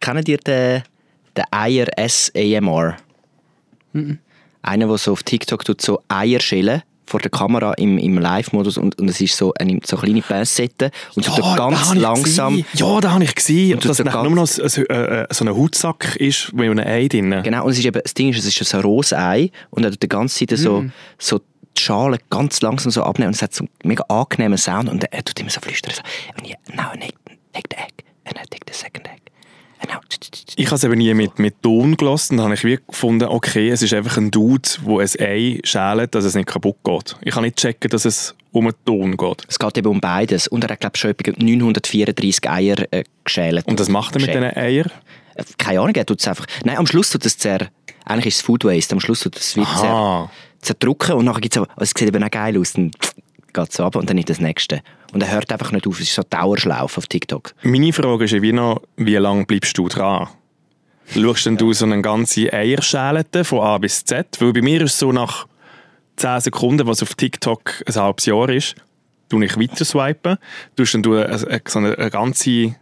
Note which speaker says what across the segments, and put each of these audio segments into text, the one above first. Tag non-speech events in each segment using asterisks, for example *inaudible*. Speaker 1: kennt ihr den, den Eier-S-AMR? Einer, der so auf TikTok tut, so Eier schälen vor der Kamera im, im Live-Modus und, und es ist so eine so kleine Pinzette und so tut ganz langsam...
Speaker 2: Ja, da habe ich gesehen.
Speaker 1: Und
Speaker 2: Und dass
Speaker 1: tut
Speaker 2: nachher
Speaker 1: ganz-
Speaker 2: nur noch so, so, äh, so ein Hautsack ist mit einem Ei drin.
Speaker 1: Genau, und es ist eben, das Ding ist, es ist so ein rohes Ei und er tut die ganze Zeit so, so die Schale ganz langsam so abnehmen und es hat so einen mega angenehmen Sound und er tut immer so flüstern. So, and yeah, now I take, take the egg and I take the second egg. And now...
Speaker 2: Ich habe es eben nie mit, mit Ton gelassen. Dann habe ich wie gefunden, okay, es ist einfach ein Dude, der ein Ei schält, dass es nicht kaputt geht. Ich kann nicht checken, dass es um einen Ton geht.
Speaker 1: Es geht eben um beides und er hat glaube ich schon etwa 934 Eier äh, geschält.
Speaker 2: Und was macht er mit diesen
Speaker 1: Geschält.
Speaker 2: Eiern?
Speaker 1: Äh, Keine Ahnung, er tut es einfach... Nein, am Schluss tut es zer... Eigentlich ist es Food Waste, am Schluss tut es wie zer,
Speaker 2: Aha.
Speaker 1: zerdrücken und nachher gibt es aber... Es sieht eben auch geil aus, dann geht es so ab und dann nicht das Nächste. Und er hört einfach nicht auf, es ist so eine Dauerschlaufe auf TikTok.
Speaker 2: Meine Frage ist ja wie noch, wie lange bleibst du dran? Schaust denn du so eine ganze Eierschälete von A bis Z? Weil bei mir ist es so nach 10 Sekunden, was auf TikTok ein halbes Jahr ist, tue ich weiter swipen. Tust dann du eine, eine, so eine, eine ganze...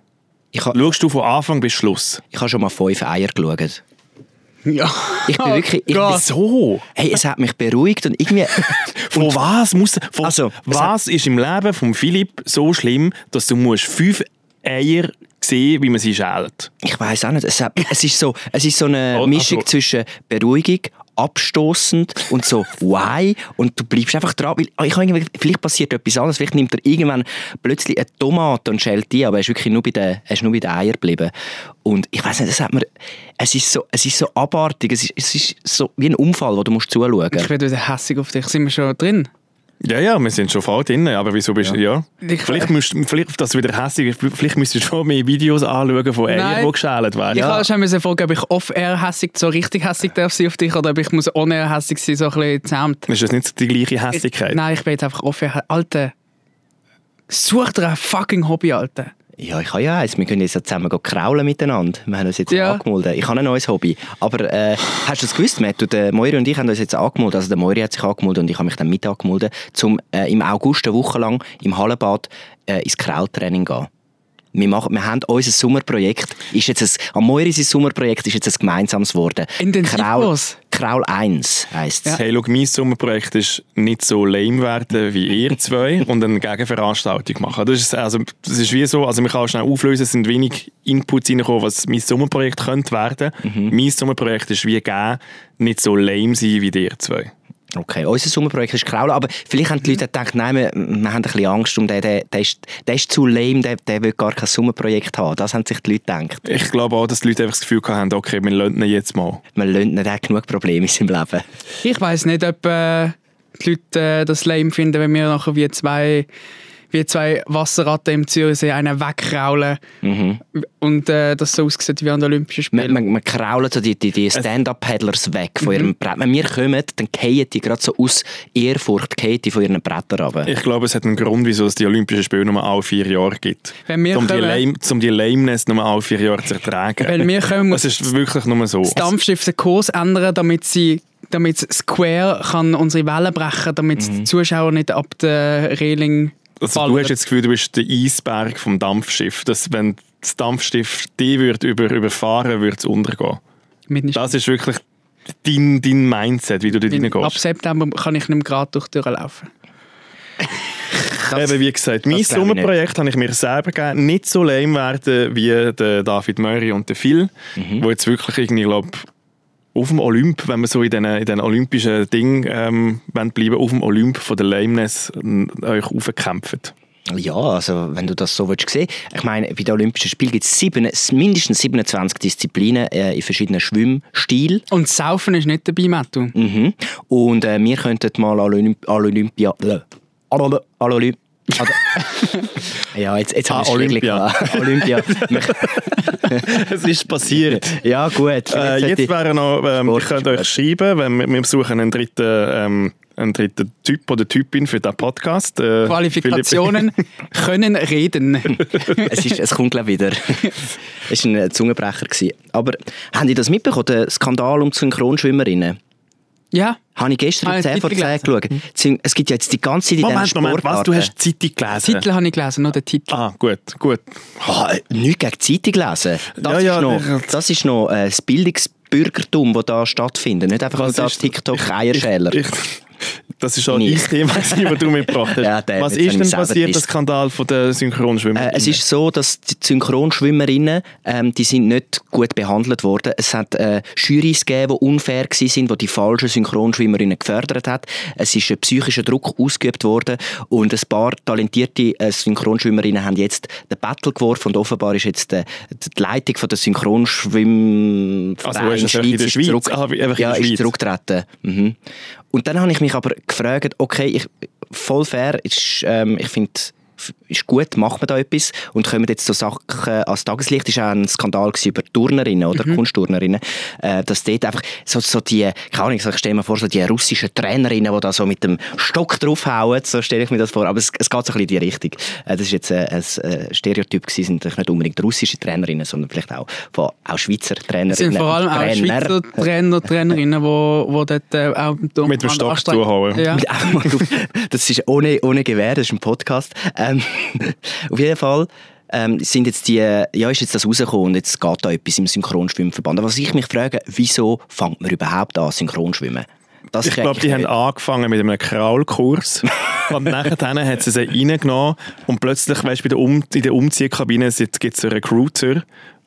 Speaker 1: Ich habe
Speaker 2: Schaust du von Anfang bis Schluss?
Speaker 1: ich ha schon mal fünf Eier geschaut.
Speaker 3: Ja. Oh
Speaker 1: Ich bin wirklich... Ich bin,
Speaker 3: Gott.
Speaker 2: So?
Speaker 1: hey, es hat mich beruhigt und
Speaker 3: *laughs*
Speaker 1: irgendwie...
Speaker 2: Von was muss... Von
Speaker 1: Also, es
Speaker 2: was ist im Leben von Philipp so schlimm, dass du musst fünf Eier sehen, wie man sie schält?
Speaker 1: ich weiß auch nicht. Es, hat, es ist so, es ist so eine
Speaker 2: Oh,
Speaker 1: Mischung
Speaker 2: also-
Speaker 1: zwischen Beruhigung, abstoßend und so why und du bleibst einfach dran, weil ah, ich habe irgendwie, vielleicht passiert etwas anderes, vielleicht nimmt er irgendwann plötzlich eine Tomate und schält die, aber er ist wirklich nur bei den, er ist nur bei den Eiern geblieben. Und ich weiß nicht, das hat mir, es ist so, es ist so abartig, es ist, es ist so wie ein Unfall, wo du musst zuschauen.
Speaker 3: Ich werde wieder hässig auf dich. Sind wir schon drin?
Speaker 2: Ja, ja, wir sind schon voll drin, aber wieso bist du... Ja.
Speaker 3: Ich-
Speaker 2: Vielleicht müsst vielleicht, dass du wieder hässig bist, vielleicht müsstest du schon mehr Videos anschauen von Eiern,
Speaker 3: Nein.
Speaker 2: die geschält werden.
Speaker 3: Ich habe schon müssen fragen, ob ich off-air hässig, so richtig hässig darf sein auf dich oder ob ich muss on-air hässig sein, so ein bisschen zusammen.
Speaker 2: Ist das nicht die gleiche Hässigkeit?
Speaker 3: Nein, ich bin jetzt einfach off-air. Alter, such dir ein fucking Hobby, Alter.
Speaker 1: Ja, ich habe ja eins. Wir können jetzt ja zusammen go kraulen miteinander. Wir haben uns jetzt
Speaker 3: Ja.
Speaker 1: angemeldet. Ich habe ein neues Hobby. Aber äh, hast du es gewusst, Matt? Du, der Moiri und ich haben uns jetzt angemeldet. Also der Moiri hat sich angemeldet und ich habe mich dann mit angemeldet, um äh, im August eine Woche lang im Hallenbad äh, ins Kraultraining zu gehen. Wir, machen, wir haben unser Sommerprojekt, ist jetzt ein, am Moiri sein Sommerprojekt ist jetzt ein gemeinsames geworden.
Speaker 3: Intensivkurs.
Speaker 1: Kraul, Kraul 1 heisst es.
Speaker 2: Hey, schau, mein Sommerprojekt ist nicht so lame werden wie
Speaker 3: *laughs*
Speaker 2: ihr zwei und eine Gegenveranstaltung machen. Das ist, also, das ist wie so, also man kann schnell auflösen, es sind wenig Inputs reingekommen, was mein Sommerprojekt könnte werden.
Speaker 3: Mhm.
Speaker 2: Mein Sommerprojekt ist wie gegeben, nicht so lame sein wie ihr zwei.
Speaker 1: Okay, unser Sommerprojekt ist Kraulen, aber vielleicht haben die Leute gedacht, nein, wir, wir haben ein bisschen Angst um den, der, der, ist, der ist zu lame, der, der will gar kein Sommerprojekt haben. Das haben sich die Leute gedacht.
Speaker 2: Ich glaube auch, dass die Leute einfach das Gefühl haben, okay, wir lassen ihn jetzt mal.
Speaker 1: Man lernt nicht, der hat genug Probleme in seinem Leben.
Speaker 3: Ich weiß nicht, ob äh, die Leute äh, das lame finden, wenn wir nachher wie zwei, wie zwei Wasserratten im Zürichsee einen wegraulen
Speaker 1: Mhm.
Speaker 3: und äh, das so aussieht wie an den Olympischen
Speaker 1: Man,
Speaker 3: Spielen.
Speaker 1: man, man krault so die, die, die Stand-Up-Paddlers weg von ihrem Brett. Wenn wir kommen, dann fallen die gerade so aus Ehrfurcht fallen die von ihren Brettern runter.
Speaker 2: Ich glaube, es hat einen Grund, wieso es die Olympischen Spiele nur alle vier Jahre gibt.
Speaker 3: Wenn wir
Speaker 2: um, die
Speaker 3: kommen-
Speaker 2: lame, um die Lameness nur alle vier Jahre zu ertragen.
Speaker 3: Wenn
Speaker 2: *laughs*
Speaker 3: wir kommen, muss
Speaker 2: es ist wirklich nur so.
Speaker 3: das Dampfschiff den Kurs ändern, damit sie damit Square kann unsere Wellen brechen damit die Zuschauer nicht ab der Reling
Speaker 2: Mhm. Also du hast jetzt das Gefühl, du bist der Eisberg vom Dampfschiff. Dass, wenn das Dampfschiff dich würde über, überfahren würde, es untergehen.
Speaker 3: mit nicht-
Speaker 2: Das ist wirklich dein, dein Mindset, wie du da
Speaker 3: Ab
Speaker 2: reingehst.
Speaker 3: September kann ich nicht mehr gerade durch die Tür laufen.
Speaker 1: Das-
Speaker 2: Eben wie gesagt, mein
Speaker 1: das glaub ich
Speaker 2: Sommerprojekt habe ich mir selber gegeben. Nicht so lame werden wie der David Murray und der Phil,
Speaker 1: Mhm.
Speaker 2: wo jetzt wirklich irgendwie, glaube auf dem Olymp, wenn wir so in diesen in den olympischen Ding ähm, wollen bleiben auf dem Olymp von der Lameness ähm,
Speaker 1: *laughs*
Speaker 2: euch aufkämpfen.
Speaker 1: Ja, also wenn du das so willst sehen. Ich meine, bei den Olympischen Spielen gibt es sieben- mindestens 27 Disziplinen äh, in verschiedenen Schwimmstilen.
Speaker 3: Und das Saufen ist nicht dabei, Mattu.
Speaker 1: Mhm. Und äh, wir könnten mal an Olymp an Olympia. An Olymp an Olymp an-
Speaker 2: *laughs*
Speaker 1: ja, jetzt, jetzt habe ich
Speaker 2: Ah,
Speaker 1: es schwierig
Speaker 2: Olympia.
Speaker 1: gemacht. *laughs* Olympia.
Speaker 2: es ist passiert.
Speaker 1: ja, gut.
Speaker 2: Äh,
Speaker 1: hätte
Speaker 2: jetzt
Speaker 1: ich-
Speaker 2: wäre noch, ähm, ihr
Speaker 1: Genau. Sport
Speaker 2: könnt euch schreiben, wenn wir, wir besuchen einen dritten, ähm, einen dritten Typ oder Typin für diesen Podcast. Äh,
Speaker 3: Qualifikationen *laughs*
Speaker 2: *laughs*
Speaker 3: können reden.
Speaker 1: es, ist, es kommt gleich wieder. es äh, war ein Zungenbrecher. Gewesen. Aber haben die das mitbekommen, den Skandal um die Synchronschwimmerinnen?
Speaker 2: Philipp-
Speaker 3: Ja.
Speaker 1: Habe ich gestern
Speaker 3: Ah,
Speaker 1: um 10 vor
Speaker 3: Titel
Speaker 1: 10 geschaut. Es gibt ja jetzt die ganze Zeit in diesen
Speaker 2: Hm. Moment, Moment, was? Du
Speaker 1: Sportarten-
Speaker 2: hast die Zeitung gelesen?
Speaker 3: Titel habe ich gelesen, nur den Titel.
Speaker 2: Ah, gut, gut.
Speaker 1: Ah, nichts gegen die Zeitung lesen. Das,
Speaker 2: Ja, ja,
Speaker 1: ist noch, das ist noch äh, das Bildungsbürgertum, das da stattfindet. Nicht einfach nur
Speaker 2: Was
Speaker 1: das
Speaker 2: ist-
Speaker 1: TikTok-Eierschäler.
Speaker 2: Ich, das ist auch dein
Speaker 1: Nicht.
Speaker 2: Thema, das
Speaker 1: *laughs*
Speaker 2: du mitgebracht hast.
Speaker 1: Ja, der- jetzt
Speaker 2: was
Speaker 1: habe ich
Speaker 2: ist denn
Speaker 1: mich selber
Speaker 2: passiert, der
Speaker 1: gepisst.
Speaker 2: Skandal von der Synchronschwimmerin?
Speaker 1: Äh, es ist so, dass die Synchronschwimmerinnen, ähm, die sind nicht gut behandelt worden. Es hat äh, Jurys gegeben, die unfair gewesen sind, die die falschen Synchronschwimmerinnen gefördert hat. Es ist ein psychischer Druck ausgeübt worden und ein paar talentierte äh, Synchronschwimmerinnen haben jetzt den Battle geworfen und offenbar ist jetzt äh, die Leitung von der Synchronschwimm
Speaker 2: Also, wo ist das? In der
Speaker 1: ist
Speaker 2: Schweiz?
Speaker 1: zurück-
Speaker 2: Ah, wie- einfach in
Speaker 1: ja,
Speaker 2: der
Speaker 1: ist
Speaker 2: Schweiz.
Speaker 1: zurückgetreten. Mhm. Und dann habe ich mich aber gefragt, okay, ich, voll fair, ist, ähm, ich finde, ist gut, macht man da etwas und kommen jetzt so Sachen ans Tageslicht, ist auch ein Skandal gewesen über Turnerinnen
Speaker 3: Mhm.
Speaker 1: oder Kunstturnerinnen, äh, dass dort einfach so, so die, keine Ahnung, so ich stelle mir vor, so die russischen Trainerinnen, die da so mit dem Stock draufhauen, so stelle ich mir das vor, aber es, es geht so ein bisschen in die Richtung. Äh, das ist jetzt äh, ein äh, Stereotyp gewesen, sind natürlich nicht unbedingt russische Trainerinnen, sondern vielleicht auch von auch Schweizer Trainerinnen.
Speaker 3: Es sind vor allem auch
Speaker 1: und Trainer.
Speaker 3: Schweizer Trainer, Trainerinnen, die wo, wo dort äh, auch
Speaker 2: Mit dem Stock zuhauen.
Speaker 3: Ja.
Speaker 1: Mit einfach mal auf- das ist ohne, ohne Gewehr, das ist ein Podcast. Ähm, *laughs* auf jeden Fall ähm, sind jetzt die, ja, ist jetzt das rausgekommen und jetzt geht da etwas im Synchronschwimmverband. Aber Was ich mich frage, wieso fängt man überhaupt an, Synchronschwimmen? Das
Speaker 2: Ich glaube, die haben angefangen mit einem Kraulkurs.
Speaker 1: *laughs*
Speaker 2: und nachher haben sie sie reingenommen. Und plötzlich, weißt du, bei der Um- in der Umziehkabine gibt es einen Recruiter,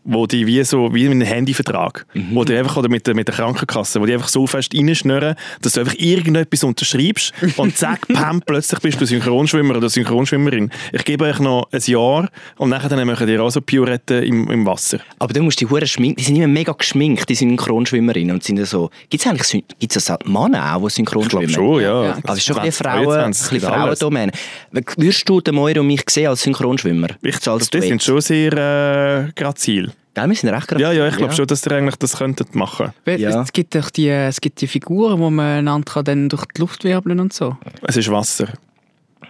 Speaker 2: wo die wie so, wie einen Handyvertrag,
Speaker 1: Mhm.
Speaker 2: wo die einfach, oder mit der, mit der Krankenkasse, wo die einfach so fest reinschnüren, dass du einfach irgendetwas unterschreibst und
Speaker 1: *laughs*
Speaker 2: zack, pam, plötzlich bist du Synchronschwimmer oder Synchronschwimmerin. Ich gebe euch noch ein Jahr und nachher dann machen die auch so Pirouetten im, im Wasser.
Speaker 1: Aber du musst die Huren schminken, die sind immer mega geschminkt, die Synchronschwimmerinnen und sind so, gibt es eigentlich, Syn- gibt's das auch Männer auch, die
Speaker 2: Ich glaube
Speaker 1: Synchronschwimmen?
Speaker 2: schon, ja.
Speaker 3: Ja.
Speaker 1: Also es ist schon ein bisschen
Speaker 2: 20,
Speaker 1: Frauen, ein
Speaker 2: 22,
Speaker 1: bisschen
Speaker 2: gibt alles.
Speaker 1: Frauendomäne. Würdest du den Moira und mich sehen als Synchronschwimmer?
Speaker 2: Ich,
Speaker 1: So als
Speaker 2: das sind
Speaker 1: Duett?
Speaker 2: schon sehr äh, grazil.
Speaker 1: Gell, wir sind recht gerade-
Speaker 2: Ja, ja, ich glaube schon, dass ihr eigentlich das könntet machen.
Speaker 3: Weil
Speaker 1: Ja.
Speaker 3: Es, gibt doch die, es gibt die Figuren, wo man einander kann dann durch die Luft wirbeln und so.
Speaker 2: Es ist Wasser.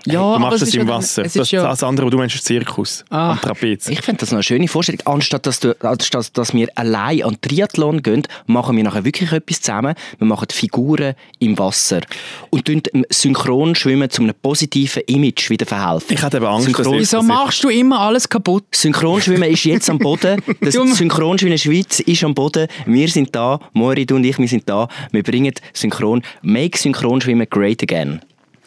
Speaker 3: Ja,
Speaker 2: du
Speaker 3: Oh, aber
Speaker 2: machst
Speaker 3: es
Speaker 2: es
Speaker 3: ist
Speaker 2: im
Speaker 3: ja dann-
Speaker 2: Wasser.
Speaker 3: Es
Speaker 2: das,
Speaker 3: ist ja,
Speaker 2: das andere, was du meinst, ist Zirkus.
Speaker 3: Ah.
Speaker 2: Am Trapez.
Speaker 1: Ich finde das noch eine schöne Vorstellung. Anstatt dass, du, anstatt dass wir allein an den Triathlon gehen, machen wir nachher wirklich etwas zusammen. Wir machen Figuren im Wasser und tun dem Synchronschwimmen zu einem positiven Image wieder verhelfen.
Speaker 2: Ich hatte eben Angst,
Speaker 1: Synchron
Speaker 2: dass ich-
Speaker 3: wieso machst du immer alles kaputt?
Speaker 1: Synchronschwimmen ist jetzt am
Speaker 2: *laughs*
Speaker 1: Boden. Das
Speaker 3: Dumm.
Speaker 1: Synchronschwimmen Schweiz ist am Boden. Wir sind da. Moiri, du und ich, wir sind da. Wir bringen Synchron. Make Synchronschwimmen great again.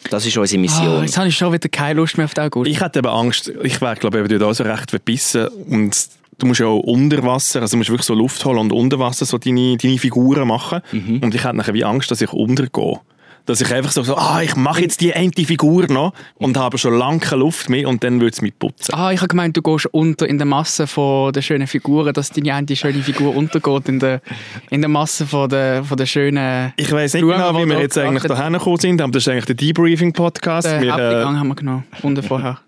Speaker 1: Das ist unsere
Speaker 3: Ah,
Speaker 1: Mission.
Speaker 3: jetzt habe ich schon wieder keine Lust mehr auf den August.
Speaker 2: Ich hatte eben Angst, ich wäre, glaube ich, eben dort auch so recht verbissen. Und du musst ja auch unter Wasser, also du musst wirklich so Luft holen und unter Wasser so deine, deine Figuren machen. Und ich hatte nachher wie Angst, dass ich untergehe. Dass ich einfach so, so ah, ich mache jetzt die eine Figur noch und habe schon lange keine Luft mehr und dann würde es mich putzen.
Speaker 3: Ah, ich habe gemeint, du gehst unter in der Masse von der schönen Figuren, dass deine eine schöne Figur untergeht in der, in der Masse von der, von der schönen...
Speaker 2: Ich weiß nicht
Speaker 3: Schauen
Speaker 2: genau,
Speaker 3: wir,
Speaker 2: wie
Speaker 3: wo
Speaker 2: wir
Speaker 3: du
Speaker 2: jetzt eigentlich
Speaker 3: geachtet-
Speaker 2: da hergekommen sind, aber das ist eigentlich der Debriefing-Podcast.
Speaker 3: Den
Speaker 2: Wir, äh,
Speaker 3: Hauptgang haben wir genommen, unten vorher.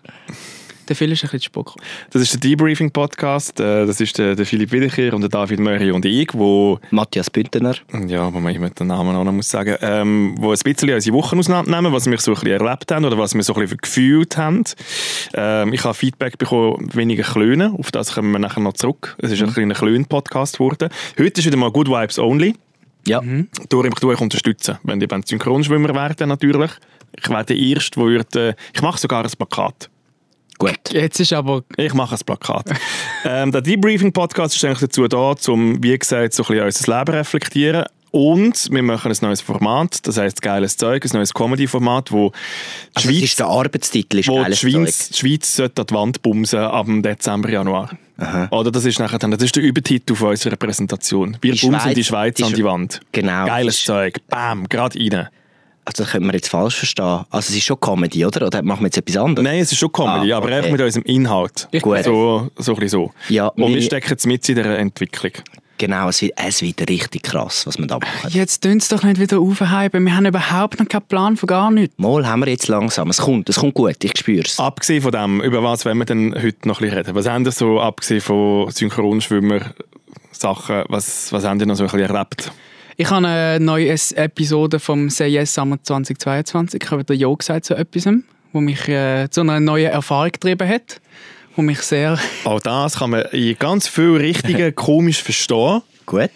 Speaker 3: Der Phil ist ein bisschen Spock.
Speaker 2: Das ist der Debriefing-Podcast. Äh, Das ist der, der Philipp Wiederkehr und der David Möhri und ich, wo,
Speaker 1: Matthias Bündner.
Speaker 2: ja, wo man immer den Namen nou auch noch muss sagen, ähm, wo ein bisschen unsere Wochen auseinandernehmen, was wir so ein bisschen erlebt haben oder was wir so ein bisschen gefühlt haben. Ähm, ich habe Feedback bekommen, weniger Klönen, auf das kommen wir nachher noch zurück. Es ist ein kleiner Klön-Podcast geworden. Heute ist wieder mal Good Vibes Only.
Speaker 1: Ja.
Speaker 2: Durch mich durch unterstützen, wenn die Band Synchronschwimmer werden natürlich. Ich werde der Erste, der wird, äh, ich mache sogar ein Plakat.
Speaker 1: Gut.
Speaker 3: Jetzt ist aber...
Speaker 2: Ich mache ein Plakat.
Speaker 1: *laughs*
Speaker 2: ähm, der Debriefing-Podcast ist eigentlich dazu da, um, wie gesagt, so ein bisschen unser Leben reflektieren. Und wir machen ein neues Format, das heisst «Geiles Zeug», ein neues Comedy-Format, wo die
Speaker 1: Also, das
Speaker 2: Schweiz,
Speaker 1: ist der Arbeitstitel. Ist
Speaker 2: wo die
Speaker 1: geiles
Speaker 2: Schweiz, die Schweiz sollte an die Wand bumsen ab dem Dezember, Januar. Oder das ist nachher dann, das ist der Übertitel von unserer Präsentation. Wir
Speaker 1: Die
Speaker 2: bumsen
Speaker 1: Schweiz-
Speaker 2: die Schweiz
Speaker 1: die
Speaker 2: an
Speaker 1: Sch-
Speaker 2: die Wand.
Speaker 1: Genau.
Speaker 2: Geiles
Speaker 1: Das ist-
Speaker 2: Zeug, bam, gerade rein.
Speaker 1: Also das könnte man jetzt falsch verstehen. Also es ist schon Comedy, oder? Oder machen wir jetzt etwas anderes?
Speaker 2: Nein, es ist schon Comedy,
Speaker 1: Ah,
Speaker 2: aber
Speaker 1: okay.
Speaker 2: einfach mit unserem Inhalt.
Speaker 1: Gut.
Speaker 2: So, so ein bisschen so.
Speaker 1: Ja,
Speaker 2: Und wir
Speaker 1: meine-
Speaker 2: stecken jetzt mit in dieser Entwicklung.
Speaker 1: Genau, es wird, es wird richtig krass, was man da macht.
Speaker 3: Jetzt tun es doch nicht wieder aufheben. Wir haben überhaupt noch keinen Plan von gar nichts.
Speaker 1: Mal haben wir jetzt langsam. Es kommt, es kommt gut, ich spüre es.
Speaker 2: Abgesehen von dem, über was wollen wir denn heute noch ein bisschen reden? Was haben ihr so, abgesehen von Synchronschwimmer-Sachen, was, was haben ihr noch so ein bisschen erlebt?
Speaker 3: Ich habe eine neue Es- Episode vom Say Yes Summer 2022. Ich habe wieder Ja gesagt zu etwas, wo mich äh, zu einer neuen Erfahrung getrieben hat. Wo mich sehr... *laughs*
Speaker 2: *laughs* Auch das kann man in ganz vielen Richtungen komisch verstehen.
Speaker 1: Gut.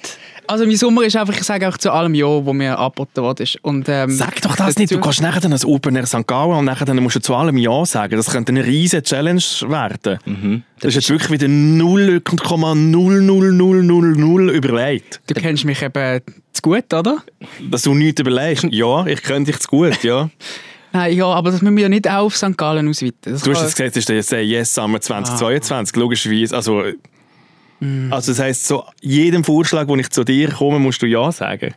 Speaker 3: Also mein Sommer ist einfach, ich sage einfach zu allem Ja, wo mir angeboten wurde. Und, ähm,
Speaker 2: Sag doch das
Speaker 3: dazu-
Speaker 2: nicht, du gehst nachher dann als Open Air St. Gallen und nachher dann musst du zu allem Ja sagen. Das könnte eine riesige Challenge werden. Mhm. Das ist jetzt wirklich wieder 0,00000 überlegt.
Speaker 3: Du kennst mich eben zu gut, oder?
Speaker 2: Dass du nichts überlegst. Ja, ich könnte dich zu gut, ja.
Speaker 3: Nein, ja, aber das müssen wir ja nicht auch auf St. Gallen ausweiten. Das
Speaker 2: Du hast
Speaker 3: kann-
Speaker 2: jetzt gesagt, es ist der jetzt der Yes Summer 2022, logischerweise. Also, also das heisst, so jedem Vorschlag, den ich zu dir komme, musst du Ja sagen.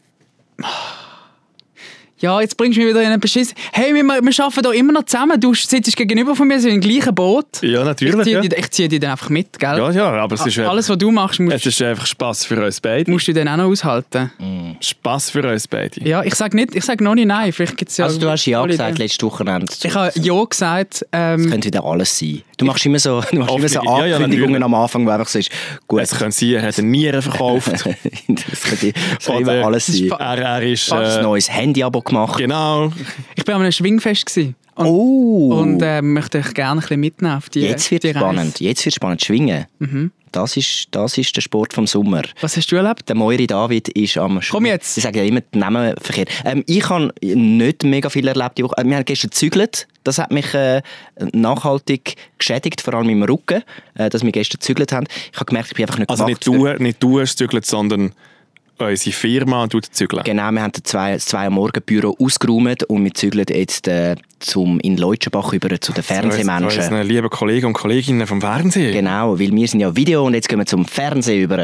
Speaker 3: Ja, jetzt bringst du mich wieder in einen Beschiss. Hey, wir, wir arbeiten hier immer noch zusammen. Du sitzt gegenüber von mir, sind im gleichen Boot.
Speaker 2: Ja,
Speaker 3: Ich
Speaker 2: natürlich.
Speaker 3: ziehe
Speaker 2: Ja.
Speaker 3: dich, ich zieh dich dann einfach mit, gell?
Speaker 2: ja, ja, aber es ist, äh,
Speaker 3: Alles, was du
Speaker 2: es
Speaker 3: machst, musst,
Speaker 2: ist einfach Spass für uns beide.
Speaker 3: musst du dann auch noch aushalten.
Speaker 1: Mhm.
Speaker 2: Spass für uns beide.
Speaker 3: Ja, ich sage nicht, ich sage noch nicht nein. Vielleicht gibt's ja
Speaker 1: Also du hast ja
Speaker 3: tolle
Speaker 1: gesagt
Speaker 3: Ideen.
Speaker 1: letztes Wochenende.
Speaker 3: Ich habe ja gesagt. Ähm,
Speaker 1: könnte wieder alles sein. Du machst immer so, du machst immer so
Speaker 2: Offene- ja, ja,
Speaker 1: Ankündigungen
Speaker 2: natürlich.
Speaker 1: am Anfang, wo einfach so ist, gut,
Speaker 2: Es können sein, er hat eine Niere *laughs*
Speaker 1: *laughs*
Speaker 2: verkauft.
Speaker 1: das könnte, das kann
Speaker 2: Oder-
Speaker 1: immer alles sein.
Speaker 2: Er, er äh, ist...
Speaker 1: Du hast ein
Speaker 2: Äh,
Speaker 1: neues Handy-Abo gemacht.
Speaker 2: genau.
Speaker 3: ich war an einem Schwingfest. Gewesen. Und,
Speaker 1: Oh,
Speaker 3: und äh, möchte euch gerne ein bisschen mitnehmen auf die
Speaker 1: jetzt wird
Speaker 3: die Reise.
Speaker 1: spannend. Jetzt wird spannend. Schwingen. Das, ist, das ist der Sport vom Sommer.
Speaker 3: Was hast du erlebt?
Speaker 1: Der Moiri David ist am Schwingen.
Speaker 3: Komm jetzt.
Speaker 1: Sie sagen ja immer die Namen verkehrt. Ähm, ich habe nicht mega viel erlebt. Die Woche. Äh, Wir haben gestern gezügelt. Das hat mich äh, nachhaltig geschädigt, vor allem im Rücken, äh, dass wir gestern gezügelt haben. Ich habe gemerkt, ich bin einfach nicht
Speaker 2: Also
Speaker 1: gemacht
Speaker 2: nicht
Speaker 1: für-
Speaker 2: du, nicht du hast zügelt, sondern unsere Firma tut zügeln.
Speaker 1: Genau, wir haben das zwei, das zwei am Morgen Büro ausgeräumt und wir zügeln jetzt äh, zum, in Leutschenbach über zu den
Speaker 2: Zu
Speaker 1: Fernsehmenschen.
Speaker 2: unseren lieben Kollegen und Kolleginnen vom Fernsehen.
Speaker 1: Genau, weil wir sind ja Video und jetzt gehen wir zum Fernsehen über.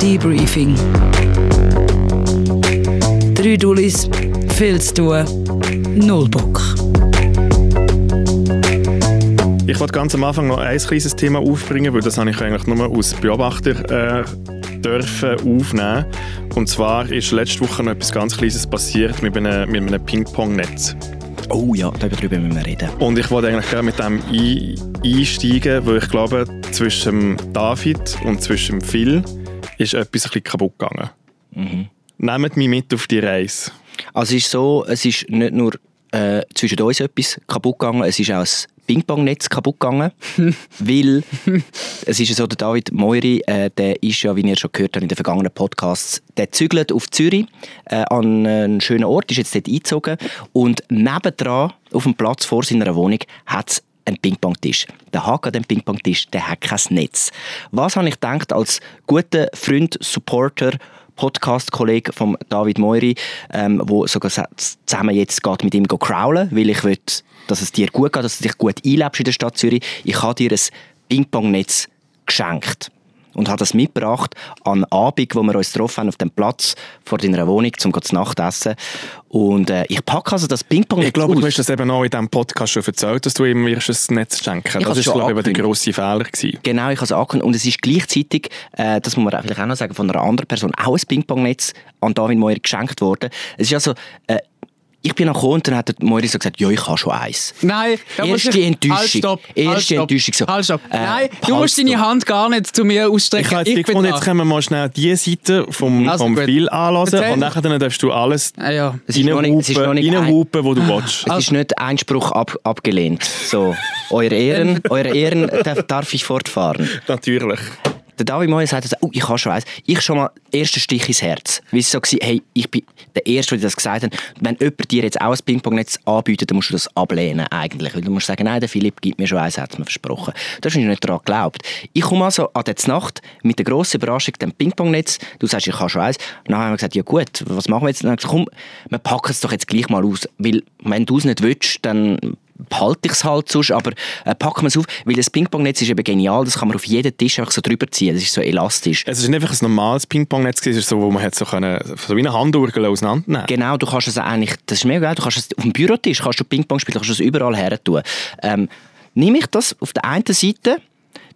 Speaker 4: Debriefing. Drei Dullis, viel zu tun, null Bock.
Speaker 2: Ich wollte ganz am Anfang noch ein kleines Thema aufbringen, weil das habe ich eigentlich nur aus Beobachter äh, dürfen aufnehmen. Und zwar ist letzte Woche noch etwas ganz Kleines passiert mit einem, mit einem Ping-Pong-Netz.
Speaker 1: Oh ja, darüber müssen wir reden.
Speaker 2: Und ich wollte eigentlich gerne mit dem ein, einsteigen, weil ich glaube, zwischen dem David und zwischen dem Phil ist etwas ein bisschen kaputt gegangen.
Speaker 1: Mhm.
Speaker 2: Nehmt mich mit auf die Reise.
Speaker 1: Also es ist so, es ist nicht nur äh, zwischen uns etwas kaputt gegangen, es ist auch das Ping-Pong-Netz kaputt gegangen, weil es ist ja so, der David Moiri, äh, der ist ja, wie ihr schon gehört habt in den vergangenen Podcasts, der zügelt auf Zürich äh, an einen schönen Ort, ist jetzt dort eingezogen und nebendran auf dem Platz vor seiner Wohnung hat es einen Ping-Pong-Tisch. Der Haken an dem Ping-Pong-Tisch, der hat kein Netz. Was habe ich gedacht als guter Freund, Supporter, Podcast-Kollege von David Moiri, ähm, wo sogar sa- zusammen jetzt geht mit ihm go crowlen, weil ich will, dass es dir gut geht, dass du dich gut einlebst in der Stadt Zürich. Ich habe dir ein Ping-Pong-Netz geschenkt und habe das mitgebracht an einem Abend, wo wir uns getroffen haben auf dem Platz vor deiner Wohnung, um zu Nacht essen. Und äh, ich packe also das Ping-Pong-Netz
Speaker 2: Ich glaube,
Speaker 1: aus.
Speaker 2: du hast das eben auch in diesem Podcast schon erzählt, dass du ihm wirst ein Netz schenken
Speaker 1: Ich
Speaker 2: Das
Speaker 1: hab's
Speaker 2: ist,
Speaker 1: schon
Speaker 2: glaube ich, eben der
Speaker 1: angekündigt.
Speaker 2: grosse Fehler gewesen.
Speaker 1: Genau, ich habe es angehört. Und es ist gleichzeitig, äh, das muss man auch vielleicht auch noch sagen, von einer anderen Person auch ein Ping-Pong-Netz an David Moyer geschenkt worden. Es ist also, äh, ich bin nachher und dann hat der Moyer so gesagt, ja, ich habe schon eins.
Speaker 3: Nein, da muss
Speaker 1: Erste
Speaker 3: ich-
Speaker 1: Enttäuschung.
Speaker 3: Halt, stopp.
Speaker 1: Erste
Speaker 3: halt, stopp.
Speaker 1: Enttäuschung, so.
Speaker 3: Halt, stopp.
Speaker 1: Äh,
Speaker 3: Nein, du
Speaker 1: halt,
Speaker 3: musst deine
Speaker 1: stopp.
Speaker 3: Hand gar nicht zu mir
Speaker 2: Ich
Speaker 3: ausstrecken.
Speaker 2: habe jetzt
Speaker 3: bin
Speaker 2: gefunden, jetzt
Speaker 3: dran.
Speaker 2: können wir mal schnell die Seite vom,
Speaker 3: Also
Speaker 2: vom
Speaker 3: gut.
Speaker 2: Phil anlassen
Speaker 3: Erzähl.
Speaker 2: und nachher dann darfst du alles
Speaker 3: Ah, ja.
Speaker 1: Es ist noch nicht- es ist noch nicht ein- Ah. *laughs*
Speaker 2: reinhupen, wo du willst.
Speaker 1: Es ist nicht Einspruch ab, abgelehnt. So, eure Ehren, eure Ehren darf, darf ich fortfahren.
Speaker 2: Natürlich.
Speaker 1: Der David Moyer sagt, also, oh, ich habe schon eins. Ich schon mal ersten Stich ins Herz. Weil es so war, hey, ich bin der Erste, der dir das gesagt hat. Wenn jemand dir jetzt auch ein Ping-Pong-Netz anbietet, dann musst du das ablehnen eigentlich. Weil du musst sagen, nein, der Philipp gibt mir schon eins, hat mir versprochen. Da hast du nicht daran geglaubt. Ich komme also an der Nacht mit der grossen Überraschung, dem Ping-Pong-Netz. Du sagst, ich habe schon eins. Dann haben wir gesagt, ja gut, was machen wir jetzt? Dann haben wir gesagt, komm, wir packen es doch jetzt gleich mal aus. Weil wenn du es nicht willst, dann behalte ich es halt sonst, aber äh, packen wir es auf, weil das Ping-Pong-Netz ist eben genial, das kann man auf jeden Tisch einfach so drüber ziehen, das ist so elastisch.
Speaker 2: Es ist nicht einfach ein normales Ping-Pong-Netz, gewesen, es ist so, wo man hat so, können, so wie eine Handurgel auseinandernehmen
Speaker 1: Genau, du kannst es eigentlich, das ist mega geil, du kannst es auf dem Bürotisch, kannst du Ping-Pong spielen, kannst du es überall her tun. Ähm, nehme ich das auf der einen Seite,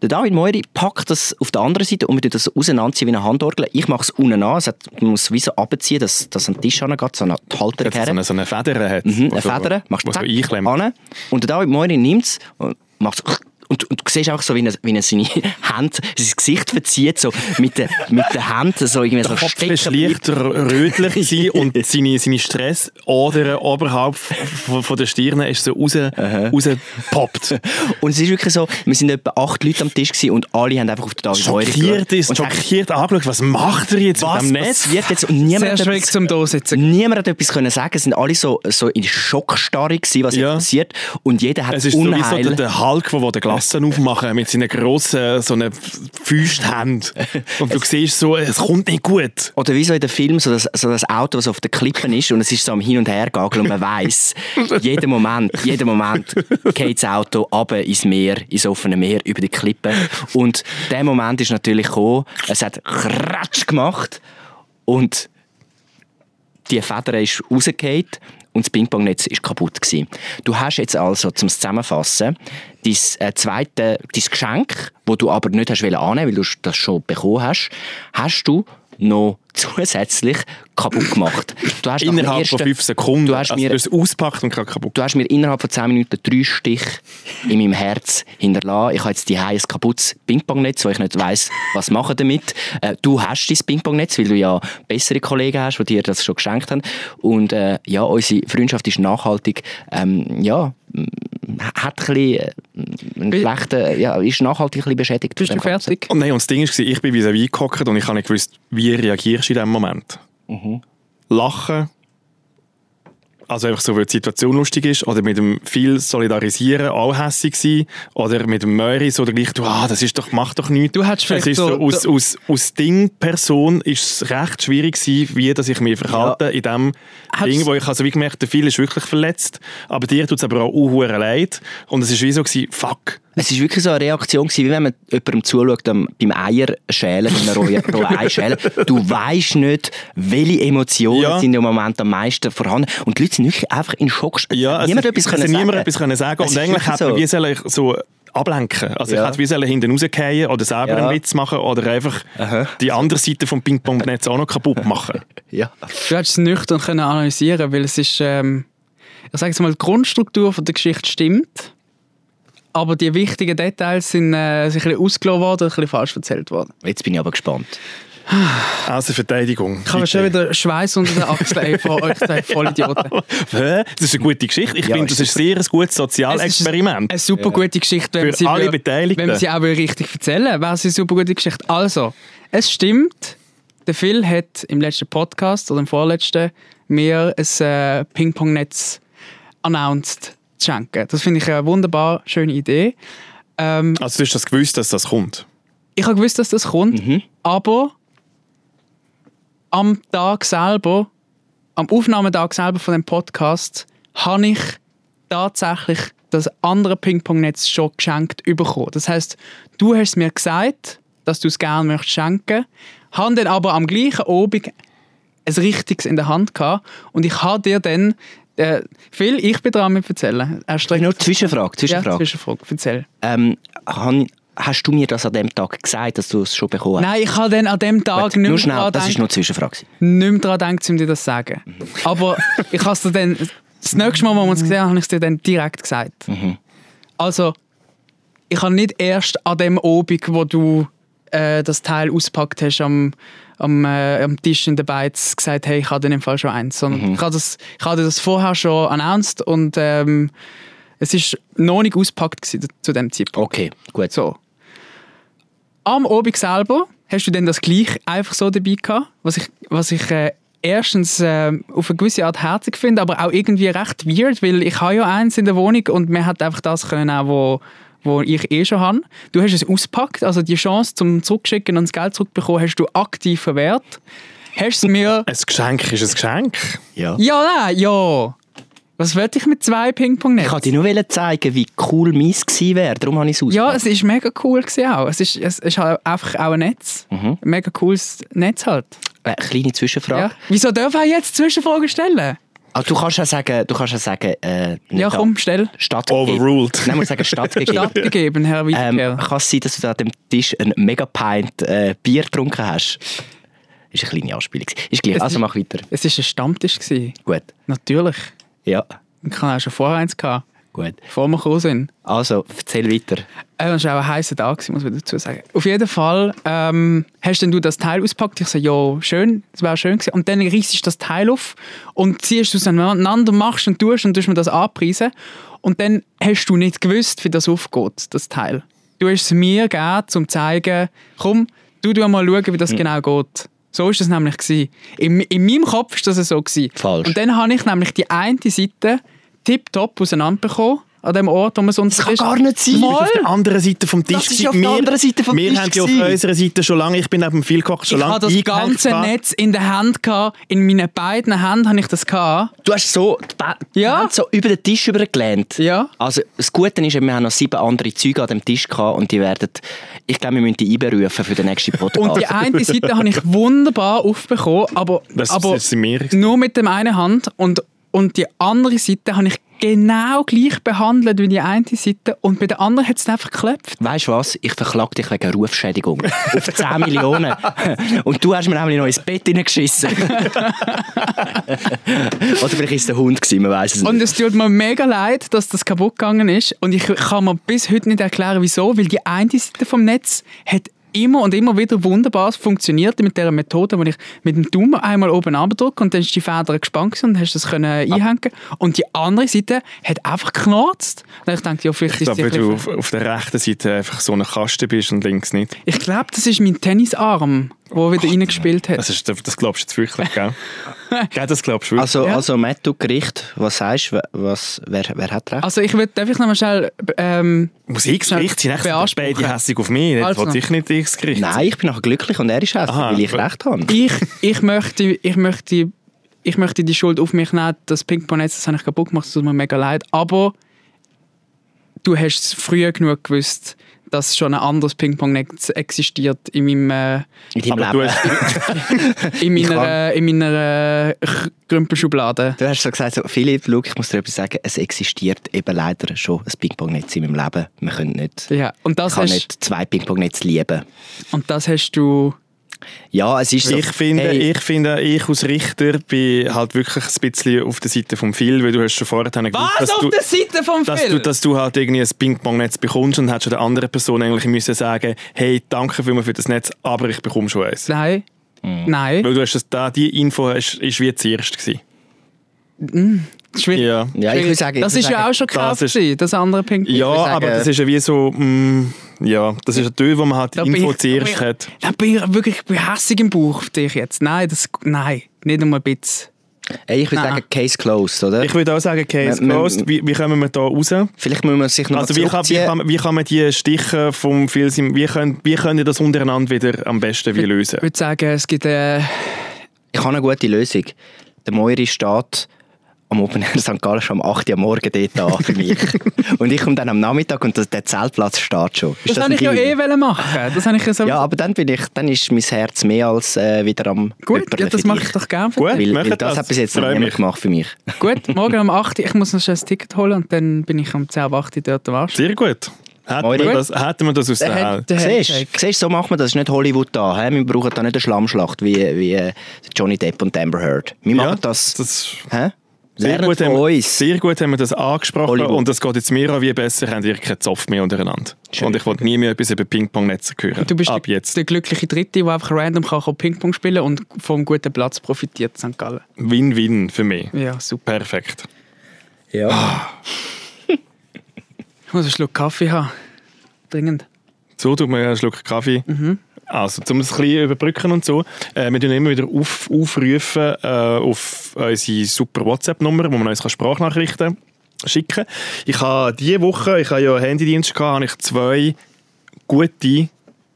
Speaker 1: der David Moiri packt das auf der anderen Seite und wir tun das auseinanderziehen wie eine Handorgel. Ich mache es unten an, es hat, man muss es wie so runterziehen, dass, dass an den Tisch geht, so an die Halter
Speaker 2: Dass es So eine, so eine Feder hat.
Speaker 1: Mhm,
Speaker 2: wo
Speaker 1: eine
Speaker 2: so-
Speaker 1: Feder, machst
Speaker 2: wo
Speaker 1: du
Speaker 2: so
Speaker 1: zack,
Speaker 2: einklemmt.
Speaker 1: an, und der David Moiri nimmt es und macht so Und, und du siehst auch so, wie er, wie er seine *laughs* Hände, sein Gesicht verzieht, so mit den, mit den Händen so irgendwie so
Speaker 2: Der Kopf
Speaker 1: stecken
Speaker 2: ist
Speaker 1: bleibt.
Speaker 2: leicht
Speaker 1: *laughs*
Speaker 2: r- rötlich gewesen und seine, seine Stressadern oberhalb von, von der Stirn ist so
Speaker 1: *laughs*
Speaker 2: raus, rausgepoppt.
Speaker 1: Und es ist wirklich so, wir sind etwa acht Leute am Tisch gewesen und alle haben einfach auf den David Moira
Speaker 2: Schockiert ist,
Speaker 1: und denkt,
Speaker 2: schockiert angeschaut, was macht er jetzt mit
Speaker 1: was
Speaker 2: dem Netz?
Speaker 1: passiert jetzt? Und niemand
Speaker 3: Sehr
Speaker 1: hat
Speaker 3: schwierig
Speaker 1: etwas,
Speaker 3: zum Dositzen.
Speaker 1: niemand hat etwas können sagen. Es sind alle so, so in Schockstarre gewesen, was
Speaker 2: Ja.
Speaker 1: jetzt passiert. Und jeder hat
Speaker 2: Es ist
Speaker 1: Unheil.
Speaker 2: so wie so der, der Hulk, der die Glassen aufmachen mit seinen grossen so einer Fäusthand. Und du siehst so, es kommt nicht gut.
Speaker 1: Oder wie so in den Filmen, so das, so das Auto, das auf den Klippen ist und es ist so am Hin- und Hergageln und man weiss, jeden Moment, jeden Moment geht das Auto ab ins Meer, ins offene Meer, über die Klippen. Und der Moment ist natürlich gekommen, es hat Kratsch gemacht und die Feder ist rausgefallen und das Ping-Pong-Netz ist kaputt. Gewesen. Du hast jetzt also, zum Zusammenfassen, dein, äh, zweite, dein Geschenk, das du aber nicht hast wollen annehmen weil du sch- das schon bekommen hast, hast du noch *laughs* zusätzlich kaputt gemacht. Du hast nach dem
Speaker 2: Innerhalb
Speaker 1: ersten-
Speaker 2: von fünf Sekunden.
Speaker 1: Du hast
Speaker 2: also,
Speaker 1: mir-
Speaker 2: du hast es auspackt und gerade kaputt.
Speaker 1: Du hast mir innerhalb von 10 Minuten drei Stiche in meinem Herz hinterlassen. Ich habe jetzt die ein kaputtes Ping-Pong-Netz, wo ich nicht weiss, was machen damit. Äh, du hast dein Ping-Pong-Netz, weil du ja bessere Kollegen hast, die dir das schon geschenkt haben. Und äh, ja, unsere Freundschaft ist nachhaltig. Ähm, ja, m- hat ein bisschen, äh, einen
Speaker 3: Bi-
Speaker 1: schlechten, ja, ist nachhaltig ein bisschen beschädigt.
Speaker 3: Bist
Speaker 1: von
Speaker 3: du
Speaker 1: dem Ganzen.
Speaker 3: fertig?
Speaker 2: Und nein, und das Ding war, ich bin wie wie gehockt und ich habe nicht gewusst, wie reagierst du in diesem Moment.
Speaker 3: Mhm.
Speaker 2: Lachen, also einfach so, weil die Situation lustig ist, oder mit dem viel Solidarisieren auch hässig sein, oder mit dem Möri so gleich, du, ah, das ist doch, mach doch nichts.
Speaker 3: Du hättest
Speaker 2: es
Speaker 3: vielleicht
Speaker 2: ist so,
Speaker 3: so-
Speaker 2: aus, aus, aus Ding-Person ist es recht schwierig gewesen, wie dass ich mich verhalte in dem
Speaker 3: Hättest-
Speaker 2: Ding, wo ich also wie gemerkt habe, viel ist wirklich verletzt, aber dir tut es aber auch unhure leid. Und es ist wie so gewesen, fuck.
Speaker 1: Es war wirklich so eine Reaktion, gewesen, wie wenn man jemandem zuschaut am- beim Eierschälen, beim
Speaker 2: *laughs*
Speaker 1: rohen rohen Eischälen. Du weißt nicht, welche Emotionen
Speaker 2: Ja.
Speaker 1: sind im Moment am meisten vorhanden. Und die Leute sind wirklich einfach in Schock.
Speaker 2: Ja, es
Speaker 1: niemand
Speaker 2: ist-
Speaker 1: etwas
Speaker 2: es
Speaker 1: können
Speaker 2: hat
Speaker 1: sagen.
Speaker 2: niemand etwas können sagen.
Speaker 1: Es
Speaker 2: Und
Speaker 1: ist
Speaker 2: eigentlich
Speaker 1: wirklich
Speaker 2: hätte man wie sollen ich so ablenken. Also
Speaker 1: Ja.
Speaker 2: ich hätte wie sollen hinten rausgehen oder selber
Speaker 1: Ja.
Speaker 2: einen Witz machen oder einfach
Speaker 1: Aha.
Speaker 2: die andere Seite vom Ping-Pong-Netz auch noch kaputt
Speaker 1: *laughs*
Speaker 2: machen.
Speaker 1: ja.
Speaker 3: Du hättest es nüchtern können analysieren weil es ist, ähm, ich sage jetzt mal, die Grundstruktur von der Geschichte stimmt, aber die wichtigen Details sind äh, sind ein bisschen ausgelassen worden, ein bisschen falsch erzählt worden.
Speaker 1: Jetzt bin ich aber gespannt.
Speaker 2: Also Verteidigung.
Speaker 3: Ich habe schon wieder Schweiß unter den Achseln ey, von euch zwei Vollidioten.
Speaker 2: *laughs* Hä? Das ist eine gute Geschichte. Ich
Speaker 1: Ja,
Speaker 2: finde, das
Speaker 1: ist
Speaker 2: ist sehr ein gutes Sozialexperiment.
Speaker 3: Eine super gute Geschichte, wenn
Speaker 2: Für
Speaker 3: man sie,
Speaker 2: alle
Speaker 3: will-
Speaker 2: Beteiligten.
Speaker 3: wenn man sie auch will richtig erzählen wäre es eine super gute Geschichte. Also, es stimmt, der Phil hat im letzten Podcast oder im vorletzten mir ein äh, Ping-Pong-Netz announced zu schenken. Das finde ich eine wunderbar schöne Idee.
Speaker 2: Also du hast das gewusst, dass das kommt.
Speaker 3: Ich habe gewusst, dass das kommt,
Speaker 1: Mhm.
Speaker 3: aber am Tag selber, am Aufnahmetag selber von dem Podcast, habe ich tatsächlich das andere Ping-Pong-Netz schon geschenkt bekommen. Das heißt, du hast mir gesagt, dass du es gerne möchtest schenken, habe dann aber am gleichen Abend ein richtiges in der Hand gehabt und ich habe dir dann äh, Phil, ich bin dran mit erzählen. Er streckt
Speaker 1: Nur Zwischenfrage.
Speaker 3: Äh, Ja,
Speaker 1: Zwischenfrage.
Speaker 3: Zwischenfrage. Erzähl.
Speaker 1: ähm, han- hast du mir das an dem Tag gesagt, dass du es schon bekommen hast?
Speaker 3: Nein, ich habe dann an dem Tag
Speaker 1: Gut,
Speaker 3: nicht
Speaker 1: Ah. nur
Speaker 3: mehr
Speaker 1: schnell,
Speaker 3: dran
Speaker 1: das ist
Speaker 3: gedacht.
Speaker 1: nur eine Zwischenfrage.
Speaker 3: nicht mehr daran denkt, um dir das zu sagen. Aber ich habe es dir dann, das nächste Mal, wo wir uns gesehen haben, habe ich es dir dann direkt gesagt. Also, ich habe nicht erst an dem Obig, wo du äh, das Teil auspackt hast am, am, äh, am Tisch in der Beiz, gesagt, hey, ich habe dann im Fall schon eins. Sondern ich, habe das, ich habe dir das vorher schon announced und ähm, es ist noch nicht auspackt gewesen, zu dem Zeitpunkt.
Speaker 1: Okay, gut.
Speaker 3: So. Am Obig selber hast du dann das gleich einfach so dabei gehabt, was ich, was ich äh, erstens äh, auf eine gewisse Art herzig finde, aber auch irgendwie recht weird, weil ich habe ja eins in der Wohnung und man hat einfach das können auch, wo, wo ich eh schon habe. Du hast es auspackt, also die Chance zum Zurückschicken und das Geld zurückbekommen hast du aktiv verwehrt. Hast es mir...
Speaker 2: Ein Geschenk ist ein Geschenk.
Speaker 1: Ja.
Speaker 3: ja, nein, ja. Was wollte ich mit zwei Ping-Pong-Netz?
Speaker 1: Ich wollte dir nur zeigen, wie cool meins gewesen wäre. Darum habe ich es
Speaker 3: Ja,
Speaker 1: ausgepackt.
Speaker 3: es ist mega cool gewesen auch. Es ist, es ist halt einfach auch ein Netz. Mega cooles Netz halt.
Speaker 1: Äh, kleine Zwischenfrage.
Speaker 3: Ja. Wieso darf er jetzt Zwischenfragen stellen?
Speaker 1: Ah, du kannst ja sagen, du kannst ja sagen, äh, nicht
Speaker 3: Ja,
Speaker 1: da-
Speaker 3: komm, stell.
Speaker 1: Stadt
Speaker 2: Overruled.
Speaker 1: Nein, muss sagen, Stadt gegeben.
Speaker 3: Stattgegeben, Herr
Speaker 1: ähm,
Speaker 3: Weidkehr.
Speaker 1: kann es sein, dass du da an dem Tisch ein mega pint äh, Bier getrunken hast? Ist eine kleine Anspielung. gewesen. Ist gleich.
Speaker 3: Es
Speaker 1: Also
Speaker 3: ist-
Speaker 1: mach weiter.
Speaker 3: Es war ein Stammtisch. Gewesen.
Speaker 1: Gut.
Speaker 3: Natürlich.
Speaker 1: Ja.
Speaker 3: Ich hatte auch schon vorher eins. Gehabt.
Speaker 1: Gut.
Speaker 3: bevor wir gekommen sind.
Speaker 1: Also, erzähl weiter.
Speaker 3: Äh, das war auch ein heißer Tag, gewesen, muss man dazu sagen. Auf jeden Fall ähm, hast denn du das Teil ausgepackt. Ich so, ja, schön, das wäre schön gewesen. Und dann reißt das Teil auf und ziehst du es aneinander, machst und tust und tust mir das anpreisen. Und dann hast du nicht gewusst, wie das aufgeht, das Teil. Du hast es mir gegeben, um zu zeigen, komm, du tu mal schauen, wie das
Speaker 1: Hm.
Speaker 3: genau geht. So ist das nämlich. Gewesen. In, in meinem Kopf war das so. Gewesen.
Speaker 1: Falsch.
Speaker 3: Und dann habe ich nämlich die eine Seite tipptopp auseinanderbekommen, an dem Ort, wo man sonst
Speaker 1: kann gar nicht sein.
Speaker 3: Mal.
Speaker 2: Auf der anderen Seite vom Tisch.
Speaker 1: Das ist auf der
Speaker 2: gewesen. Wir-
Speaker 1: anderen Seite vom Tisch
Speaker 2: Wir haben die auf
Speaker 1: gewesen.
Speaker 2: unserer Seite schon lange, ich bin neben dem Vielkoch schon
Speaker 3: Ich
Speaker 2: lange
Speaker 3: hatte das
Speaker 2: eingehängt
Speaker 3: ganze
Speaker 2: gehabt.
Speaker 3: Netz in der Hand gehabt. In meinen beiden Händen habe ich das gehabt.
Speaker 2: *laughs*
Speaker 1: Du hast so die Ba- die
Speaker 3: Ja.
Speaker 1: Hand so über den Tisch übergelehnt.
Speaker 3: Ja.
Speaker 1: Also das Gute ist, wir haben noch sieben andere Züge an dem Tisch gehabt und die werden, ich glaube, wir müssen die einberufen für den
Speaker 3: *laughs*
Speaker 1: nächsten Podcast.
Speaker 3: Und die eine Seite habe ich wunderbar aufbekommen, aber,
Speaker 2: Das,
Speaker 3: aber
Speaker 2: das sind wir.
Speaker 3: nur mit dem einen Hand. Und, und die andere Seite habe ich genau gleich behandelt wie die eine Seite und bei der anderen hat es einfach geklappt.
Speaker 1: Weißt du was? Ich verklag dich wegen Rufschädigung. Auf 10 Millionen. Und du hast mir nämlich noch ins Bett
Speaker 3: *laughs*
Speaker 1: hineingeschissen. Oder vielleicht war es der Hund, gewesen, man weiß es nicht.
Speaker 3: Und es tut mir mega leid, dass das kaputt gegangen ist und ich kann mir bis heute nicht erklären, wieso, weil die eine Seite vom Netz hat immer und immer wieder wunderbar funktioniert mit dieser Methode, wo ich mit dem Daumen einmal oben drücke und dann ist die Feder gespannt gewesen und hast das können einhängen und die andere Seite hat einfach knarzt. Und ich dachte, ja, vielleicht
Speaker 2: Ich
Speaker 3: ist die
Speaker 2: glaube,
Speaker 3: ein
Speaker 2: wenn du
Speaker 3: bisschen-
Speaker 2: auf, auf der rechten Seite einfach so eine Kasten bist und links nicht.
Speaker 3: Ich glaube, das ist mein Tennisarm, wo wieder reingespielt hat.
Speaker 2: Das, ist, das glaubst du jetzt wirklich, gell? gell das glaubst du wirklich.
Speaker 1: Also,
Speaker 3: Ja.
Speaker 1: also Matt, du Gericht, was sagst du? Was, wer, wer hat recht?
Speaker 3: Also ich würde, darf ich noch mal schnell ähm,
Speaker 2: Musikgericht sind echt
Speaker 3: Beanspruchen.
Speaker 2: beide hässig auf mich. Das
Speaker 3: Also.
Speaker 2: wollte ich nicht ins Gericht.
Speaker 1: Nein, ich bin nachher glücklich und er ist hässlich,
Speaker 2: Aha.
Speaker 1: weil ich recht habe.
Speaker 3: ich, ich, möchte, ich, möchte, ich möchte die Schuld auf mich nehmen, das Ping-Pong-Netz, das habe ich kaputt gemacht, das tut mir mega leid. Aber du hast es früh genug gewusst, dass schon ein anderes Ping-Pong-Netz existiert in, meinem,
Speaker 1: In deinem
Speaker 2: Aber du
Speaker 1: Leben.
Speaker 2: hast,
Speaker 3: äh, in meiner, in meiner äh, Krümpelschublade.
Speaker 1: Du hast so gesagt, so, Philipp, schau, ich muss dir etwas sagen, es existiert eben leider schon ein Ping-Pong-Netz in meinem Leben. Wir können nicht,
Speaker 3: Ja, und
Speaker 1: ich
Speaker 3: das,
Speaker 1: kann
Speaker 3: hast,
Speaker 1: nicht zwei Ping-Pong-Netze lieben.
Speaker 3: und das hast du...
Speaker 1: Ja, es ist so.
Speaker 2: ich, finde,
Speaker 1: Also, hey,
Speaker 2: ich finde, ich als Richter bin halt wirklich ein bisschen auf der Seite vom Phil, weil du hast schon vorher gewusst,
Speaker 1: Ah,
Speaker 2: dass du,
Speaker 3: Seite vom
Speaker 2: dass du, dass du halt irgendwie ein Ping-Pong-Netz bekommst und hast schon der anderen Person eigentlich müssen sagen, hey, danke vielmals für das Netz, aber ich bekomme schon eins.
Speaker 3: Nein, nein,
Speaker 2: Weil du hast das, da, die Info hast, ist wie zuerst gewesen.
Speaker 3: schwierig.
Speaker 2: Ja.
Speaker 1: Ja, ich will sagen, ich
Speaker 3: das
Speaker 1: will
Speaker 3: ist ja
Speaker 1: sagen,
Speaker 3: auch schon
Speaker 2: das
Speaker 3: gekauft,
Speaker 2: ist-
Speaker 3: das, das andere Ping-Pong.
Speaker 2: Ja,
Speaker 1: würde sagen-
Speaker 2: aber das ist ja wie so, mm, ja, das ist eine Tür, wo man halt die
Speaker 3: Da bin
Speaker 2: Info
Speaker 3: ich-
Speaker 2: zuerst
Speaker 3: da bin
Speaker 2: hat.
Speaker 3: Da bin ich wirklich ich bin hässig im Bauch auf dich jetzt. Nein, das, nein nicht einmal ein bisschen.
Speaker 1: hey, ich will
Speaker 3: Nein.
Speaker 1: sagen, Case closed, oder?
Speaker 2: Ich würde auch sagen, Case
Speaker 1: Man- man-
Speaker 2: closed, wie, wie kommen wir da raus?
Speaker 1: Vielleicht müssen wir sich noch
Speaker 2: Also
Speaker 1: mal
Speaker 2: wie kann, wie,
Speaker 1: zurückziehen.
Speaker 2: kann, wie kann man die Stiche vom Filsim, wie können, wie können ihr das untereinander wieder am besten wie lösen?
Speaker 3: Ich würde sagen, es gibt äh,
Speaker 1: Ich habe eine gute Lösung. Der Moiri steht am Open Air St. Gallen schon am 8 Uhr am Morgen dort an für mich. und ich komme dann am Nachmittag und das- der Zeltplatz steht schon.
Speaker 3: Das,
Speaker 1: Ist
Speaker 3: habe
Speaker 1: ein
Speaker 3: ich ja
Speaker 1: Deal?
Speaker 3: eh wollen machen. Das habe ich ja so.
Speaker 1: Ja, aber dann, bin ich, dann ist mein Herz mehr als äh, wieder am
Speaker 3: Gut,
Speaker 1: Jüpperle
Speaker 3: ja, das
Speaker 1: für
Speaker 3: mache
Speaker 1: dich.
Speaker 3: ich doch gerne.
Speaker 2: Gut,
Speaker 1: Weil, weil
Speaker 2: macht
Speaker 1: das hat bis jetzt noch
Speaker 2: Freut
Speaker 1: niemand
Speaker 2: mich.
Speaker 1: gemacht für mich.
Speaker 3: Gut, morgen um 8 Uhr. Ich muss noch schnell ein Ticket holen und dann bin ich um 10 ab 8 Uhr dort am Arsch.
Speaker 2: Sehr gut. Hätten
Speaker 1: Moiri.
Speaker 2: wir das, hätten wir das aus der
Speaker 3: Der
Speaker 2: Hand.
Speaker 3: hat- der hat-
Speaker 1: Siehst du, siehst, so macht man das. Das ist nicht Hollywood da. hä? Wir brauchen da nicht eine Schlammschlacht wie, wie äh, Johnny Depp und Amber Heard. Wir machen das.
Speaker 2: das
Speaker 1: hä?
Speaker 2: sehr,
Speaker 1: Lernen
Speaker 2: gut
Speaker 1: von
Speaker 2: haben, wir-
Speaker 1: uns.
Speaker 2: sehr gut haben wir das angesprochen
Speaker 1: Hollywood.
Speaker 2: und das geht jetzt mir auch wie besser, haben ihr keinen Zopf mehr untereinander.
Speaker 1: Schön.
Speaker 2: Und ich wollte nie mehr etwas über Ping-Pong-Netze hören.
Speaker 3: Du bist
Speaker 2: Ab
Speaker 3: der,
Speaker 2: jetzt.
Speaker 3: der glückliche Dritte, der einfach random kann kann Ping-Pong spielen und vom guten Platz profitiert St. Gallen.
Speaker 2: Win-Win für mich.
Speaker 3: Ja, super.
Speaker 2: Perfekt.
Speaker 1: Ja.
Speaker 3: Ich muss einen Schluck Kaffee haben. Dringend.
Speaker 2: So tut man einen Schluck Kaffee. Also, um das ein bisschen überbrücken und so. Äh, wir tun immer wieder auf, aufrufen äh, auf unsere super WhatsApp-Nummer, wo man uns kann Sprachnachrichten schicken Ich habe diese Woche, ich habe ja Handydienst gehabt, habe ich zwei gute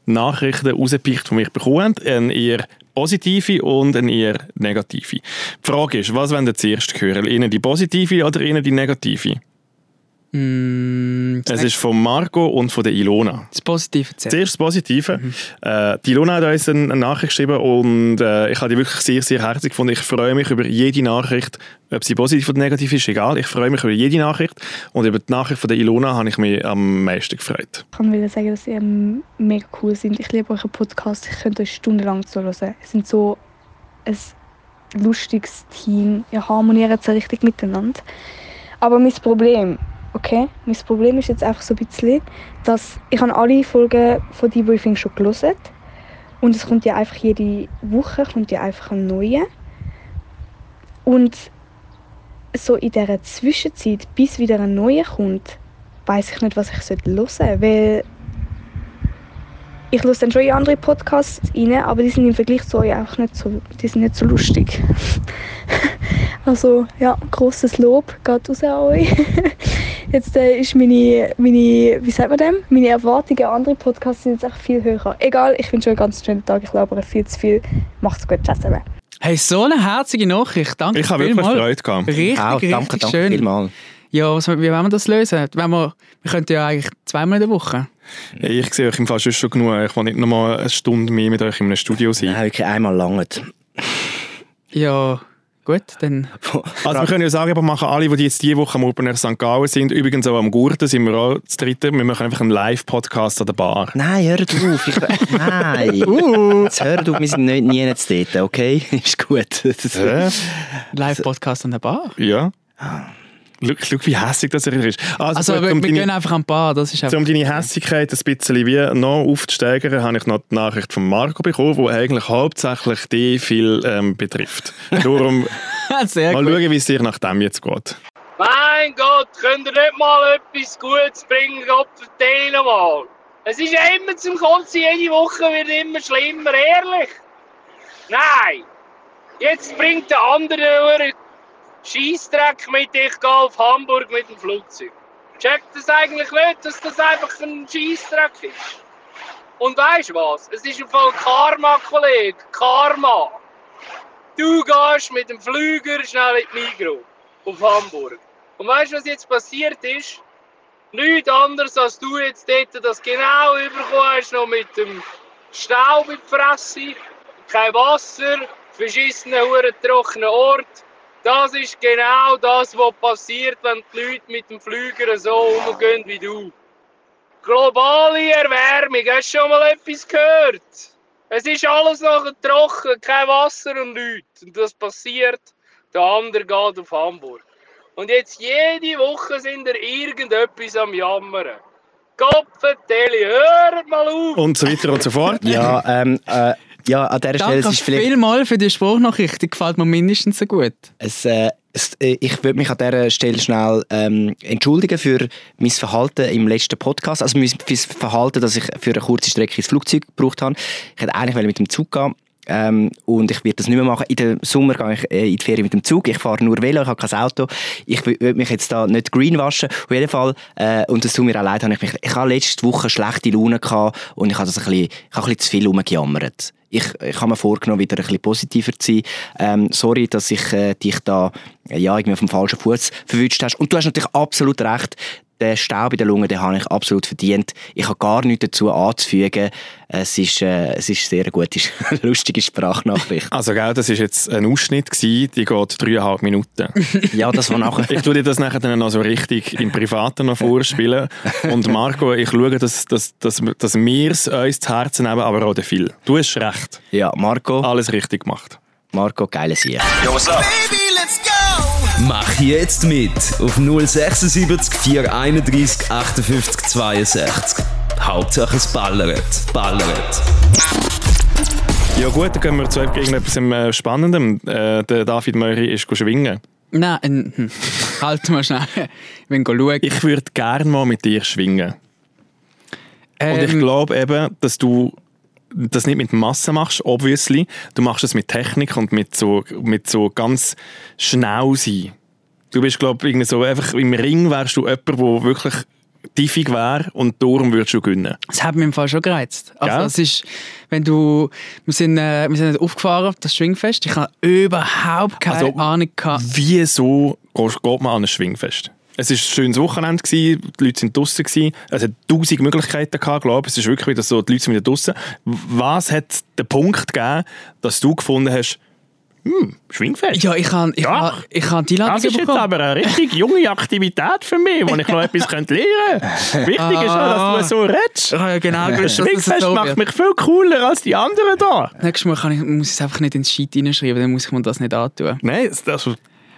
Speaker 2: Nachrichten rausgepickt, die mich bekommen haben. Eine eher positive und eine eher negative. Die Frage ist, was wollen ihr zuerst hören? Ihnen die positive oder Ihnen die negative? Es ist von Marco und von der Ilona.
Speaker 3: Mm, Das Positive zählt.
Speaker 2: Zuerst das Positive. Äh, die Ilona hat uns eine eine Nachricht geschrieben und äh, ich habe die wirklich sehr, sehr herzlich gefunden. Ich freue mich über jede Nachricht, ob sie positiv oder negativ ist, egal. Ich freue mich über jede Nachricht und über die Nachricht von der Ilona habe ich mich am meisten gefreut.
Speaker 5: Ich kann wieder sagen, dass ihr ähm, mega cool sind. Ich liebe euren Podcast. Ich könnte euch stundenlang zuhören. Es sind so ein lustiges Team. Ihr harmoniert so richtig miteinander. Aber mein Problem okay, mein Problem ist jetzt einfach so ein bisschen, dass ich habe alle Folgen von Debriefing schon gelesen und es kommt ja einfach jede Woche kommt ja einfach ein neuer und so in dieser Zwischenzeit, bis wieder ein neuer kommt, weiß ich nicht, was ich hören sollte, weil ich höre dann schon in andere Podcasts rein, aber die sind im Vergleich zu euch einfach nicht so, die sind nicht so lustig. *laughs* also ja, großes Lob geht raus an euch. *laughs* jetzt äh, ist meine, meine, wie sagt man dem? Meine Erwartungen an andere Podcasts sind jetzt echt viel höher. Egal, ich wünsche euch einen ganz schönen Tag, ich labere viel zu viel. Macht's gut, tschüss zusammen.
Speaker 3: Hey, so eine herzige Nachricht. Danke
Speaker 2: Ich habe wirklich
Speaker 3: vielmals.
Speaker 2: Freude gehabt.
Speaker 3: Richtig,
Speaker 1: Auch,
Speaker 3: richtig
Speaker 1: danke, danke
Speaker 3: schön.
Speaker 1: vielmals.
Speaker 3: Ja, was, wie wollen wir das lösen? Wenn wir, wir könnten ja eigentlich zweimal in der Woche.
Speaker 2: Ich sehe euch im Fall schon schon genug. Ich will nicht nochmal eine Stunde mehr mit euch in einem Studio sein.
Speaker 1: Nein, wirklich einmal langet.
Speaker 3: Ja, gut, dann.
Speaker 2: Also wir können ja sagen, wir machen alle, die jetzt diese Woche am Open Air St. Gallen sind, übrigens auch am Gurten sind wir auch das Dritte, wir machen einfach einen Live-Podcast an der Bar.
Speaker 1: *laughs* Nein, hör doch auf. Ich, *laughs* nein. Jetzt hör doch, wir sind nicht, nie jetzt dort, okay? *laughs* Ist gut. Das-
Speaker 3: Live-Podcast an der Bar.
Speaker 2: Ja. Schau, schau, Ah. wie hässig das hier ist. Also,
Speaker 3: Also,
Speaker 2: gut,
Speaker 3: wir,
Speaker 2: um,
Speaker 3: wir gehen
Speaker 2: deine,
Speaker 3: einfach an die Bar, das ist einfach.
Speaker 2: um deine Hässigkeit ein bisschen wie noch aufzusteigern, habe ich noch die Nachricht von Marco bekommen, die eigentlich hauptsächlich dich viel ähm,
Speaker 3: *laughs*
Speaker 2: betrifft. Darum
Speaker 3: Sehr
Speaker 2: mal
Speaker 3: gut.
Speaker 2: schauen, wie es dir nach dem jetzt geht.
Speaker 6: Mein Gott, könnt ihr nicht mal etwas Gutes bringen, Gott verteilen mal. Es ist ja immer zum Kotzen, jede Woche wird immer schlimmer, ehrlich. Nein, jetzt bringt der andere euren Scheissdreck mit, ich gehe auf Hamburg mit dem Flugzeug. Checkt das eigentlich nicht, dass das einfach so ein Scheissdreck ist? Und weißt du was? Es ist im Fall Karma, Kollege, Karma. Du gehst mit dem Flüger schnell in die Migros auf Hamburg. Und weißt du, was jetzt passiert ist? Nichts anderes, als du jetzt dort das genau überkommen hast, noch mit dem Staub in die Fresse, kein Wasser, verschissenen, huren trockenen Ort. Das ist genau das, was passiert, wenn die Leute mit dem Flüger so umgehen wie du. Globale Erwärmung, hast du schon mal etwas gehört? Es ist alles nachher trocken, kein Wasser und nichts. Und das passiert der andere geht auf Hamburg. Und jetzt jede Woche sind er irgendetwas am Jammern. Kopfenteli, hört mal auf!
Speaker 2: Und so weiter und so
Speaker 3: *laughs*
Speaker 2: fort.
Speaker 1: Ja, ähm, äh, ja, an dieser Stelle,
Speaker 3: Danke
Speaker 1: es ist vielleicht...
Speaker 3: vielmals für die Spruchnachricht, die gefällt mir mindestens so gut.
Speaker 1: Es, äh, es, äh, ich würde mich an dieser Stelle schnell ähm, entschuldigen für mein Verhalten im letzten Podcast. Also mein, fürs Verhalten, dass ich für eine kurze Strecke ins Flugzeug gebraucht habe. Ich hätte eigentlich wollen mit dem Zug gehen ähm, und ich werde das nicht mehr machen. In den Sommer gehe ich äh, in die Ferien mit dem Zug. Ich fahre nur Velo, ich habe kein Auto. Ich würde mich jetzt da nicht greenwaschen. Auf jeden Fall, äh, und das tut mir auch leid, habe ich, mich, ich habe letzte Woche schlechte Laune gehabt und ich habe, das ein bisschen, ich habe ein bisschen zu viel rumgejammert ich, ich habe mir vorgenommen, wieder ein bisschen positiver zu sein. Ähm, sorry, dass ich äh, dich da äh, ja, irgendwie auf dem falschen Fuß verwünscht hast. Und du hast natürlich absolut recht. Den Staub in der Lunge, den habe ich absolut verdient. Ich habe gar nichts dazu anzufügen. Es ist, äh, es ist sehr eine gute, *laughs* lustige Sprachnachricht.
Speaker 2: *laughs* Also, gell, das war jetzt ein Ausschnitt, gewesen, die geht dreieinhalb Minuten.
Speaker 1: ja, das war nachher.
Speaker 2: Ich tue dir das nachher dann noch so richtig im Privaten noch vorspielen. Und Marco, ich schaue, dass, dass, dass, dass wir es uns zu Herzen nehmen, aber auch der Phil. Du hast recht.
Speaker 1: Ja, Marco.
Speaker 2: Alles richtig gemacht.
Speaker 1: Marco, geiler Sieg.
Speaker 7: Mach jetzt mit auf 076 431 58 62. Hauptsache es ballert. Ballert.
Speaker 2: Ja, gut, dann gehen wir zu irgendetwas äh, Spannendem. Äh, der David Möri ist go schwingen.
Speaker 3: Nein, äh, hm. halt mal schnell. Ich will schauen.
Speaker 2: Ich würde gerne mal mit dir schwingen. Und ich
Speaker 3: Ähm,
Speaker 2: glaube eben, dass du das nicht mit Masse machst, obviously. Du machst es mit Technik und mit so, mit so ganz schnell sein. Du bist, glaube ich, so einfach im Ring wärst du jemand, der wirklich tiefig wäre und darum würdest du gewinnen.
Speaker 3: Das hat mich im Fall schon gereizt.
Speaker 2: Gell?
Speaker 3: Also es ist, wenn du, wir sind, äh, wir sind aufgefahren auf das Schwingfest, ich habe überhaupt keine
Speaker 2: Also-
Speaker 3: Ahnung gehabt.
Speaker 2: Wieso gehst- geht man an ein Schwingfest? Es war ein schönes Wochenende, gewesen, die Leute waren draussen, gewesen, es hat tausend Möglichkeiten gehabt, glaube ich. Es ist wirklich wieder so, die Leute sind wieder draussen. Was hat den Punkt gegeben, dass du gefunden hast, hm, Schwingfest?
Speaker 3: Ja, ich habe ich
Speaker 2: Doch.
Speaker 3: habe- ich habe die
Speaker 2: Das
Speaker 3: Einladung
Speaker 2: ist jetzt
Speaker 3: bekommen.
Speaker 2: aber eine richtig junge Aktivität für mich, wo ich
Speaker 3: *laughs*
Speaker 2: noch etwas könnte lernen könnte. Wichtig ist auch, dass du so redest.
Speaker 3: Ich habe ja genau gewusst, dass das
Speaker 2: Schwingfest
Speaker 3: so
Speaker 2: macht
Speaker 3: wird.
Speaker 2: mich viel cooler als die anderen da.
Speaker 3: Nächstes Mal kann ich, muss ich es einfach nicht ins Sheet reinschreiben, dann muss ich mir das nicht antun.
Speaker 2: Nein, das,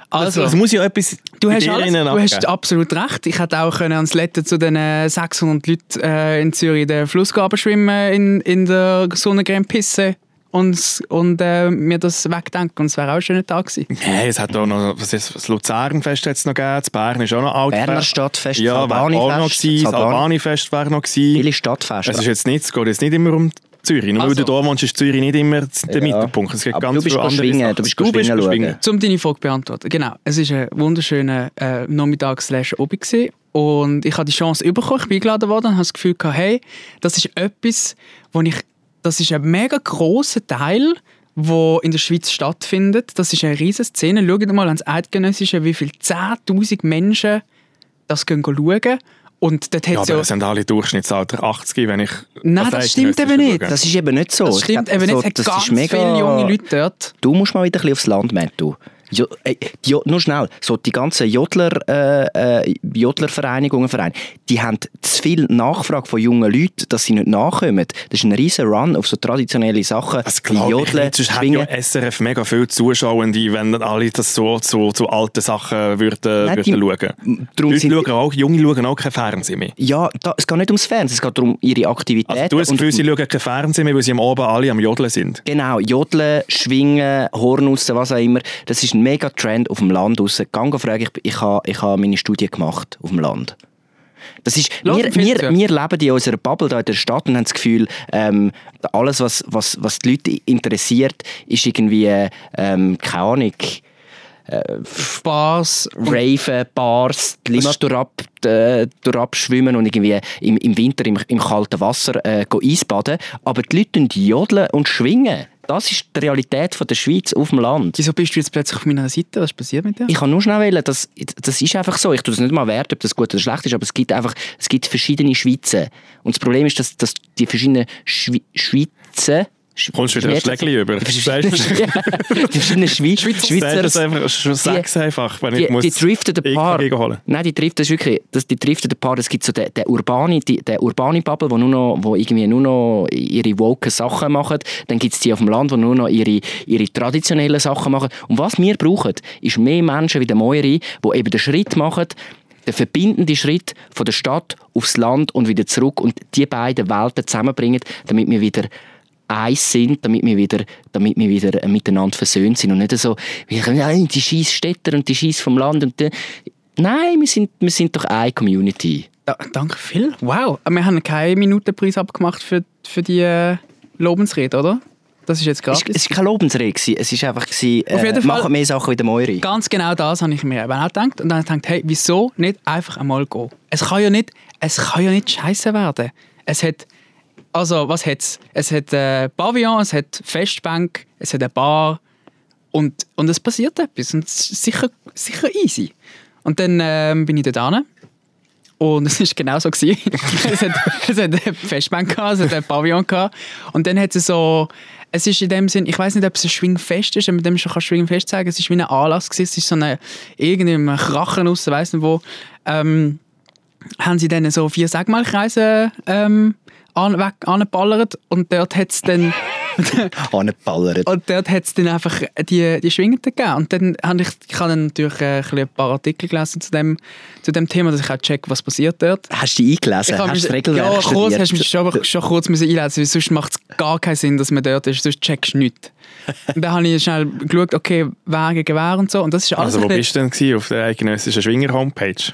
Speaker 3: Also,
Speaker 2: Es muss ja etwas
Speaker 3: du hast,
Speaker 2: dir
Speaker 3: alles,
Speaker 2: innen
Speaker 3: du hast
Speaker 2: abgeben.
Speaker 3: absolut recht. Ich hätte auch können ans Letten zu den äh, 600 Leuten äh, in Zürich den Fluss runter schwimmen in, in der Sonnencreme pissen und, und äh, mir das wegdenken. Und es wäre auch ein schöner Tag gewesen.
Speaker 2: Nein, es hat auch noch, was ist, das Luzernfest hat es noch gegeben, das Bern ist auch noch alt.
Speaker 1: Berner Stadtfest,
Speaker 2: ja,
Speaker 1: das Albani-Fest,
Speaker 2: wäre auch noch gewesen, das
Speaker 1: das Albani-
Speaker 2: Albani-Fest wäre noch gewesen.
Speaker 1: Viele Stadtfeste.
Speaker 2: Es ist jetzt nicht, es geht jetzt nicht immer um Zürich. Nur
Speaker 1: Also.
Speaker 2: weil du da wohnst, ist Zürich nicht immer der Mittelpunkt. Es gibt
Speaker 1: Aber
Speaker 2: ganz
Speaker 1: du bist
Speaker 2: viele
Speaker 1: go
Speaker 2: andere
Speaker 1: schwingen,
Speaker 2: Sachen.
Speaker 1: du bist go schwingen
Speaker 2: go
Speaker 1: schauen.
Speaker 3: Um deine Frage zu beantworten. Genau, es war ein wunderschöner äh, Nachmittag slash Obi gewesen. und ich habe die Chance bekommen, ich bin eingeladen worden und habe das Gefühl gehabt, hey, das ist etwas, wo ich, das ist ein mega grosser Teil, wo in der Schweiz stattfindet. Das ist eine riesige Szene. Schaut mal ans Eidgenössische, wie viele 10'000 Menschen das gehen schauen. Und dort hat
Speaker 2: Ja,
Speaker 3: es
Speaker 2: aber
Speaker 3: ja...
Speaker 2: das sind alle Durchschnittsalter 80, wenn ich...
Speaker 3: Nein,
Speaker 2: auf
Speaker 3: das
Speaker 2: die Eidgenössische
Speaker 3: stimmt eben nicht.
Speaker 2: schaue.
Speaker 1: Das ist eben nicht so.
Speaker 3: Das
Speaker 1: Ich
Speaker 3: stimmt,
Speaker 1: glaub,
Speaker 3: eben
Speaker 1: so,
Speaker 3: nicht. es
Speaker 1: das
Speaker 3: hat ganz
Speaker 1: ist mega...
Speaker 3: viele junge Leute dort.
Speaker 1: Du musst mal wieder ein bisschen aufs Land, Matt, du. Jo, ey, die, Jo- nur schnell, so die ganzen Jodler, äh, äh, Jodlervereinigungen, Vereine, die haben zu viel Nachfrage von jungen Leuten, dass sie nicht nachkommen. Das ist ein riesen Run auf so traditionelle Sachen.
Speaker 2: Das
Speaker 1: die
Speaker 2: glaube ich
Speaker 1: Jodeln,
Speaker 2: nicht. Sonst hat
Speaker 1: Schwingen.
Speaker 2: ja SRF mega viele Zuschauende, wenn dann alle das so zu, zu alten Sachen würden,
Speaker 1: Nein, die-
Speaker 2: würden schauen.
Speaker 1: Darum
Speaker 2: Leute
Speaker 1: sind-
Speaker 2: schauen auch, Junge schauen auch kein Fernsehen mehr.
Speaker 1: Ja, da, es geht nicht ums Fernsehen, es geht darum, ihre Aktivitäten.
Speaker 2: Also du hast das
Speaker 1: und-
Speaker 2: Gefühl, sie schauen kein Fernsehen mehr, weil sie am Abend alle am Jodeln sind.
Speaker 1: Genau, Jodeln, Schwingen, Hornussen, was auch immer. Das ist ein mega Trend auf dem Land raus. Gang frage ich, ich habe ich ha meine Studie gemacht auf dem Land. Das ist,
Speaker 3: Lass
Speaker 1: wir,
Speaker 3: uns jetzt,
Speaker 1: wir,
Speaker 3: ja.
Speaker 1: wir leben in unserer Bubble da in der Stadt und haben das Gefühl, ähm, alles, was, was, was die Leute interessiert, ist irgendwie, ähm, keine Ahnung,
Speaker 3: Bars und
Speaker 1: Raven, Bars, die Limmat durchab, äh, durchabschwimmen und irgendwie im, im Winter im, im kalten Wasser äh, go Eisbaden. Aber die Leute tun jodeln und schwingen. Das ist die Realität von der Schweiz auf dem Land.
Speaker 3: Wieso bist du jetzt plötzlich auf meiner Seite? Was ist passiert mit dir?
Speaker 1: Ich kann nur schnell wählen, das, das ist einfach so. Ich tue das nicht mal wert, ob das gut oder schlecht ist, aber es gibt einfach es gibt verschiedene Schweizer. Und das Problem ist, dass, dass die verschiedenen Schwi Schweizer. Sch
Speaker 2: Kommst du wieder ein
Speaker 1: Schweizer- *laughs*
Speaker 2: Schlägli *laughs* über?
Speaker 1: Die verschiedenen,
Speaker 2: Sagst
Speaker 1: *laughs* die verschiedenen Schweiz
Speaker 2: Sag das
Speaker 1: Schweizer.
Speaker 2: einfach, schon sag's einfach, wenn
Speaker 1: Die,
Speaker 2: ich muss.
Speaker 1: die driften ein
Speaker 2: irgendwo
Speaker 1: paar.
Speaker 2: gegenholen.
Speaker 1: Nein, die trifft das ist wirklich. Das, die trifft ein paar. Es gibt so den, den urbane, die, den urbane Bubble, wo nur noch, wo irgendwie nur noch ihre woken Sachen machen. Dann gibt es die auf dem Land, wo nur noch ihre, ihre traditionellen Sachen machen. Und was wir brauchen, ist mehr Menschen wie der Moiri, wo eben den Schritt machen, den verbindenden Schritt von der Stadt aufs Land und wieder zurück und die beiden Welten zusammenbringen, damit wir wieder eins sind, damit wir wieder, damit wir wieder äh, miteinander versöhnt sind und nicht so, wie, nein, die scheiß Städter und die scheiß vom Land und die, Nein, wir sind, wir sind doch eine Community.
Speaker 3: Da, danke viel. Wow. Aber Wir haben keinen Minutenpreis abgemacht für, für die äh, Lobensrede, oder? Das ist jetzt
Speaker 1: Es,
Speaker 3: gratis.
Speaker 1: es war keine Lobensrede, gewesen. es war einfach, gewesen,
Speaker 3: Auf jeden
Speaker 1: äh,
Speaker 3: Fall-
Speaker 1: machen mehr Sachen wie der Moiri.
Speaker 3: Ganz genau das habe ich mir eben auch gedacht. Und dann habe ich gedacht, hey, wieso nicht einfach einmal gehen? Es kann ja nicht, es kann ja nicht scheiße werden. Es hat, also was hat es? Es hat äh, Pavillon, es hat Festbank, es hat eine Bar und, und es passiert etwas. Und es ist sicher, sicher easy. Und dann ähm, bin ich dort hin. Und es war genau so. gewesen. *laughs* es, hat, es hat eine Festbank, gehabt, es hat einen Pavillon. Gehabt. Und dann hat es so... Es ist in dem Sinn, ich weiß nicht, ob es ein Schwingfest ist, aber mit dem schon kann Schwingfest sagen. Es ist wie ein Anlass gewesen. Es ist so eine irgendwie im Krachen raus, weiß nicht wo. Ähm, haben sie dann so vier Segmalkreise ähm, an, weg angeballert und dort hat es dann
Speaker 1: *laughs* Angeballert.
Speaker 3: und dort hat es dann einfach die, die Schwingenden gegeben. Und dann habe ich, ich habe dann natürlich äh, ein bisschen ein paar Artikel gelesen zu dem, zu dem Thema, dass ich auch check, was passiert dort.
Speaker 1: Hast du dich eingelesen?
Speaker 3: habe
Speaker 1: Hast du das
Speaker 3: mich-
Speaker 1: Regelwerk
Speaker 3: ja, kurz,
Speaker 1: studiert?
Speaker 3: hast mich schon, schon kurz müssen einlesen, weil sonst macht es gar keinen Sinn, dass man dort ist, sonst checkst du
Speaker 1: *laughs*
Speaker 3: nichts. Und dann habe ich schnell geschaut, okay, wer gegen wer und so. Und das ist alles
Speaker 2: Also wo
Speaker 3: ein bisschen-
Speaker 2: bist du denn gewesen? auf der eidgenössischen Schwinger-Homepage?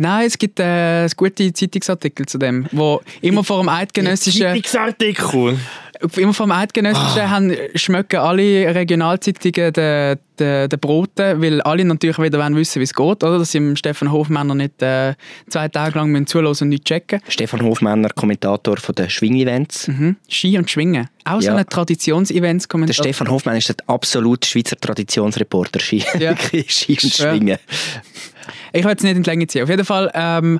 Speaker 3: Nein, es gibt äh, gute Zeitungsartikel zu dem, wo immer vor dem eidgenössischen,
Speaker 2: Zeitungsartikel!
Speaker 3: immer vor dem eidgenössischen
Speaker 1: Ah.
Speaker 3: haben, schmecken alle Regionalzeitungen den, den, den Broten, weil alle natürlich wieder wollen wissen, wie es geht, oder? Dass sie dem Stefan Hofmänner nicht äh, zwei Tage lang müssen zuhören und nicht checken.
Speaker 1: Stefan Hofmänner, Kommentator von den Schwing-Events.
Speaker 3: Mhm. Ski und Schwingen. Auch so
Speaker 1: Ja.
Speaker 3: ein Traditionsevents
Speaker 1: Der
Speaker 3: kommentiert.
Speaker 1: Stefan Hofmann ist der absolute Schweizer Traditionsreporter. Ski, *laughs*
Speaker 3: Ja.
Speaker 1: Ski und Schwingen.
Speaker 3: Ich will es nicht in die Länge ziehen. Auf jeden Fall ähm,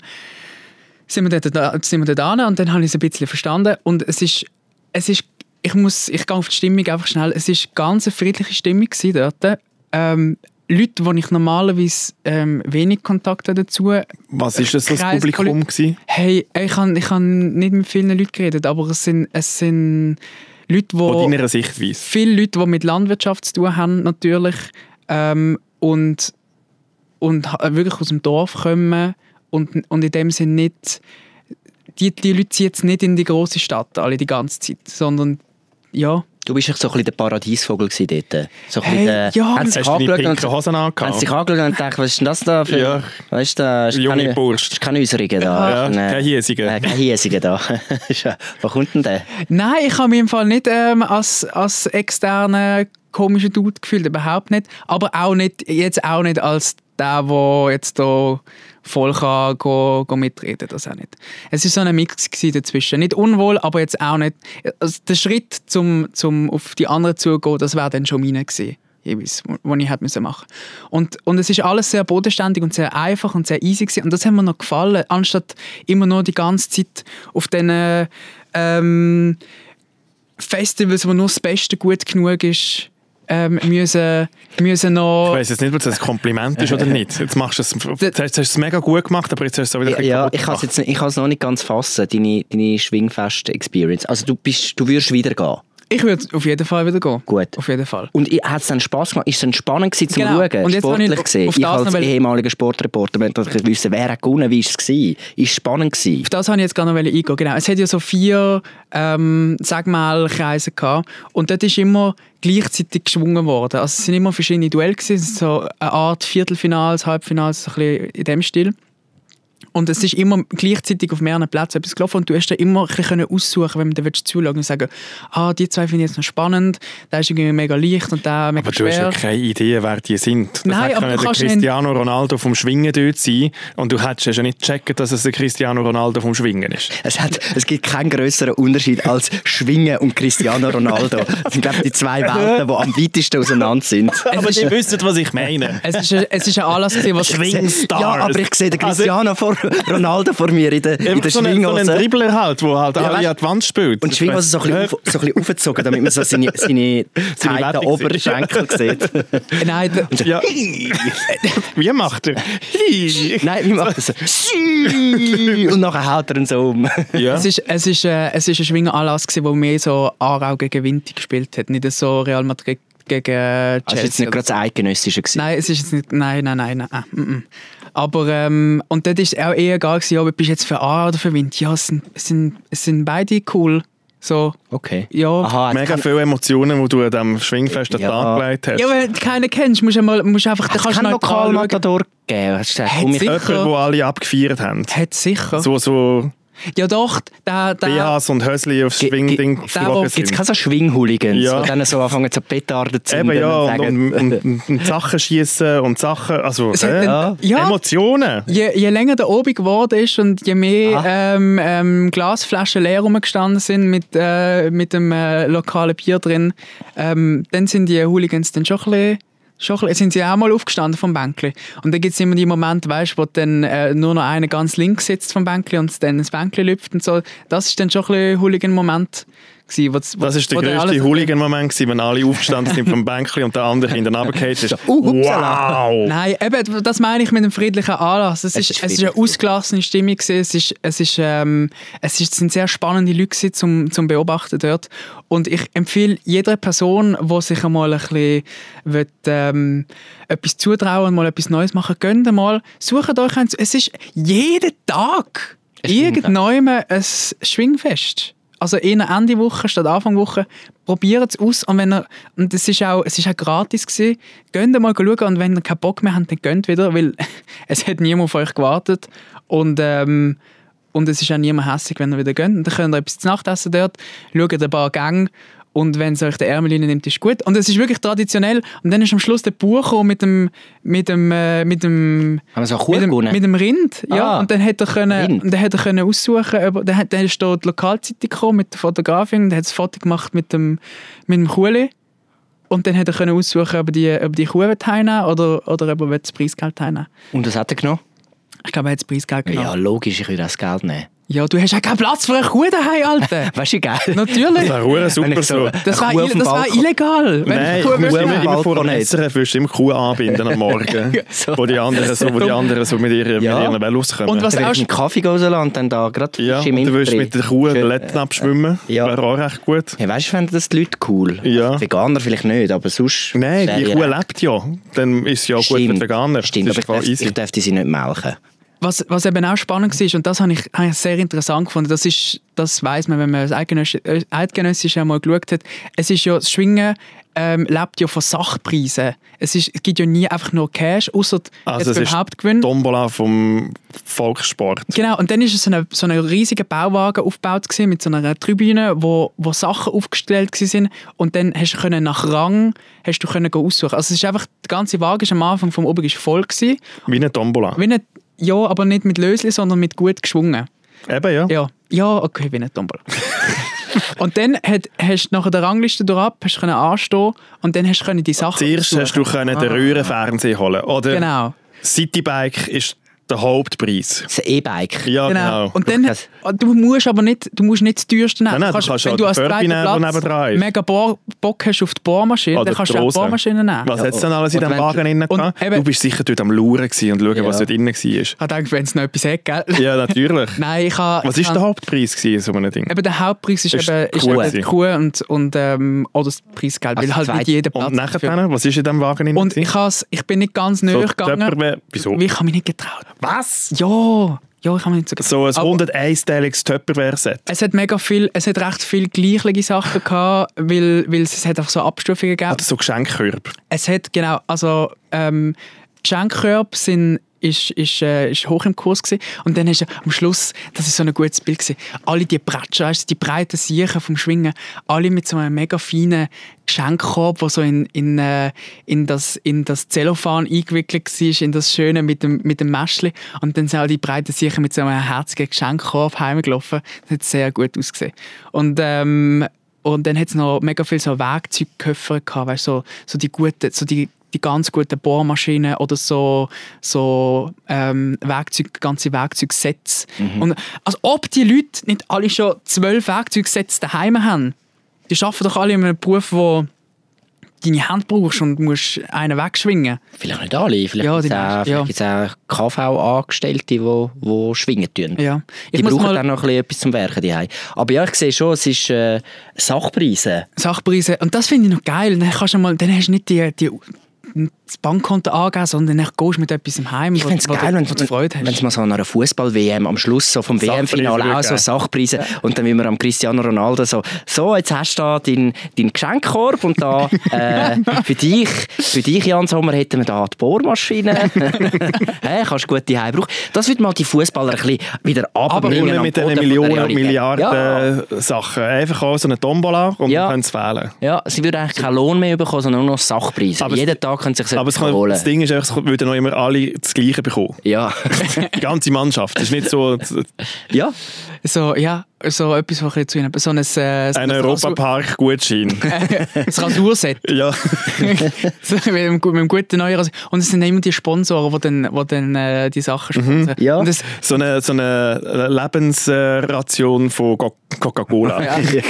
Speaker 3: sind wir dort, da- sind wir dort an und dann habe ich es ein bisschen verstanden. Und es ist, es ist ich muss, ich gehe auf die Stimmung einfach schnell. Es ist ganz eine friedliche Stimmung gewesen dort. Ähm, Leute, wo ich normalerweise ähm, wenig Kontakt habe dazu
Speaker 2: Was ist das, so das
Speaker 3: Kreis-
Speaker 2: Publikum gewesen?
Speaker 3: Hey, ich habe ich han nicht mit vielen Leuten geredet, aber es sind, es sind Leute, die...
Speaker 1: Oh.
Speaker 2: Von deiner Sichtweise?
Speaker 3: viele Leute, die mit Landwirtschaft zu tun haben, natürlich. Ähm, und und ha- wirklich aus dem Dorf kommen und, und in dem Sinne nicht, die, die Leute ziehen jetzt nicht in die große Stadt alle die ganze Zeit, sondern ja,
Speaker 1: Du bist echt so ein bisschen der Paradiesvogel gewesen dort. So ein
Speaker 3: Hey,
Speaker 1: bisschen, äh,
Speaker 3: ja,
Speaker 1: haben sie
Speaker 2: Hast
Speaker 1: dich
Speaker 2: du deine
Speaker 1: angeschaut
Speaker 2: pinken
Speaker 1: und-
Speaker 2: Hosen
Speaker 1: haben sie dich
Speaker 2: angehabt?
Speaker 1: angeschaut und gedacht, was ist denn das da für...
Speaker 2: Ja.
Speaker 1: Weißt du, da ist
Speaker 2: Junge
Speaker 1: keine-
Speaker 2: Burst.
Speaker 1: ist kein Äußeriger da.
Speaker 2: Ja, kein Hiesiger.
Speaker 1: Nein, kein Hiesiger da. *laughs* Ist ja- Wo kommt denn der?
Speaker 3: Nein, ich habe mich im Fall nicht ähm, als, als externer komischer Dude gefühlt, überhaupt nicht. Aber auch nicht, jetzt auch nicht als der, der jetzt hier voll kann go, go mitreden das auch nicht. Es war so ein Mix gewesen dazwischen. Nicht unwohl, aber jetzt auch nicht. Also der Schritt, zum, zum auf die anderen zugehen, das wäre dann schon meiner gewesen. Jeweils, wo- wo ich hätte müssen machen und, und es ist alles sehr bodenständig und sehr einfach und sehr easy gewesen. Und das hat mir noch gefallen, anstatt immer nur die ganze Zeit auf diesen ähm, Festivals, wo nur das Beste gut genug ist, ähm, müssen, müssen
Speaker 2: Ich
Speaker 3: noch.
Speaker 2: weiss jetzt nicht, ob das ein
Speaker 1: *laughs*
Speaker 2: Kompliment ist oder nicht. Jetzt machst du es, jetzt hast du es mega gut gemacht, aber jetzt hast du es auch wieder
Speaker 1: Ja,
Speaker 2: ein bisschen kaputt
Speaker 1: ich kann es
Speaker 2: gemacht.
Speaker 1: jetzt nicht- ich kann es noch nicht ganz fassen, deine, deine Schwingfest-Experience. Also du, bist, du würdest wieder gehen.
Speaker 3: Ich würde auf jeden Fall wieder gehen.
Speaker 1: Gut.
Speaker 3: Auf jeden Fall.
Speaker 1: Und hat es dann Spass gemacht? Ist es dann spannend gewesen zum
Speaker 3: Genau.
Speaker 1: Schauen?
Speaker 3: Und jetzt habe ich
Speaker 1: Sportlich
Speaker 3: auf-
Speaker 1: gesehen?
Speaker 3: auf
Speaker 1: Ich
Speaker 3: das
Speaker 1: als
Speaker 3: noch-
Speaker 1: ehemaliger Sportreporter möchte natürlich wissen, wer hat gewonnen, wie war es gewesen? Ist es spannend gewesen?
Speaker 3: Auf das wollte ich jetzt gerne noch eingehen. Genau. Es hat ja so vier, ähm, sag mal, Kreise gehabt. Und dort ist immer gleichzeitig geschwungen worden. Also es sind immer verschiedene Duelle gewesen. Es ist So eine Art Viertelfinals, Halbfinals, so ein bisschen in dem Stil. Und es ist immer gleichzeitig auf mehreren Plätzen etwas gelaufen und du hast dann immer ein bisschen können aussuchen, wenn man dann zuschauen und sagen, ah, die zwei finde ich jetzt noch spannend, der ist irgendwie mega leicht und der mega
Speaker 2: Aber du
Speaker 3: schwer.
Speaker 2: hast ja keine Idee, wer die sind. Das
Speaker 3: Nein,
Speaker 2: hätte
Speaker 3: aber
Speaker 2: können
Speaker 3: du
Speaker 2: der
Speaker 3: kannst ihn-
Speaker 2: Cristiano Ronaldo vom Schwingen dort sein und du hättest ja nicht checken, dass es der Cristiano Ronaldo vom Schwingen ist.
Speaker 1: Es, hat, es gibt keinen größeren Unterschied als Schwingen und Cristiano *laughs* Ronaldo. Das sind, glaube ich, die zwei Welten, die am weitesten auseinander *laughs* sind.
Speaker 2: Aber die wissen, was ich *laughs* meine.
Speaker 3: es ist, ein- es ist ein Anlass,
Speaker 2: *laughs*
Speaker 3: gewesen, was
Speaker 2: Schwingstar.
Speaker 1: Ja, aber ich sehe den Cristiano vor, Ronaldo vor mir in der, in der
Speaker 2: so ein, so ein
Speaker 1: Schwinghose.
Speaker 2: Dribbler halt, der halt alle
Speaker 1: weißt-
Speaker 2: an die Wand spielt.
Speaker 1: und die Schwinghose so ein
Speaker 3: *laughs*
Speaker 1: bisschen, auf, so ein bisschen aufgezogen, damit man so seine, seine,
Speaker 2: Seine
Speaker 1: seine
Speaker 2: Wertung sieht.
Speaker 1: Oberschenkel
Speaker 3: *laughs*
Speaker 1: sieht.
Speaker 3: Nein, d-
Speaker 2: Ja.
Speaker 1: *laughs*
Speaker 2: Wie macht er?
Speaker 1: Nein, wie macht er so?
Speaker 3: *laughs*
Speaker 1: Und nachher haut er ihn so
Speaker 3: Ah,
Speaker 1: um.
Speaker 2: ja.
Speaker 3: Es ist, es ist, äh, es ist ein Schwingeranlass, gewesen, wo mehr so Aarau gegen Winter gespielt hat, nicht so Real Madrid gegen äh, Chelsea.
Speaker 1: Das war Ah, jetzt nicht
Speaker 3: oder
Speaker 1: gerade das Eidgenössische. gewesen.
Speaker 3: Nein, es ist jetzt nicht. Nein, nein, nein, nein. äh, mm, mm. Aber ähm, und dort ist auch eher egal, gewesen, ob du bist jetzt für A oder für Wind. Ja, es sind, es sind, es sind beide cool. So.
Speaker 1: Okay.
Speaker 3: Ja.
Speaker 1: Aha,
Speaker 2: Mega viele Emotionen, die du an diesem Schwingfest an den
Speaker 1: Ja.
Speaker 2: Tag gelegt hast.
Speaker 3: Ja, wenn du keinen kennst, musst du, mal, musst du einfach.
Speaker 1: Hat es
Speaker 3: kannst
Speaker 1: keinen
Speaker 3: neutral schauen.
Speaker 1: Lokalmatador gegeben? Hast du gesagt, komm,
Speaker 3: Hat
Speaker 1: ich-
Speaker 3: sicher.
Speaker 2: Jemand, wo alle abgefeiert haben.
Speaker 3: Hat sicher.
Speaker 2: So, so
Speaker 3: Ja, doch. Der, der,
Speaker 2: BHs und Hösli aufs
Speaker 1: Ge- ge-
Speaker 2: Schwingding
Speaker 3: wo-
Speaker 2: geflogen
Speaker 1: Gibt es
Speaker 2: sind.
Speaker 1: keine so Schwinghooligans,
Speaker 2: Ja.
Speaker 1: die dann so anfangen zu Petarden zu
Speaker 2: Eben
Speaker 1: zünden
Speaker 2: ja, und,
Speaker 1: sagen,
Speaker 2: und, und, und Sachen schießen und Sachen, also
Speaker 3: Es hat
Speaker 2: äh,
Speaker 3: dann- ja.
Speaker 2: Emotionen.
Speaker 3: Je, je länger der Obi geworden ist und je mehr
Speaker 1: Ah.
Speaker 3: ähm, ähm, Glasflaschen leer rumgestanden sind mit, äh, mit dem äh, lokalen Bier drin, ähm, dann sind die Hooligans dann schon ein bisschen, schon ein bisschen, sind sie auch mal aufgestanden vom Bänkli. Und dann gibt es immer die Momente, weißt, wo dann äh, nur noch einer ganz links sitzt vom Bänkli und dann das Bänkli lüpft und so. Das ist dann schon ein bisschen Hooligan-Moment. gewesen, wo wo-
Speaker 2: Das ist der
Speaker 3: wo dann
Speaker 2: grösste
Speaker 3: alles-
Speaker 2: Hooligan-Moment, gewesen, wenn alle aufgestanden sind vom Bänkli und der andere in den runtergefallen ist. wow!
Speaker 3: Nein, eben, das meine ich mit dem friedlichen Anlass. Es,
Speaker 1: Es
Speaker 3: ist,
Speaker 1: ist
Speaker 3: es ist
Speaker 1: friedlich.
Speaker 3: eine ausgelassene Stimmung. Gewesen. Es, ist, es, ist, ähm, es ist, sind sehr spannende Leute gewesen zum, zum Beobachten dort. Und ich empfehle jeder Person, die sich einmal ein bisschen will, ähm, etwas zutrauen, mal etwas Neues machen, gönnt einmal, sucht euch eins. Es ist jeden Tag irgendwann ein Schwingfest. Also eher Ende Woche statt Anfang Woche. Probiert es aus. Und, wenn ihr, und es ist auch, es ist auch gratis. Gewesen. Geht mal schauen. Und wenn ihr keinen Bock mehr habt, dann geht wieder. Weil *laughs* es hat niemand auf euch gewartet. Und, ähm, und es ist auch niemand hässlich, wenn ihr wieder geht. Und dann könnt ihr etwas zu Nacht essen dort. Schaut ein paar Gänge. Und wenn es euch der Ärmel nimmt, ist gut. Und es ist wirklich traditionell. Und dann ist am Schluss der Buch mit dem, mit dem, äh, mit dem
Speaker 1: Haben wir so eine Kuh
Speaker 3: mit dem,
Speaker 1: gewonnen?
Speaker 3: mit dem Rind, ja.
Speaker 1: Ah,
Speaker 3: und dann hätte er können,
Speaker 1: Rind.
Speaker 3: und dann hätte er können aussuchen, ob, dann, hat, dann ist da die Lokalzeitung gekommen mit der Fotografin, und dann hat es ein Foto gemacht mit dem, mit dem Kuhli. Und dann hätte er können aussuchen, ob die, ob die Kuh will teilnehmen oder, oder ob er will das Preisgeld teilnehmen
Speaker 1: Und das hat er genommen?
Speaker 3: Ich glaube, er hat das Preisgeld genommen.
Speaker 1: Ja, logisch, ich würde das Geld nehmen.
Speaker 3: Ja, du hast ja keinen Platz für eine Kuh daheim, Alter.
Speaker 1: *laughs* Weißt du, geil?
Speaker 2: Das
Speaker 3: Natürlich.
Speaker 2: wäre verdammt
Speaker 1: Wenn
Speaker 2: super
Speaker 1: ich so-
Speaker 2: so.
Speaker 3: Das
Speaker 1: Kuh auf
Speaker 3: wäre
Speaker 1: dem
Speaker 3: das wär
Speaker 1: Balkon.
Speaker 3: illegal. Wenn
Speaker 2: Nein,
Speaker 3: ich
Speaker 2: du
Speaker 3: eine Kuh
Speaker 2: musst
Speaker 3: müsste
Speaker 2: immer, immer
Speaker 1: Balkon
Speaker 2: vor dem
Speaker 1: hat.
Speaker 2: Essen willst du immer die Kuh anbinden am Morgen.
Speaker 1: so.
Speaker 2: Wo die anderen so, wo die anderen so mit, ihren,
Speaker 1: Ja.
Speaker 2: mit ihren Velos kommen.
Speaker 3: Und was
Speaker 1: Wenn
Speaker 3: auch
Speaker 1: ich einen Kaffee rauslasse und dann da gerade
Speaker 2: ja,
Speaker 1: frisch
Speaker 2: und du willst
Speaker 1: Wind
Speaker 2: mit der Kuh
Speaker 1: drin.
Speaker 2: den Letten abschwimmen.
Speaker 1: Ja.
Speaker 2: Wäre auch recht gut.
Speaker 1: Ja, weißt du, fänden das die Leute cool?
Speaker 2: Ja.
Speaker 1: Also Veganer vielleicht nicht, aber sonst.
Speaker 2: Nein, die
Speaker 1: Serie-
Speaker 2: Kuh lebt ja. Dann ist sie ja auch gut
Speaker 1: Stimmt.
Speaker 2: mit Veganer.
Speaker 1: Stimmt,
Speaker 2: das
Speaker 1: aber ich darf,
Speaker 2: ist voll easy.
Speaker 1: ich dürfte sie nicht melken.
Speaker 3: Was, was eben auch spannend war, und das habe ich, habe ich sehr interessant gefunden, das, ist, das weiss man, wenn man das Eidgenössisch- äh, Eidgenössische einmal geschaut hat, es ist ja, das Schwingen ähm, lebt ja von Sachpreisen. Es, ist, es gibt ja nie einfach nur Cash, außer
Speaker 2: Also
Speaker 3: jetzt
Speaker 2: es
Speaker 3: beim
Speaker 2: ist
Speaker 3: Hauptgewinn.
Speaker 2: Tombola vom Volkssport.
Speaker 3: Genau, und dann war es so ein so ein riesiger Bauwagen aufgebaut gewesen, mit so einer Tribüne, wo, wo Sachen aufgestellt waren. Und dann hast du können nach Rang hast du können gehen aussuchen. Also es ist einfach, der ganze Wagen ist am Anfang vom Obergisch voll. Gewesen.
Speaker 2: Wie eine Tombola.
Speaker 3: Wie nicht, ja, aber nicht mit Lösli, sondern mit gut geschwungen.
Speaker 2: Eben, ja.
Speaker 3: Ja, ja, okay, wie
Speaker 2: *laughs*
Speaker 3: nicht Tombola. und dann hat, hast du nachher der Rangliste durch ab, hast können anstehen und dann hast du können die Sachen
Speaker 2: Zuerst hast du Ah,
Speaker 3: aussuchen.
Speaker 2: können den Röhrenfernseher holen Oder
Speaker 3: Ah. Genau.
Speaker 2: Citybike ist der Hauptpreis.
Speaker 1: Das E-Bike.
Speaker 2: Ja,
Speaker 3: Genau.
Speaker 2: genau.
Speaker 3: Und dann, du musst aber nicht, du musst nicht das teuerste nehmen.
Speaker 2: Nein, nein, du kannst auch den Furby nehmen, der nebendran ist.
Speaker 3: mega Bo Bock hast auf die Bohrmaschine,
Speaker 2: Oder
Speaker 3: dann
Speaker 2: die
Speaker 3: kannst du auch die
Speaker 2: Rose.
Speaker 3: Bohrmaschine nehmen.
Speaker 2: Was
Speaker 1: Ja,
Speaker 2: hat es denn alles in
Speaker 1: und
Speaker 2: diesem
Speaker 1: wenn-
Speaker 2: Wagen drin
Speaker 3: und
Speaker 2: gehabt?
Speaker 3: eben-
Speaker 2: Du bist sicher dort am Lauren und schauen, was
Speaker 1: Ja.
Speaker 2: dort drin war.
Speaker 3: Ich denke, wenn es noch etwas hat, gell?
Speaker 2: Ja, natürlich.
Speaker 3: *laughs* Nein, ich habe...
Speaker 2: Was
Speaker 3: ich
Speaker 2: ist
Speaker 3: habe-
Speaker 2: der Hauptpreis gewesen in so einem Ding?
Speaker 3: Eben der Hauptpreis ist,
Speaker 2: Ist
Speaker 3: eben, ist
Speaker 2: Kuh
Speaker 3: eben
Speaker 2: gewesen.
Speaker 3: die Kuh und, und ähm, auch das Preisgeld,
Speaker 1: Also
Speaker 3: weil halt
Speaker 1: zweit-
Speaker 3: nicht jeder Platz
Speaker 2: Und nachher,
Speaker 3: dafür-
Speaker 2: was ist in diesem Wagen drin?
Speaker 3: Und ich, has, ich bin nicht ganz
Speaker 2: so
Speaker 3: näher gegangen,
Speaker 2: Tupperware- Wieso?
Speaker 3: weil ich habe mich nicht getraut.
Speaker 2: Was?
Speaker 3: Ja, ja, ich habe mich nicht so getraut.
Speaker 2: So ein
Speaker 3: Aber-
Speaker 2: 101-teiliges Töpperwehr-Set.
Speaker 3: Es hat mega viel, es hat recht viel gleichliche Sachen gehabt, weil, weil es, es hat auch so Abstufungen gegeben.
Speaker 2: Oder so Geschenkkörbe.
Speaker 3: Es hat, genau, also ähm, die Schenkkorb sind ist, ist, äh, ist hoch im Kurs gewesen. und dann hast du am Schluss, das ist so ein gutes Bild gewesen, alle die Bratschen, also die breiten Siechen vom Schwingen, alle mit so einem mega feinen Geschenkkorb, wo so in, in, äh, in, das, in das Zellophan eingewickelt war, in das Schöne mit dem, mit dem Mäschchen und dann sind all die breiten Siechen mit so einem herzigen Geschenkkorb heimgelaufen. Das hat sehr gut ausgesehen. Und ähm, und dann hat es noch mega viel so Werkzeugköffer gehabt, weißt, so, so die guten, so die, die ganz guten Bohrmaschinen oder so, so ähm, Werkzeug, ganze Werkzeugsets.
Speaker 1: Mhm.
Speaker 3: Und als ob die Leute nicht alle schon zwölf Werkzeugsets daheim haben. Die arbeiten doch alle in einem Beruf, wo deine Hand brauchst und musst einen wegschwingen.
Speaker 1: Vielleicht nicht alle. Vielleicht
Speaker 3: Ja,
Speaker 1: ja,
Speaker 3: die
Speaker 1: gibt es auch,
Speaker 3: meisten, ja.
Speaker 1: vielleicht gibt's auch KV-Angestellte, die wo, wo schwingen tun.
Speaker 3: Ja. Ich
Speaker 1: Die
Speaker 3: muss
Speaker 1: brauchen
Speaker 3: mal-
Speaker 1: dann noch ein bisschen etwas zum Werken die Aber ja, ich sehe schon, es ist äh, Sachpreise.
Speaker 3: Sachpreise. Und das finde ich noch geil. Dann, kannst du mal, dann hast du nicht die, die, das Bankkonto angegeben, sondern dann gehst du mit etwas im Heim,
Speaker 1: Ich finde es geil, wenn
Speaker 3: du, wo du Freude hast.
Speaker 1: wenn es mal so an einer Fußball-WM am Schluss so vom
Speaker 2: Sachpreise
Speaker 1: WM-Finale auch so
Speaker 2: wirklich.
Speaker 1: Sachpreise und dann wie wir am Cristiano Ronaldo so, so jetzt hast du da deinen dein Geschenkkorb und
Speaker 2: *laughs*
Speaker 1: da äh, für dich, für dich Jan Sommer hätten wir da die
Speaker 2: *laughs*
Speaker 1: Bohrmaschine. hey, kannst du gute Heim brauchen. Das wird mal die Fußballer ein bisschen wieder
Speaker 2: Aber
Speaker 1: abbringen.
Speaker 2: immer
Speaker 1: am
Speaker 2: mit
Speaker 1: Boden
Speaker 2: diesen
Speaker 1: von der
Speaker 2: Millionen,
Speaker 1: Realität. Ja.
Speaker 2: Milliarden Sachen. Einfach auch so eine Tombola und
Speaker 1: Ja.
Speaker 2: ja. können es wählen.
Speaker 1: Ja, sie würden eigentlich keinen Lohn mehr bekommen, sondern nur noch Sachpreise.
Speaker 2: Aber es-
Speaker 1: Jeden Tag können sie sich
Speaker 2: Aber es kann,
Speaker 1: holen.
Speaker 2: das Ding ist, einfach, es würden noch immer alle das
Speaker 1: *laughs*
Speaker 2: Gleiche bekommen.
Speaker 1: Ja.
Speaker 2: Die ganze Mannschaft. Es ist nicht so
Speaker 1: ja.
Speaker 3: So, ja, so etwas, was ich zu ihnen So ein, äh, so
Speaker 2: ein
Speaker 1: *laughs*
Speaker 2: Europapark-Gutschein.
Speaker 3: Das Rasurset.
Speaker 2: ja.
Speaker 3: so, mit, dem, mit dem guten neuen Rasur. Und es sind immer die Sponsoren, die dann, die, dann, äh, die Sachen sponsern.
Speaker 1: Ja.
Speaker 3: Und das,
Speaker 2: So eine, so eine Lebensration von Co- Coca-Cola.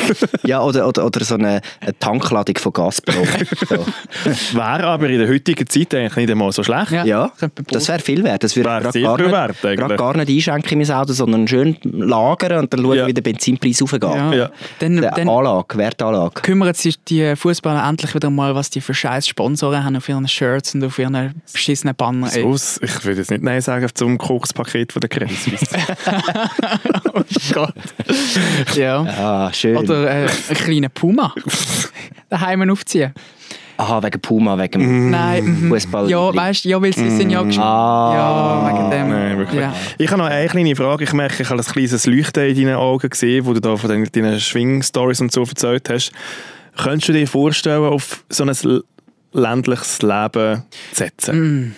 Speaker 1: *laughs* ja, oder, oder, oder so eine, eine Tankladung von Gazprom.
Speaker 3: *laughs*
Speaker 1: So.
Speaker 2: Wäre aber in der heutigen Zeit eigentlich nicht einmal so schlecht.
Speaker 3: ja.
Speaker 1: Ja,
Speaker 3: Könnte man brauchen.
Speaker 1: das wäre viel wert. Das würde
Speaker 2: Wäre
Speaker 1: grad
Speaker 2: sehr
Speaker 1: gar,
Speaker 2: viel
Speaker 1: nicht-
Speaker 2: wert,
Speaker 1: grad
Speaker 2: eigentlich.
Speaker 1: gar nicht einschenken in mein Auto, sondern schön lagern und dann schauen,
Speaker 2: Ja.
Speaker 1: wie der Benzinpreis raufgeht.
Speaker 3: ja.
Speaker 2: Ja.
Speaker 3: Dann,
Speaker 1: Der
Speaker 3: dann
Speaker 1: Anlage, Wertanlage.
Speaker 3: kümmern sich die Fußballer endlich wieder mal, was die für scheiß Sponsoren haben auf ihren Shirts und auf ihren beschissenen Banner. ey.
Speaker 2: Aus, ich würde jetzt nicht Nein sagen zum Kokspaket von der Credit Suisse.
Speaker 3: oh Gott. Äh, *laughs* ja.
Speaker 1: Ah, schön.
Speaker 3: Oder äh, einen kleinen Puma. Daheim aufziehen.
Speaker 1: Aha, wegen Puma, wegen
Speaker 3: Nein.
Speaker 1: Mm,
Speaker 3: mhm.
Speaker 1: Fußball.
Speaker 3: Ja, weißt du, ja, weil sie sind ja gesch-
Speaker 1: Ah.
Speaker 3: Ja, wegen dem.
Speaker 2: Nein, wirklich.
Speaker 3: Ja.
Speaker 2: Ich habe noch eine kleine Frage. Ich merke, ich habe ein kleines Leuchten in deinen Augen gesehen, wo du da von deinen- deinen Schwing-Stories und so erzählt hast. Könntest du dir vorstellen, auf so ein l- ländliches Leben zu setzen?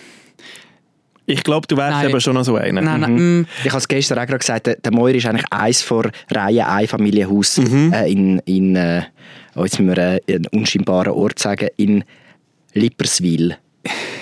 Speaker 2: Ich glaube, du wärst
Speaker 3: Mm. Nein.
Speaker 2: eben schon noch so einer.
Speaker 3: Nein, nein, mm.
Speaker 1: Ich habe es gestern auch gerade gesagt, der, der Moir ist eigentlich eins vor Reihe Einfamilienhaus
Speaker 2: Mhm.
Speaker 1: äh, in, in äh, oh, jetzt müssen wir äh, einen unscheinbaren Ort sagen, in Lipperswil.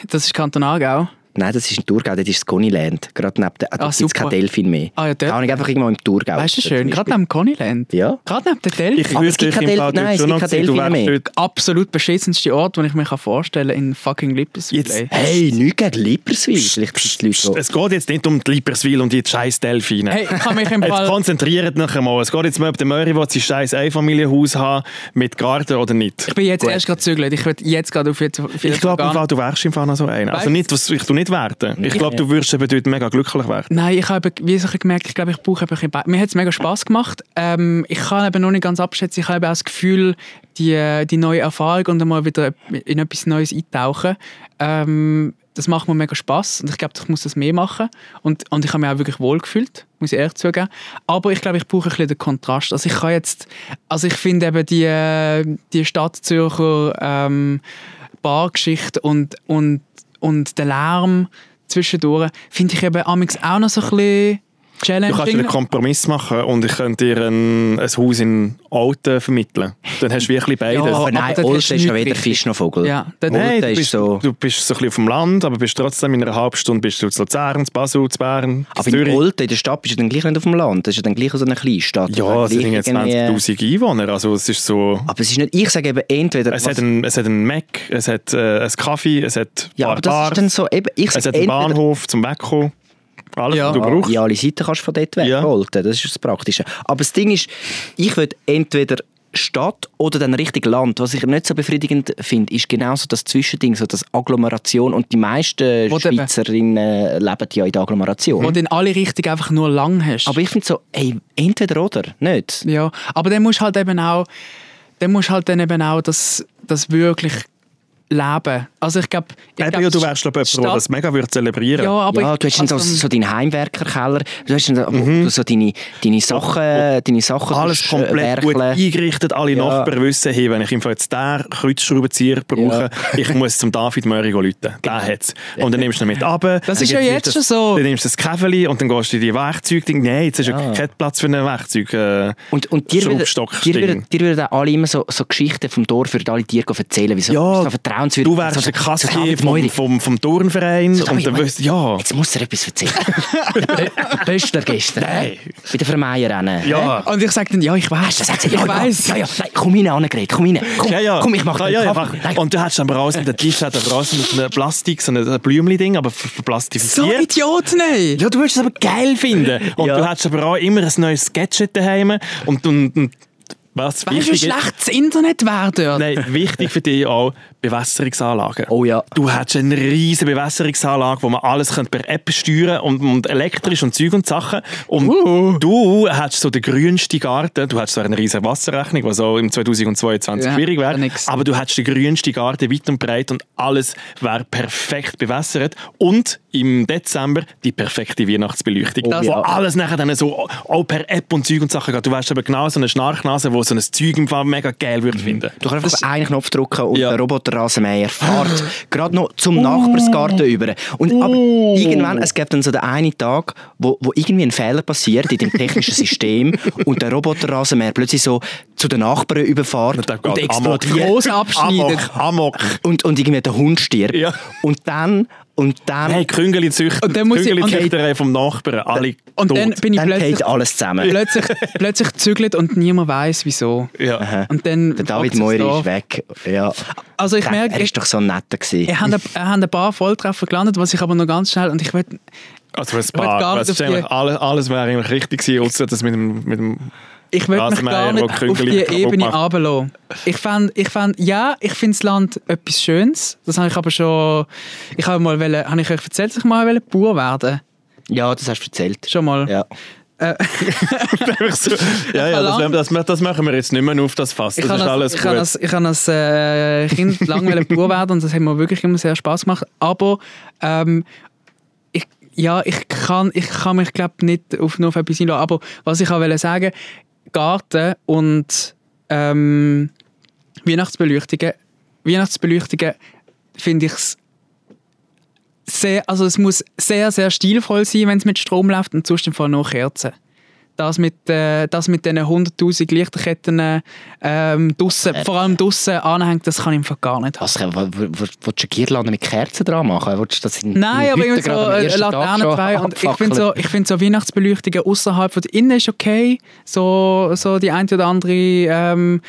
Speaker 3: Das ist Kanton Aargau.
Speaker 1: Nein, das ist in Thurgau, dort ist das Connyland. Gerade neben der, ah,
Speaker 3: Ah,
Speaker 1: dort gibt es
Speaker 3: super.
Speaker 1: kein Delfin mehr.
Speaker 3: Ah, ja, dort.
Speaker 1: Da habe ich einfach irgendwo im Thurgau.
Speaker 3: Weißt du,
Speaker 1: zum
Speaker 3: schön,
Speaker 1: Beispiel.
Speaker 3: gerade am Connyland.
Speaker 1: Ja.
Speaker 3: Gerade neben der
Speaker 2: Ich
Speaker 3: Delphi.
Speaker 1: Aber es
Speaker 2: wüsste
Speaker 1: gibt
Speaker 2: dich
Speaker 1: kein
Speaker 2: im
Speaker 1: Del-
Speaker 2: Fall
Speaker 1: Nein,
Speaker 2: dort
Speaker 1: es
Speaker 2: schon
Speaker 1: gibt
Speaker 2: noch
Speaker 1: kein
Speaker 2: gesehen. Du
Speaker 1: Delfin
Speaker 2: wärst
Speaker 1: mehr.
Speaker 2: dort
Speaker 3: Absolut beschissenste Ort, den ich mir vorstellen kann, in fucking Lipperswil.
Speaker 2: Jetzt-
Speaker 3: ey.
Speaker 1: Hey, nichts gegen Lipperswil. Vielleicht sind die Leute
Speaker 2: Es geht jetzt nicht um die Lieberswil und die scheiß Delfine.
Speaker 3: Hey, ich kann mich im
Speaker 2: Jetzt
Speaker 3: Fall...
Speaker 2: konzentriert euch einmal. Es geht jetzt mal ob der Möri, will sein scheiß Einfamilienhaus haben, mit Garten oder nicht.
Speaker 3: Ich bin jetzt erst gerade gezügelt. Ich würde jetzt gerade auf jetzt...
Speaker 2: Ich glaube, du wärst im Fall noch so einer. Also
Speaker 3: Weißt-
Speaker 2: nicht, was ich tu nicht werten. Ich glaube, du würdest eben dort mega glücklich werden.
Speaker 3: Nein, ich habe eben- wie so ein bisschen gemerkt, ich glaube, ich brauche eben ein bisschen Be- Mir hat es mega Spass gemacht. Ähm, ich kann eben noch nicht ganz abschätzen. Ich habe eben auch das Gefühl, die, die neue Erfahrung und einmal wieder in etwas Neues eintauchen, ähm, das macht mir mega Spass. Und ich glaube, ich muss das mehr machen. Und, und ich habe mich auch wirklich wohl gefühlt, muss ich ehrlich zugeben. Aber ich glaube, ich brauche ein bisschen den Kontrast. Also ich kann jetzt, also ich finde eben die, äh, die Stadt Zürcher ähm, Bargeschichte und, und, und der Lärm zwischendurch, finde ich eben amigs auch noch so ein bisschen
Speaker 2: Du kannst dir einen
Speaker 3: challenging.
Speaker 2: Kompromiss machen und ich könnte dir ein, ein Haus in Alten vermitteln. Dann hast du
Speaker 1: *laughs*
Speaker 2: wirklich beides.
Speaker 3: Ja,
Speaker 1: Aber nein,
Speaker 3: aber dort
Speaker 1: Olten ist
Speaker 3: hast du
Speaker 1: ja
Speaker 3: nichts
Speaker 1: weder
Speaker 3: richtig.
Speaker 1: Fisch noch Vogel.
Speaker 3: Ja, dort-
Speaker 2: Nein,
Speaker 1: Olten
Speaker 2: du
Speaker 1: ist
Speaker 2: bist,
Speaker 1: so...
Speaker 2: du bist so ein bisschen auf dem Land, aber bist trotzdem in einer halben Stunde bist du zu Luzern, zu Basel, zu Bern, zu
Speaker 1: Aber in Olten, in der Stadt, bist du dann gleich nicht auf dem Land. Das ist ja dann gleich so eine kleine Stadt.
Speaker 2: Ja, es
Speaker 1: Gleich
Speaker 2: sind jetzt
Speaker 1: irgendwie-
Speaker 2: 20'000 Einwohner, also es ist so...
Speaker 1: Aber es ist nicht... Ich sage eben entweder...
Speaker 2: Es
Speaker 1: was-
Speaker 2: hat, einen, es hat einen Mac, es hat äh, einen Kaffee, es hat
Speaker 1: ja,
Speaker 2: paar
Speaker 1: aber das ist
Speaker 2: Bars,
Speaker 1: dann so... Eben, ich
Speaker 2: es
Speaker 1: sage
Speaker 2: hat einen
Speaker 1: entweder-
Speaker 2: Bahnhof zum Wegkommen. Alles,
Speaker 3: Ja.
Speaker 2: was du brauchst.
Speaker 1: Ja, Ah, alle Seiten kannst du von dort
Speaker 2: Ja.
Speaker 1: wegholen. Das ist das Praktische. Aber das Ding ist, ich würde entweder Stadt oder dann richtig Land. Was ich nicht so befriedigend finde, ist genauso das Zwischending, so das Agglomeration. Und die meisten
Speaker 3: Wo eben-
Speaker 1: Schweizerinnen leben ja in der Agglomeration.
Speaker 3: Und in alle Richtungen einfach nur lang hast.
Speaker 1: aber ich finde so, ey, entweder oder, nicht?
Speaker 3: Ja, aber dann musst du halt eben auch, dann musst du halt dann eben auch das, das wirklich leben. Also ich glaube, ich
Speaker 2: Eben,
Speaker 3: glaub,
Speaker 2: ja, du wärst glaube ich jemand, der
Speaker 3: Stadt-
Speaker 2: das mega würde zelebrieren
Speaker 3: Ja, aber
Speaker 1: ja,
Speaker 3: ich,
Speaker 1: du hast dann so,
Speaker 3: also, *laughs*
Speaker 1: so deinen Heimwerkerkeller, du hast dann so, so deine, deine Sachen, deine Sachen
Speaker 2: Mhm. Alles
Speaker 1: kannst, äh,
Speaker 2: komplett gut
Speaker 1: werkeln.
Speaker 2: eingerichtet, alle
Speaker 1: Ja.
Speaker 2: Nachbarn wissen, hey, wenn ich im Fall jetzt den Kreuzschraubenzieher brauche, ich muss zum David Möri gehen läuten.
Speaker 1: Genau.
Speaker 2: Der hat es. Und dann nimmst du ihn mit runter.
Speaker 3: Das
Speaker 2: dann
Speaker 3: ist ja
Speaker 2: gibt's
Speaker 3: jetzt
Speaker 2: das-
Speaker 3: schon so.
Speaker 2: Dann nimmst du das Käfeli und dann gehst du in die Werkzeuge. Nein, jetzt ist ja, kein Platz für ein Werkzeug. Äh,
Speaker 1: Und, und dir, würden,
Speaker 2: Schraubstock
Speaker 1: dir,
Speaker 2: Ding.
Speaker 1: würden, dir würden auch alle immer so, so Geschichten vom Dorf würden alle dir erzählen, wie so,
Speaker 2: Ja,
Speaker 1: so vertrauenswürdig.
Speaker 2: du wärst
Speaker 1: so,
Speaker 2: der Kassi
Speaker 1: David
Speaker 2: vom,
Speaker 1: Moiri.
Speaker 2: vom, vom Turnverein
Speaker 1: So,
Speaker 2: und dann
Speaker 1: David,
Speaker 2: wüsst ja.
Speaker 1: Jetzt muss er etwas
Speaker 2: *laughs*
Speaker 1: erzählen. Der Pöstler gestern.
Speaker 2: Nein.
Speaker 1: Bei den Vermeierrennen.
Speaker 2: Ja.
Speaker 3: und ich sage dann, ja, ich weiß,
Speaker 1: Hast du das erzählt?
Speaker 3: ich
Speaker 1: Ja, ja,
Speaker 3: weiß.
Speaker 1: Ja, ja, nein, komm rein, Annegret, komm rein. Komm,
Speaker 2: Ja, ja.
Speaker 1: komm ich mach
Speaker 2: ja,
Speaker 1: dir
Speaker 2: ja,
Speaker 1: einen
Speaker 2: ja,
Speaker 1: Kaffee.
Speaker 2: mach.
Speaker 1: Nein,
Speaker 2: Und du hast dann draußen, der Tisch hat draußen mit einem Plastik, so einem Blümli-Ding, aber ver-
Speaker 3: So
Speaker 2: verplastifiziert.
Speaker 3: Idiot, nein.
Speaker 2: Ja, du würdest es aber geil finden. Und
Speaker 1: Ja.
Speaker 2: du hast aber auch immer ein neues Gadget daheim. Und, und, und was
Speaker 3: Weißt du, wie
Speaker 2: wichtig ist,
Speaker 3: schlecht das Internet wäre dort?
Speaker 2: nein, wichtig für dich auch, Bewässerungsanlagen.
Speaker 1: Oh ja.
Speaker 2: Du hättest eine riesige Bewässerungsanlage, wo man alles könnte per App steuern und, und elektrisch und Zeug und Sachen. Und
Speaker 1: Uh.
Speaker 2: du hättest so den grünsten Garten. Du hättest so eine riesige Wasserrechnung, was auch im 2022
Speaker 3: Ja,
Speaker 2: schwierig wäre.
Speaker 3: nix.
Speaker 2: Aber du hättest den grünsten Garten weit und breit und alles wäre perfekt bewässert. Und im Dezember die perfekte Weihnachtsbeleuchtung.
Speaker 1: Oh
Speaker 2: wo
Speaker 1: ja.
Speaker 2: alles nachher dann so auch per App und Zeug und Sachen geht. Du wärst aber genau so eine Schnarchnase, die so ein Zeug im Fall mega geil würde finden.
Speaker 1: Mhm. Du kannst einfach auf einen Knopf drücken und
Speaker 2: Ja.
Speaker 1: der Roboterrasenmäher
Speaker 2: *gasps*
Speaker 1: fährt gerade noch zum
Speaker 2: Oh.
Speaker 1: Nachbarsgarten über. Und aber irgendwann, es gibt dann so den einen Tag, wo, wo irgendwie ein Fehler passiert in dem technischen
Speaker 2: *laughs*
Speaker 1: System und der Roboterrasenmäher plötzlich so zu den Nachbarn überfährt
Speaker 2: Und dann
Speaker 1: und,
Speaker 2: geht Amok.
Speaker 1: explodiert.
Speaker 3: Groß abschneiden.
Speaker 2: Amok, Amok.
Speaker 1: Und, und irgendwie der Hund stirbt.
Speaker 2: Ja.
Speaker 1: Und dann, und dann,
Speaker 2: Hey,
Speaker 3: Und dann muss ich-
Speaker 2: Krüngeli-Züchter vom Nachbarn, alle
Speaker 3: Und
Speaker 2: tot.
Speaker 3: dann bin ich
Speaker 1: dann
Speaker 3: plötzlich,
Speaker 1: geht alles zusammen.
Speaker 3: plötzlich, plötzlich gezügelt und niemand weiß, wieso.
Speaker 2: ja.
Speaker 3: Und dann
Speaker 1: Der David
Speaker 3: packt's
Speaker 1: Moir
Speaker 3: da.
Speaker 1: ist weg. Ja.
Speaker 3: Also ich
Speaker 1: Der-
Speaker 3: merke,
Speaker 1: er
Speaker 3: ich-
Speaker 1: ist doch so ein netter gewesen.
Speaker 3: Er hat ein- er hat ein paar Volltreffer gelandet, was ich aber noch ganz schnell, und ich will,
Speaker 2: Also ein
Speaker 3: Ich will gar
Speaker 2: paar.
Speaker 3: nicht
Speaker 2: Weißt,
Speaker 3: auf die-
Speaker 2: eigentlich alles, alles wäre eigentlich richtig gewesen, außer das mit dem... Mit
Speaker 3: *laughs*
Speaker 2: dem
Speaker 3: Ich möchte mich
Speaker 2: Rasenmäher,
Speaker 3: gar
Speaker 2: wo
Speaker 3: nicht auf
Speaker 2: Küngeli
Speaker 3: die
Speaker 2: kaputt
Speaker 3: Ebene
Speaker 2: macht.
Speaker 3: runterlassen. Ich fand, ich fand, ja, ich finde das Land etwas Schönes. Das habe ich aber schon, ich habe mal, wollen, habe ich euch erzählt, dass ich mal wollte Bauer werden
Speaker 1: Ja, das hast du erzählt.
Speaker 3: Schon mal.
Speaker 1: Ja.
Speaker 2: Einfach so. ja, ja, das, wär- das, das machen wir jetzt nicht mehr auf das Fass.
Speaker 3: Ich
Speaker 2: Das ist
Speaker 3: habe
Speaker 2: alles
Speaker 3: als, ich habe
Speaker 2: gut.
Speaker 3: als, ich habe als äh,
Speaker 2: *laughs*
Speaker 3: Kind lange wollte Bauer werden und das hat mir wirklich immer sehr Spaß gemacht. Aber ähm, ich, ja, ich kann, ich kann mich glaube nicht auf, nur auf etwas einlassen. Aber was ich auch wollte sagen, Garten und ähm, Weihnachtsbeleuchtungen, Weihnachtsbeleuchtungen finde ich es sehr, also es muss sehr, sehr stilvoll sein, wenn es mit Strom läuft und sonst im Fall nur Kerzen. das mit, äh, das mit diesen 100'000 Lichterketten ähm, draussen, vor allem draussen anhängt, das kann ich im Fall gar nicht haben.
Speaker 1: Was, w- w- w- willst du Girlande mit Kerzen dran machen? Willst du das in,
Speaker 3: Nein,
Speaker 1: in
Speaker 3: aber
Speaker 1: Hütten
Speaker 3: irgendwie so
Speaker 1: gerade am
Speaker 3: äh,
Speaker 1: ersten Tag
Speaker 3: Laternen
Speaker 1: schon
Speaker 3: zwei. Und ich
Speaker 1: abfackeln?
Speaker 3: finde so, ich find so Weihnachtsbeleuchtungen außerhalb von der Innen ist okay. So, so die eine oder andere ähm,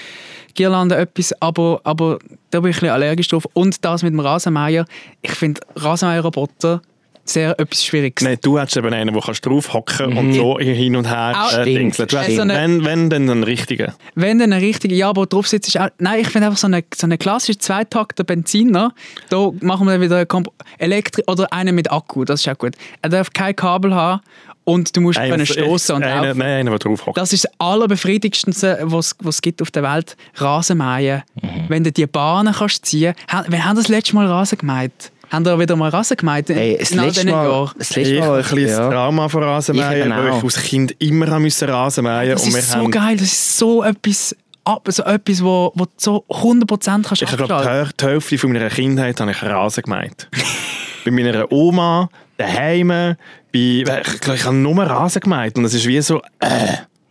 Speaker 3: Girlande etwas. Aber, aber da bin ich ein bisschen allergisch drauf. Und das mit dem Rasenmäher. Ich finde Rasenmäher-Roboter sehr etwas Schwieriges.
Speaker 2: Nein, du hättest eben einen, wo kannst draufhocken und so hin und
Speaker 3: Auch-
Speaker 2: her äh,
Speaker 1: Stimmt,
Speaker 2: dingseln. Du hättest-
Speaker 3: Mhm. stimmt. Also
Speaker 2: Wenn, wenn, dann einen richtigen.
Speaker 3: Wenn dann ein richtiger Jabo drauf sitzt, ist auch, Nein, ich finde einfach so einen so eine klassischen Zweitakter Benziner. Da machen wir dann wieder Komp Elektri oder einen mit Akku, das ist auch gut. Er darf kein Kabel haben und du musst können stoßen und
Speaker 2: einen,
Speaker 3: laufen.
Speaker 2: Nein, einen, der draufhockt.
Speaker 3: Das ist das allerbefriedigendste, was was es gibt auf der Welt. Rasenmähen.
Speaker 2: Mhm.
Speaker 3: Wenn du die Bahnen kannst ziehen kannst. Wir haben das letzte Mal Rasen gemäht. Haben wir wieder mal Rasen gemäht? in-
Speaker 1: Hey, das
Speaker 3: in all
Speaker 1: letzte
Speaker 3: diesen
Speaker 1: Mal,
Speaker 3: Jahren?
Speaker 1: das
Speaker 2: Ich
Speaker 1: letzte
Speaker 2: habe
Speaker 1: Mal,
Speaker 2: ein kleines
Speaker 1: ja.
Speaker 2: Trauma von
Speaker 1: Ich
Speaker 2: Rasenmähen,
Speaker 1: eben
Speaker 2: weil
Speaker 1: auch.
Speaker 2: ich als Kind immer haben müssen Rasenmähen
Speaker 3: Das
Speaker 2: und wir
Speaker 3: ist so
Speaker 2: haben
Speaker 3: geil. Das ist so etwas, ab, so etwas wo, wo du so 100% kannst
Speaker 2: Ich glaube, die
Speaker 3: abschalten.
Speaker 2: Hälfte- die Hälfte von meiner Kindheit habe ich Rasen gemeint. *laughs* bei meiner Oma, daheim, bei, ich glaube, ich habe nur Rasen gemeint. Und das ist wie so,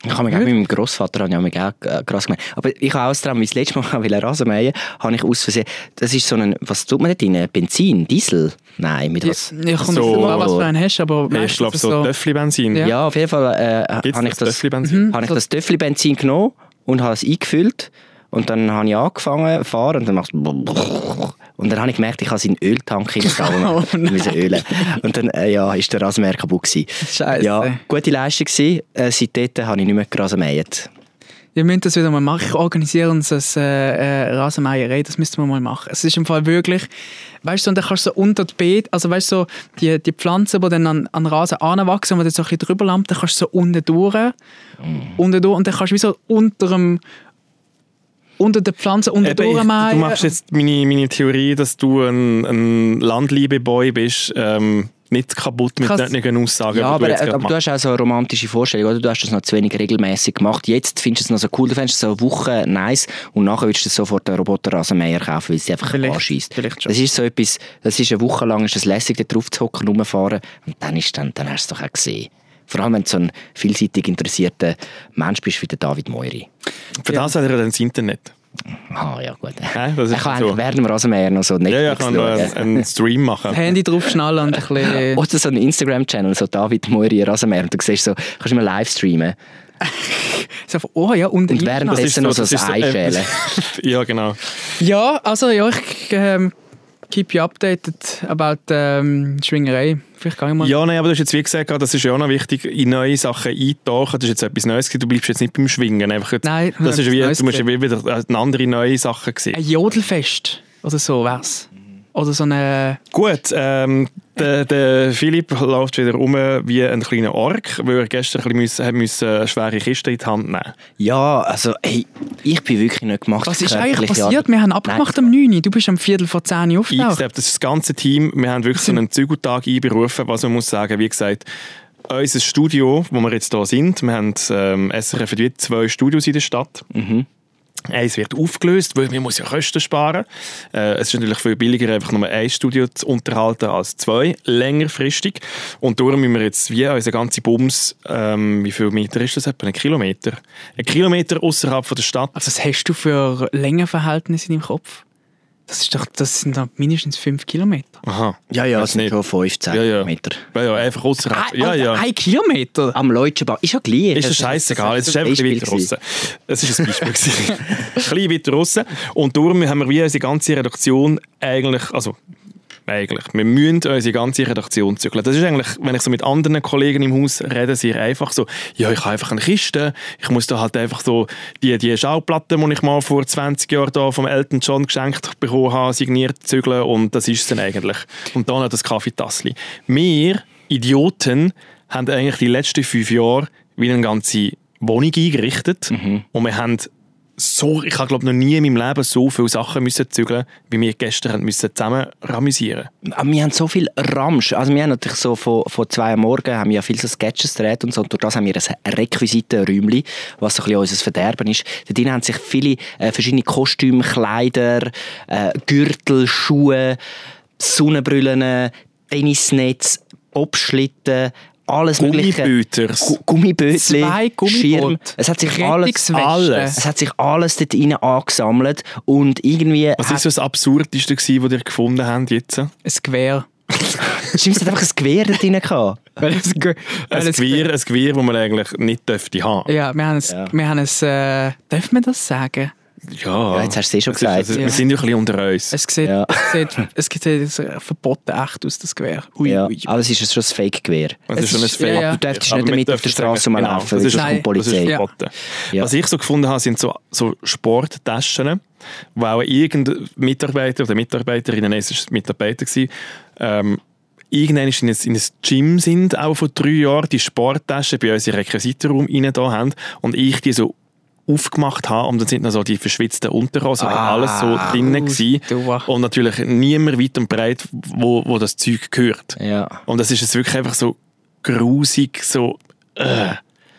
Speaker 1: Ich habe mich auch mit meinem Grossvater habe ich mich auch äh, krass gemeint. Aber ich habe auch daran, weil ich das letzte Mal *laughs* wollte Rasenmähen habe ich aus Versehen, das ist so ein, was tut man da drin? Benzin, Diesel? Nein, mit
Speaker 3: Ja,
Speaker 1: was?
Speaker 3: Ich komme
Speaker 2: So.
Speaker 3: so, was für einen hast, aber
Speaker 2: ich glaube, so Töffli-Benzin.
Speaker 3: Ja. Mhm.
Speaker 1: Ja, auf jeden Fall äh,
Speaker 2: Gibt's
Speaker 1: habe ich
Speaker 2: das
Speaker 1: das,
Speaker 2: Töffli-Benzin?
Speaker 1: habe ich das Töffli-Benzin genommen und habe es eingefüllt. Und dann habe ich angefangen zu fahren und dann machst und dann habe ich gemerkt, ich habe seinen Öltank in
Speaker 3: *laughs*
Speaker 1: *laughs*
Speaker 3: Oh nein.
Speaker 1: müssen ölen. Und dann äh, ja, ist der Rasenmäher kaputt gewesen.
Speaker 3: Scheiße.
Speaker 1: Ja, gute Leistung gewesen. Äh, seitdem habe ich nicht mehr gerasenmäht.
Speaker 3: Ihr müsst das wieder mal machen. Ich organisiere uns eine äh, äh, Rasenmäherei. Das müssten wir mal machen. Es ist im Fall wirklich, weißt du, und dann kannst du so unter die Beet, also weißt du, so die, die Pflanzen, die dann an, an den Rasen anwachsen, wo dann so ein bisschen drüber lampt, dann kannst du so unten durch,
Speaker 2: Mm.
Speaker 3: unten durch und dann kannst du wie so unter dem, unter den Pflanzen unten
Speaker 2: Eben, ich,
Speaker 3: durch
Speaker 2: du machst jetzt meine, meine Theorie, dass du ein, ein Landliebe-Boy bist, ähm, nicht kaputt mit
Speaker 3: Krass.
Speaker 2: solchen Aussagen,
Speaker 1: Ja,
Speaker 2: die
Speaker 1: aber,
Speaker 2: du
Speaker 1: äh,
Speaker 2: jetzt gerade
Speaker 1: aber du
Speaker 2: machst.
Speaker 1: hast auch so eine romantische Vorstellung, oder? Du hast das noch zu wenig regelmäßig gemacht. Jetzt findest du es noch so cool, du findest es so eine Woche nice und nachher willst du sofort einen Roboterrasenmäher kaufen, weil es dich einfach
Speaker 3: Vielleicht,
Speaker 1: anschießt.
Speaker 3: vielleicht schon.
Speaker 1: Das ist so etwas, das ist eine Woche lang ist es lässig, da drauf zu hocken, rumfahren und dann, ist dann, dann hast du es doch auch gesehen. Vor allem, wenn du so ein vielseitig interessierter Mensch bist wie der David Moiri.
Speaker 2: Für das hat er dann das Internet.
Speaker 1: Ah, ja, gut.
Speaker 2: Ja, das ist
Speaker 1: ich kann
Speaker 2: so.
Speaker 1: eigentlich während dem Rasenmäher noch so
Speaker 2: Ja, ja,
Speaker 1: Netflix
Speaker 2: kann einen,
Speaker 1: schauen.
Speaker 2: einen Stream machen.
Speaker 3: das Handy draufschnallen und
Speaker 2: *laughs*
Speaker 3: ein bisschen...
Speaker 2: Oh.
Speaker 1: Oder so einen Instagram-Channel, so David Moiri Rasenmäher und du siehst so, kannst immer live streamen.
Speaker 3: So einfach, oh ja, unten
Speaker 1: Und während
Speaker 3: reinschnallen.
Speaker 1: des- Essen noch so ein Ei
Speaker 2: äh,
Speaker 1: schälen.
Speaker 2: *laughs* ja, genau.
Speaker 3: Ja, also ja, ich ähm, keep you updated about ähm, Schwingerei. Vielleicht gehe ich mal...
Speaker 2: Ja, nein, aber du hast jetzt wie gesagt, gerade, das ist ja auch noch wichtig, in neue Sachen eintauchen. Das ist jetzt etwas Neues. gewesen. Du bleibst jetzt nicht beim Schwingen. Einfach jetzt,
Speaker 3: Nein,
Speaker 2: das ist
Speaker 3: etwas
Speaker 2: wie,
Speaker 3: Neues
Speaker 2: du musst ja wie wieder eine andere neue Sache
Speaker 3: Ein
Speaker 2: sehen.
Speaker 3: Jodelfest oder so wär's.
Speaker 1: Mhm.
Speaker 3: Oder so eine.
Speaker 2: Gut, ähm, der, der Philipp läuft wieder rum wie ein kleiner Ork, weil er gestern ein bisschen müssen, hat müssen schwere Kisten in die Hand nehmen
Speaker 1: Ja, also hey, ich bin wirklich nicht gemacht.
Speaker 3: Was
Speaker 1: für
Speaker 3: ist eigentlich
Speaker 1: körperliche
Speaker 3: passiert?
Speaker 1: Arbeit.
Speaker 3: Wir haben abgemacht am 9. Uhr. Du bist am Viertel vor 10
Speaker 1: Genau.
Speaker 3: Uhr aufgetaucht.
Speaker 2: Eingestellt, das ist das ganze Team. Wir haben wirklich so einen Zügeltag einberufen, was man muss sagen, wie gesagt, unser Studio, wo wir jetzt hier sind, wir haben ähm, SRF hat wie zwei Studios in der Stadt.
Speaker 1: Mhm.
Speaker 2: Eins wird aufgelöst, weil man muss ja Kosten sparen. Äh, es ist natürlich viel billiger, einfach nur ein Studio zu unterhalten als zwei, längerfristig. Und darum müssen wir jetzt wie unseren ganzen Bums, ähm, wie viel Meter ist das? Etwa ein Kilometer. Ein Kilometer außerhalb von der Stadt.
Speaker 3: Also, was hast du für Längenverhältnisse in deinem Kopf? Das, ist doch, das sind doch mindestens 5 Kilometer.
Speaker 2: Aha.
Speaker 1: Ja, ja,
Speaker 2: Weiß
Speaker 1: es sind
Speaker 2: nicht.
Speaker 1: schon 15
Speaker 2: Ja, ja.
Speaker 1: Meter. Ah,
Speaker 2: Ja, ja, einfach außerhalb. Ja, ja.
Speaker 3: Ein Kilometer?
Speaker 1: Am Leutschenbach. Ist ja gleich.
Speaker 2: Ist ja
Speaker 1: Das-
Speaker 2: scheißegal,
Speaker 1: das-
Speaker 2: es
Speaker 1: das-
Speaker 2: ist einfach ein bisschen weiter
Speaker 1: das- das-
Speaker 2: draussen. Es ist ein *laughs* Beispiel. gewesen. ein bisschen weiter draussen. Und darum haben wir wie unsere ganze Redaktion eigentlich, also eigentlich, wir müssen unsere ganze Redaktion zügeln. Das ist eigentlich, wenn ich so mit anderen Kollegen im Haus rede, sehr einfach so, ja, ich habe einfach eine Kiste, ich muss da halt einfach so die, die Schauplatte, die ich mal vor 20 Jahren da vom Elton John geschenkt bekommen habe, signiert zügeln und das ist es dann eigentlich. Und dann noch das Kaffeetassli. Wir, Idioten, haben eigentlich die letzten fünf Jahre wie eine ganze Wohnung eingerichtet
Speaker 1: Mhm.
Speaker 2: und wir haben so, ich habe glaube noch nie in meinem Leben so viele Sachen müssen zügeln, wie wir gestern haben müssen zusammen ramisieren.
Speaker 1: Ah, Wir haben so viel Ramsch. Also wir haben natürlich so von, von zwei am Morgen haben wir ja viele so Sketches gedreht und so. Und durch das haben wir ein Requisitenräumchen, was so ein bisschen unser Verderben ist. Da drin haben sich viele äh, verschiedene Kostüme, Kleider, äh, Gürtel, Schuhe, Sonnenbrillen, Tennisnetz, Bobschlitten, alles mögliche.
Speaker 2: Gummibüters.
Speaker 1: Gu- Gummibötli,
Speaker 3: Zwei
Speaker 1: Schirm.
Speaker 3: Gummiboote.
Speaker 1: Es hat sich alles,
Speaker 3: Rettungswesten.
Speaker 1: alles, es hat sich alles dort rein angesammelt und irgendwie...
Speaker 2: Was war so das Absurdeste, gewesen, das ihr gefunden habt jetzt? Ein
Speaker 3: Ein Gewehr.
Speaker 1: Stimmt, es hat einfach ein Gewehr dort rein gehabt.
Speaker 3: Weil es Ge- weil es-
Speaker 2: Gewehr, ein Gewehr, das man eigentlich nicht dürfte haben.
Speaker 3: Ja, wir haben es.
Speaker 1: Ja.
Speaker 3: Wir haben es äh, darf man das sagen?
Speaker 2: Ja,
Speaker 1: Ja, jetzt hast du es eh schon
Speaker 2: Das
Speaker 1: gesagt.
Speaker 2: Ist, also,
Speaker 3: Ja.
Speaker 2: Wir sind ja ein bisschen unter uns.
Speaker 3: Es sieht,
Speaker 1: Ja.
Speaker 3: es *laughs* sieht, es sieht sehr verboten echt aus, das Gewehr. Ui,
Speaker 1: Ja,
Speaker 3: ui.
Speaker 1: aber es ist schon ein Fake-Gewehr.
Speaker 2: Das ist
Speaker 3: Es
Speaker 2: schon ein
Speaker 3: ist- ja,
Speaker 2: Fake.
Speaker 3: ja.
Speaker 1: Du darfst
Speaker 2: Aber
Speaker 1: nicht
Speaker 2: wir
Speaker 1: damit auf
Speaker 2: dürfen
Speaker 1: der Straße
Speaker 2: sagen, genau,
Speaker 1: rumlaufen,
Speaker 2: das
Speaker 1: weil
Speaker 2: ist
Speaker 1: sonst kommt die
Speaker 3: Nein,
Speaker 2: Das ist
Speaker 1: Polizei.
Speaker 3: Ja.
Speaker 2: verboten.
Speaker 1: Ja.
Speaker 2: Was ich so gefunden habe, sind so, so Sporttaschen, wo auch irgendein Mitarbeiter oder Mitarbeiterin, nein, es war Mitarbeiter, gewesen, ähm, irgendwann in ein, in ein Gym sind, auch vor drei Jahren, die Sporttaschen bei uns im Requisitenraum rein da haben und ich die so aufgemacht habe und dann sind noch so die verschwitzten Unterhosen und
Speaker 1: Ah,
Speaker 2: alles so drin gewesen.
Speaker 3: du.
Speaker 2: und natürlich niemand weit und breit, wo, wo das Zeug gehört.
Speaker 1: Ja.
Speaker 2: Und das ist jetzt wirklich einfach so grusig, so. Äh.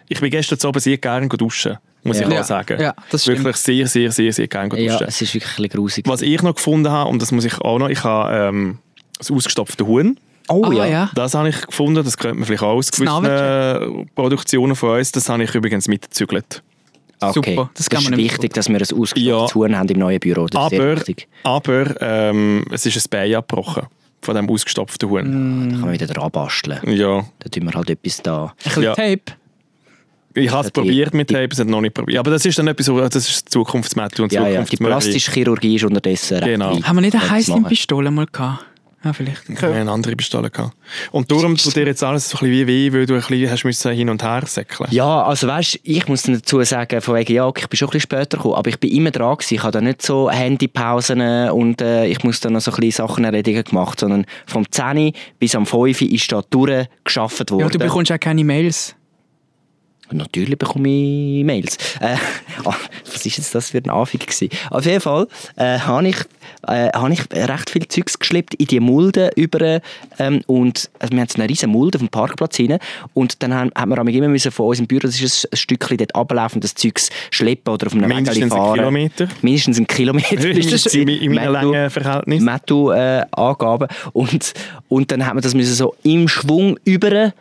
Speaker 2: Ich bin gestern Abend sehr gerne duschen, muss
Speaker 1: Ja.
Speaker 2: ich
Speaker 3: Ja,
Speaker 2: auch sagen.
Speaker 3: ja, das stimmt.
Speaker 2: wirklich sehr, sehr, sehr, sehr gerne duschen.
Speaker 1: ja, es ist wirklich ein bisschen grusig.
Speaker 2: Was ich noch gefunden habe, und das muss ich auch noch, ich habe ähm, das ausgestopfte Huhn.
Speaker 1: Oh
Speaker 3: Ah,
Speaker 1: ja.
Speaker 3: ja.
Speaker 2: Das habe ich gefunden, das könnte man vielleicht auch aus gewissen äh, Produktionen von uns. Das habe ich übrigens mitgezügelt.
Speaker 1: Ah, Okay.
Speaker 3: Super,
Speaker 1: das,
Speaker 3: das kann
Speaker 1: ist
Speaker 3: man nicht
Speaker 1: wichtig, dass wir ein ausgestopftes
Speaker 2: Ja.
Speaker 1: Huhn haben im neuen Büro. Das ist sehr
Speaker 2: Aber,
Speaker 1: wichtig.
Speaker 2: aber ähm, es ist ein Bein abgebrochen von diesem ausgestopften Huhn.
Speaker 1: Da
Speaker 3: Mhm.
Speaker 1: kann man wieder dran basteln.
Speaker 2: Ja.
Speaker 1: Da tun wir halt etwas da.
Speaker 3: Ein bisschen
Speaker 2: Ja.
Speaker 3: Tape.
Speaker 2: Ich habe es
Speaker 1: Die-
Speaker 2: probiert mit Tape, es hat noch nicht probiert. Aber das ist dann etwas, wo- das ist Zukunftsmittel und
Speaker 1: Ja, ja. Die
Speaker 2: Zukunftsmöglichkeit.
Speaker 1: plastische Chirurgie ist unterdessen recht
Speaker 2: Genau.
Speaker 1: weit
Speaker 3: Haben wir nicht eine
Speaker 1: zu machen.
Speaker 3: Heißling-Pistole mal gehabt? Ja, vielleicht.
Speaker 2: Ich habe eine andere Pistole gehabt. Und darum tut dir jetzt alles so ein bisschen wie weh, weil du ein bisschen hast müssen hin und her säckeln.
Speaker 1: Ja, also weißt, ich muss dazu sagen, von wegen, ja, okay, ich bin schon ein bisschen später gekommen, aber ich bin immer dran gewesen. Ich habe da nicht so Handypausen äh, und äh, ich muss dann noch so ein bisschen Sachen erledigen gemacht, sondern vom 10 bis am 5 ist da durchgeschafft worden.
Speaker 3: Ja, du bekommst auch keine Mails.
Speaker 1: Natürlich bekomme ich Mails. Äh, *laughs* ah, was ist jetzt das für ein Anfang gewesen? Auf jeden Fall äh, habe ich, äh, habe ich recht viel Zeugs geschleppt in die Mulde über ähm, und also wir haben so eine riesen Mulde vom Parkplatz hin und dann haben, haben wir immer müssen von unserem Büro, das ist ein Stückchen dort ablaufen, das Zeugs schleppen oder auf einem
Speaker 2: Mindestens
Speaker 1: Wägeli
Speaker 2: einen
Speaker 1: fahren.
Speaker 2: Kilometer.
Speaker 1: Mindestens einen Kilometer.
Speaker 2: *laughs* Ist das in, in meinem
Speaker 1: Metro-
Speaker 2: langen Verhältnis?
Speaker 1: Metto-Angaben. äh, und, und dann hat man das müssen so im Schwung über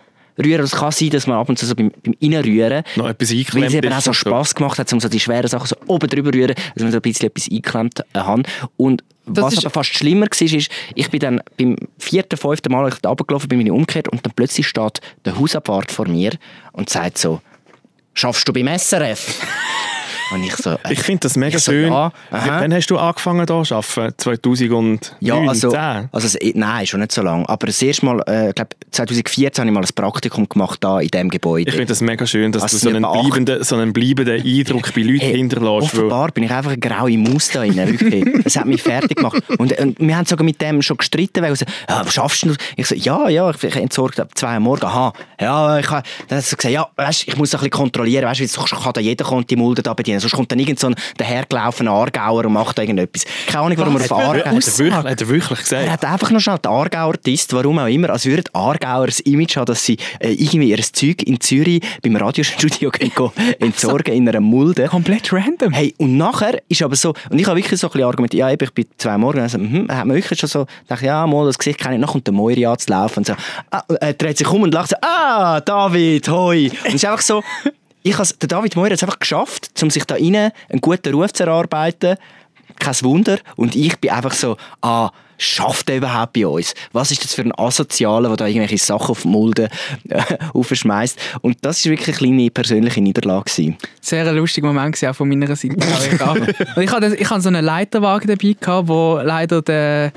Speaker 1: rühren. Es kann sein, dass man ab und zu so beim, beim Reinrühren,
Speaker 2: Noch etwas
Speaker 1: weil es
Speaker 2: eingeklemmt
Speaker 1: eben auch
Speaker 2: ist
Speaker 1: so
Speaker 2: und
Speaker 1: Spass gemacht hat, um so die schweren Sachen so oben drüber rühren, dass man so ein bisschen etwas eingeklemmt äh, hat. Und
Speaker 3: Das
Speaker 1: was
Speaker 3: ist-
Speaker 1: aber fast schlimmer war, ist, ich bin dann beim vierten, fünften Mal runtergelaufen, bin ich umgekehrt und dann plötzlich steht der Hausabwart vor mir und sagt so, «Schaffst du beim
Speaker 2: *laughs*
Speaker 1: SRF?» Und ich so, äh,
Speaker 2: Ich finde das mega
Speaker 1: Ich so,
Speaker 2: schön.
Speaker 1: ja, aha.
Speaker 2: Wann hast du angefangen hier zu arbeiten? 2009,
Speaker 1: Ja, also,
Speaker 2: 10?
Speaker 1: also es- nein, schon nicht so lange. Aber das erste Mal, äh, ich glaube 2014 habe ich mal ein Praktikum gemacht da in diesem Gebäude.
Speaker 2: Ich finde das mega schön, dass
Speaker 1: Also
Speaker 2: du so einen,
Speaker 1: etwa acht-
Speaker 2: bleibenden, so einen bleibenden Eindruck bei Leuten
Speaker 1: Hey,
Speaker 2: hinterlässt. weil-
Speaker 1: offenbar bin ich einfach eine graue Maus da drin, wirklich.
Speaker 2: *laughs*
Speaker 1: Das hat mich fertig gemacht. Und, und wir haben sogar mit dem schon gestritten, weil er so, ja, was schaffst du? Ich so, ja, ja, ich, ich entsorgt ab zwei am Morgen. Aha, ja, ich habe dann hat er so gesagt, ja, weißt, ich muss ein bisschen kontrollieren, weißt, weil sonst kann da jeder kommt die Mulde da bedienen. Sonst kommt dann irgend so ein dahergelaufener Aargauer und macht da irgendetwas. Keine Ahnung, warum er auf
Speaker 2: Hat er
Speaker 1: Aargau...
Speaker 2: wirklich, hat er wirklich gesagt?
Speaker 1: Er hat einfach noch schnell die Aargauer getisst, warum auch immer, als würden Aargauer das Image haben, dass sie äh, irgendwie ihr Zeug in Zürich beim Radiostudio *laughs* gehen go- entsorgen in einer Mulde.
Speaker 3: Komplett random.
Speaker 1: Hey, und nachher ist aber so, und ich habe wirklich so ein bisschen argumentiert, ja, eben, ich bin zwei Morgen, also, mhm, hat man wirklich schon so, dachte ja, mal, das Gesicht kenne ich, dann kommt der Moiri anzulaufen und so, ah, äh, dreht sich um und lacht so, ah, David, hoi. Und es ist einfach so, ich has, der David Moiri hat es einfach geschafft, um sich da rein einen guten Ruf zu erarbeiten, kein Wunder, und ich bin einfach so, ah, Schafft er überhaupt bei uns? Was ist das für ein Asozialer, der da irgendwelche Sachen auf die Mulde äh, *laughs* aufschmeißt? Und das war wirklich eine kleine persönliche Niederlage. gewesen.
Speaker 3: sehr ein lustiger Moment gewesen, auch von meiner Seite. auch ich, auch.
Speaker 2: *laughs*
Speaker 3: Und ich, hatte, ich hatte so einen Leiterwagen dabei, gehabt, wo leider der,